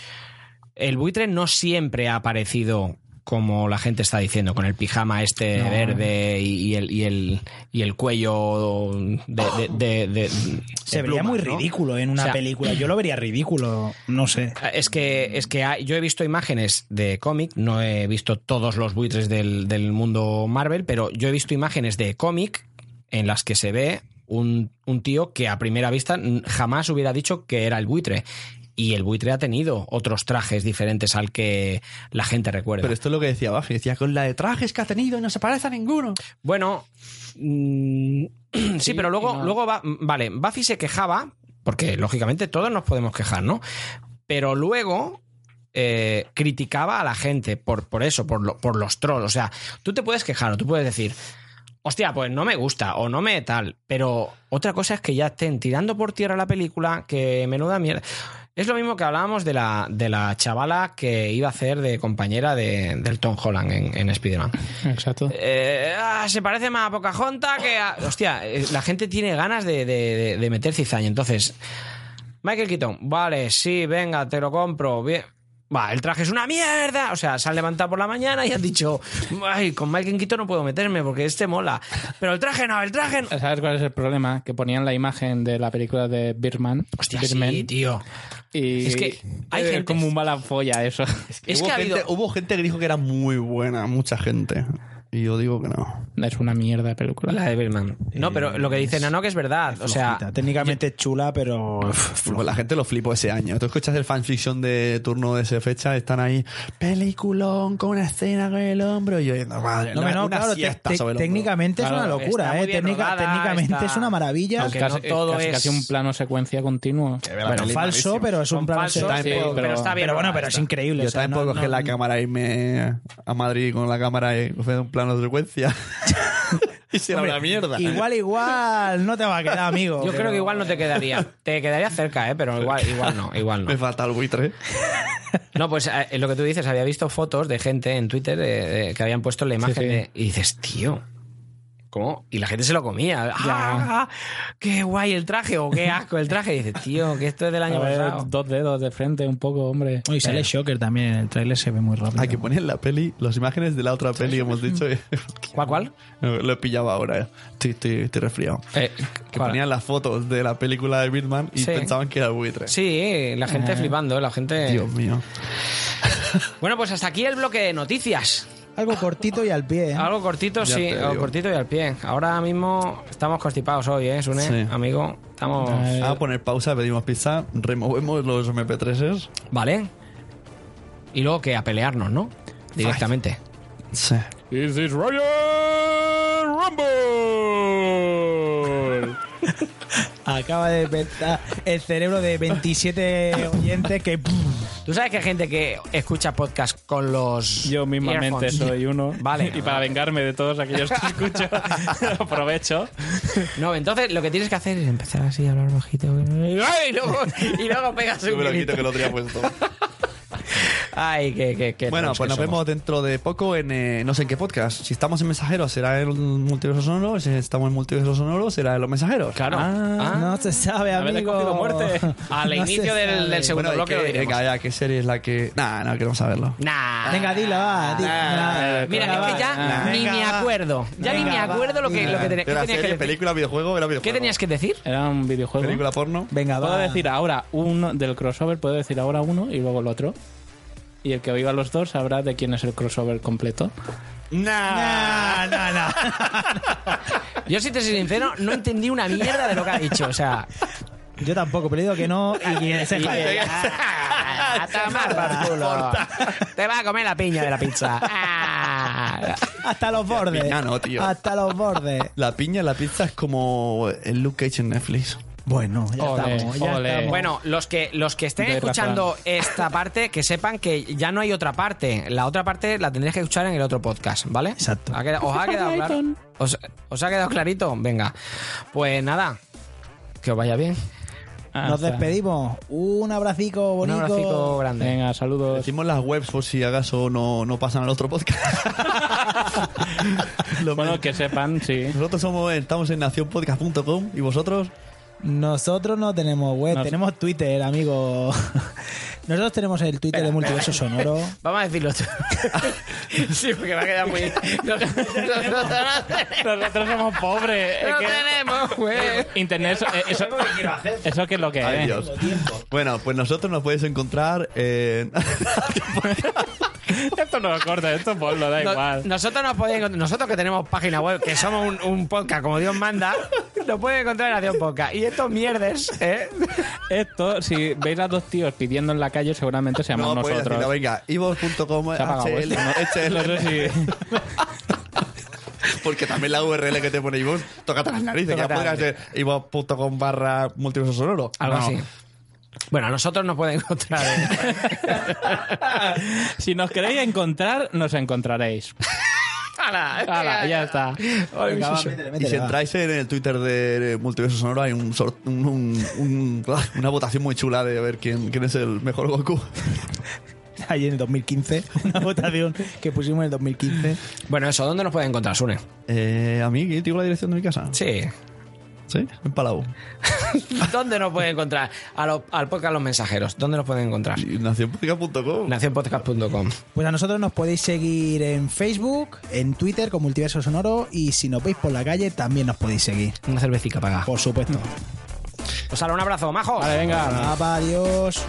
[SPEAKER 1] El buitre no siempre ha aparecido como la gente está diciendo, con el pijama este
[SPEAKER 3] No.
[SPEAKER 1] verde y, y el, y, el, y el cuello de... de- de- de-
[SPEAKER 4] Se
[SPEAKER 1] de
[SPEAKER 4] vería
[SPEAKER 1] plumas,
[SPEAKER 4] muy
[SPEAKER 1] ¿no?
[SPEAKER 4] ridículo en una
[SPEAKER 1] O sea,
[SPEAKER 4] película. Yo lo vería ridículo, no sé.
[SPEAKER 1] Ah, Es que, es que hay- yo he visto imágenes de cómic, no he visto todos los buitres del, del mundo Marvel, pero yo he visto imágenes de cómic en las que se ve un, un tío que a primera vista n- jamás hubiera dicho que era el buitre. Y el buitre ha tenido otros trajes diferentes al que la gente recuerda.
[SPEAKER 2] Pero esto es lo que decía Buffy. Decía, con la de trajes que ha tenido y no se parece a ninguno.
[SPEAKER 1] Bueno, mm, sí, pero luego, luego va, vale, Buffy se quejaba, porque lógicamente todos nos podemos quejar, ¿no? Pero luego eh, criticaba a la gente por, por eso, por, lo- por los trolls. O sea, tú te puedes quejar o tú puedes decir, hostia, pues no me gusta o no me tal, pero otra cosa es que ya estén tirando por tierra la película, que menuda mierda. Es lo mismo que hablábamos de la, de la chavala que iba a hacer de compañera de- del Tom Holland en, en Spider-Man.
[SPEAKER 3] Exacto.
[SPEAKER 1] Eh, ah, se parece más a Pocahontas que a... Hostia, eh, la gente tiene ganas de, de- de- de meter cizaña. Entonces, Michael Keaton, vale, sí, venga, te lo compro. Bien. Va, el traje es una mierda. O sea, se han levantado por la mañana y han dicho, ay, con Michael Keaton no puedo meterme porque este mola. Pero el traje no, el traje no.
[SPEAKER 4] Eh,
[SPEAKER 3] Eh, ¿Sabes cuál es el problema? Que ponían la imagen de la película de Birdman.
[SPEAKER 1] Hostia,
[SPEAKER 3] Birdman,
[SPEAKER 1] sí, tío.
[SPEAKER 3] Y
[SPEAKER 1] Es que hay
[SPEAKER 3] era
[SPEAKER 1] gente-
[SPEAKER 3] como un mala folla eso.
[SPEAKER 2] hubo, gente, hubo gente que dijo que era muy buena, mucha gente. Y yo digo que no.
[SPEAKER 3] Es una mierda de película.
[SPEAKER 1] La de Birdman. No, pero lo que dice Nano que es verdad. O sea,
[SPEAKER 4] técnicamente chula, pero.
[SPEAKER 2] Pues la gente lo flipó ese año. Tú escuchas el fanfiction de turno de esa fecha, están ahí. Peliculón con una escena con el hombro. Y yo diciendo, madre,
[SPEAKER 4] No,
[SPEAKER 2] una-
[SPEAKER 4] no,
[SPEAKER 2] una
[SPEAKER 4] claro, te-
[SPEAKER 2] siesta
[SPEAKER 4] te-
[SPEAKER 2] sobre el hombro.
[SPEAKER 4] técnicamente es una
[SPEAKER 3] Claro,
[SPEAKER 1] está
[SPEAKER 4] locura,
[SPEAKER 1] muy
[SPEAKER 4] ¿eh?
[SPEAKER 1] bien
[SPEAKER 4] Técnica-
[SPEAKER 1] rodada,
[SPEAKER 4] técnicamente
[SPEAKER 1] está-
[SPEAKER 4] es una maravilla.
[SPEAKER 1] Aunque
[SPEAKER 3] casi, eh,
[SPEAKER 1] no todo
[SPEAKER 3] casi,
[SPEAKER 1] es-
[SPEAKER 3] casi un plano secuencia continuo.
[SPEAKER 4] Bueno, falso, pero es un plano
[SPEAKER 1] falsos,
[SPEAKER 4] secuencia.
[SPEAKER 1] sí, pero- pero está bien
[SPEAKER 4] Pero bueno,
[SPEAKER 1] rodada,
[SPEAKER 4] pero es
[SPEAKER 1] está.
[SPEAKER 4] increíble.
[SPEAKER 2] Yo
[SPEAKER 4] o sea,
[SPEAKER 2] también
[SPEAKER 4] no-
[SPEAKER 2] puedo coger
[SPEAKER 4] no-
[SPEAKER 2] la cámara y me a Madrid con la cámara y coger un plano de secuencia. y será
[SPEAKER 4] Hombre,
[SPEAKER 2] una mierda.
[SPEAKER 4] Igual, igual, no te va a quedar, amigo.
[SPEAKER 1] yo creo que igual no te quedaría. Te quedaría cerca, ¿eh? pero igual, igual no, igual no.
[SPEAKER 2] Me falta el buitre.
[SPEAKER 1] No, pues eh, lo que tú dices, había visto fotos de gente en Twitter eh, eh, que habían puesto la imagen
[SPEAKER 3] sí.
[SPEAKER 1] de- y dices, tío, ¿cómo? Y la gente se lo comía. ¡Ah, ¡Qué guay el traje! o qué asco el traje. Y dices, tío, que esto es del
[SPEAKER 3] A
[SPEAKER 1] año
[SPEAKER 3] ver,
[SPEAKER 1] pasado.
[SPEAKER 3] dos dedos de frente, un poco, hombre. Eh,
[SPEAKER 4] Uy, sale Shocker también en el tráiler, se ve muy rápido.
[SPEAKER 2] Hay que poner en la peli, las imágenes de la otra peli que hemos dicho.
[SPEAKER 1] ¿Cuál, cuál?
[SPEAKER 2] Lo he pillado ahora. eh. Estoy, estoy- estoy resfriado.
[SPEAKER 1] Eh,
[SPEAKER 2] Que
[SPEAKER 1] ¿cuál?
[SPEAKER 2] ponían las fotos de la película de Birdman y
[SPEAKER 1] Sí.
[SPEAKER 2] pensaban que era el buitre.
[SPEAKER 1] Sí, la gente
[SPEAKER 2] Eh.
[SPEAKER 1] flipando, la gente...
[SPEAKER 2] Dios mío.
[SPEAKER 1] Bueno, pues hasta aquí el bloque de noticias.
[SPEAKER 4] Algo cortito y al pie. ¿eh?
[SPEAKER 1] Algo cortito,
[SPEAKER 4] Ya
[SPEAKER 1] sí,
[SPEAKER 4] te
[SPEAKER 1] algo
[SPEAKER 4] digo.
[SPEAKER 1] cortito y al pie. Ahora mismo estamos constipados hoy, ¿eh, Sune?
[SPEAKER 2] Sí.
[SPEAKER 1] Amigo, estamos...
[SPEAKER 2] A Ah, poner pausa, pedimos pizza, removemos los MP3s.
[SPEAKER 1] Vale. Y luego que a pelearnos, ¿no? Directamente.
[SPEAKER 2] Sí.
[SPEAKER 11] This is Royal Rumble.
[SPEAKER 4] Ah, acaba de inventar el cerebro de 27 oyentes que.
[SPEAKER 1] Tú sabes que hay gente que escucha podcast con los.
[SPEAKER 3] Yo mismamente
[SPEAKER 1] earphones?
[SPEAKER 3] soy uno.
[SPEAKER 1] Vale.
[SPEAKER 3] Y para vengarme de todos aquellos que escucho, aprovecho.
[SPEAKER 1] No, entonces lo que tienes que hacer es empezar así a hablar bajito. Y luego, y luego pegas un
[SPEAKER 2] Yo me lo quito
[SPEAKER 1] grito.
[SPEAKER 2] que lo tenía puesto.
[SPEAKER 1] Ay, que, que, que
[SPEAKER 2] Bueno,
[SPEAKER 1] tontos
[SPEAKER 2] pues nos
[SPEAKER 1] que somos.
[SPEAKER 2] vemos dentro de poco en eh, no sé en qué podcast. Si estamos en Mensajeros, será en Multiverso Sonoro. Si estamos en Multiverso Sonoro, será en Los Mensajeros.
[SPEAKER 1] Claro.
[SPEAKER 4] Ah, No se sabe,
[SPEAKER 1] Haber escogido
[SPEAKER 4] amigo.
[SPEAKER 1] muerte. Al
[SPEAKER 4] No se
[SPEAKER 1] inicio del-
[SPEAKER 4] sabe.
[SPEAKER 1] del segundo bloque lo diremos.
[SPEAKER 2] Venga, ya, ¿qué serie es la que...? Nah, no queremos saberlo.
[SPEAKER 1] Nah.
[SPEAKER 4] Venga, dila, va. di- nah.
[SPEAKER 1] Mira,
[SPEAKER 4] Venga,
[SPEAKER 1] es que
[SPEAKER 4] va,
[SPEAKER 1] ya
[SPEAKER 4] nah.
[SPEAKER 1] ni
[SPEAKER 4] Venga,
[SPEAKER 1] me
[SPEAKER 4] va.
[SPEAKER 1] acuerdo. Ya ni
[SPEAKER 4] Venga,
[SPEAKER 1] me
[SPEAKER 4] va.
[SPEAKER 1] acuerdo lo que, lo que tenía- ¿qué
[SPEAKER 2] Era
[SPEAKER 1] tenías que
[SPEAKER 2] serie,
[SPEAKER 1] decir.
[SPEAKER 2] película, videojuego, era videojuego.
[SPEAKER 1] ¿Qué tenías que decir?
[SPEAKER 3] Era un videojuego.
[SPEAKER 2] Película porno.
[SPEAKER 4] Venga,
[SPEAKER 3] Puedo
[SPEAKER 4] va.
[SPEAKER 3] decir ahora uno del crossover, puedo decir ahora uno y luego el otro. Y el que oiga los dos sabrá de quién es el crossover completo.
[SPEAKER 4] Nah, nah, nah.
[SPEAKER 1] Yo, si te soy sincero, no entendí una mierda de lo que ha dicho. O sea,
[SPEAKER 4] Yo tampoco, pero digo que no. Y y se jode.
[SPEAKER 1] a tomar por culo. Te va a comer la piña de la pizza. Ah.
[SPEAKER 4] Hasta los bordes.
[SPEAKER 2] piña no, tío.
[SPEAKER 4] Hasta los bordes.
[SPEAKER 2] La piña en la pizza es como el Luke Cage en Netflix.
[SPEAKER 4] Bueno, ya
[SPEAKER 3] Ole,
[SPEAKER 4] estamos. Ya
[SPEAKER 3] ole.
[SPEAKER 4] estamos.
[SPEAKER 1] Bueno, los que, los que estén
[SPEAKER 3] De
[SPEAKER 1] escuchando esta parte, que sepan que ya no hay otra parte. La otra parte la tendréis que escuchar en el otro podcast, ¿vale?
[SPEAKER 4] Exacto.
[SPEAKER 1] Ha quedado- ¿Os ha quedado claro? ¿Os, os ha quedado clarito? Venga. Pues nada, que os vaya bien.
[SPEAKER 4] Nos
[SPEAKER 3] Hasta-
[SPEAKER 4] despedimos. Un abracico bonito.
[SPEAKER 1] Un abrazo grande.
[SPEAKER 3] Venga, saludos.
[SPEAKER 2] Decimos las webs por si acaso no, no pasan al otro podcast. Lo
[SPEAKER 3] Bueno,
[SPEAKER 2] mismo.
[SPEAKER 3] que sepan, sí.
[SPEAKER 2] Nosotros somos, estamos en nacionpodcast.com y vosotros...
[SPEAKER 4] Nosotros no tenemos web,
[SPEAKER 3] Nos-
[SPEAKER 4] tenemos Twitter, amigo. Nosotros tenemos el Twitter de Multiverso Sonoro.
[SPEAKER 1] Vamos a decirlo. sí, porque va a quedar muy.
[SPEAKER 3] Nosotros somos pobres. es que
[SPEAKER 1] tenemos,
[SPEAKER 3] Internet, eso, eh, eso, eso que es lo que
[SPEAKER 2] Ay,
[SPEAKER 3] es.
[SPEAKER 2] Dios. Eh. Bueno, pues nosotros nos podéis encontrar en...
[SPEAKER 3] Esto no lo corta, esto ponlo, da igual.
[SPEAKER 1] Nosotros nos podéis encont- nosotros que tenemos página web, que somos un, un podcast como Dios manda, nos pueden encontrar en Nación Podcast. Y estos mierdes, ¿eh?
[SPEAKER 3] Esto, si veis a dos tíos pidiendo en la calle, seguramente seamos
[SPEAKER 2] No, pues
[SPEAKER 3] nosotros.
[SPEAKER 2] decirlo, venga, ivos.com,
[SPEAKER 3] Se ha apagado
[SPEAKER 2] HL,
[SPEAKER 3] esto, No
[SPEAKER 2] HL,
[SPEAKER 3] sé si...
[SPEAKER 2] porque también la URL que te pone ivos, tócate las narices, ya
[SPEAKER 1] Tócate
[SPEAKER 2] podría
[SPEAKER 1] las
[SPEAKER 2] ser ivos.com barra multiverso sonoro.
[SPEAKER 1] Algo
[SPEAKER 2] No.
[SPEAKER 1] así. Bueno, a nosotros nos pueden encontrar. ¿eh? en-
[SPEAKER 3] si nos queréis encontrar, nos encontraréis.
[SPEAKER 1] ¡Hala!
[SPEAKER 3] Hala, ya está.
[SPEAKER 4] Venga, va, métele,
[SPEAKER 2] Y si
[SPEAKER 4] métele, va.
[SPEAKER 2] entráis en el Twitter de Multiverso Sonoro hay un, sort- un- un- un- una votación muy chula de ver quién, quién es el mejor Goku.
[SPEAKER 4] Ahí en el 2015, una votación que pusimos en el 2015.
[SPEAKER 1] Bueno, eso, ¿dónde nos pueden encontrar, Sune?
[SPEAKER 2] Eh, a mí, que digo la dirección de mi casa.
[SPEAKER 1] Sí.
[SPEAKER 2] ¿Sí? En Palau.
[SPEAKER 1] ¿Dónde nos pueden encontrar? A lo- al podcast Los Mensajeros. ¿Dónde nos pueden encontrar?
[SPEAKER 2] Y nacionpública.com.
[SPEAKER 1] Nacionpodcast.com.
[SPEAKER 4] Pues a nosotros nos podéis seguir en Facebook, en Twitter con Multiverso Sonoro y si nos veis por la calle también nos podéis seguir.
[SPEAKER 1] Una cervecita paga.
[SPEAKER 4] Por supuesto.
[SPEAKER 1] Os sale un abrazo, majo.
[SPEAKER 3] Vale, venga.
[SPEAKER 4] Apa, adiós.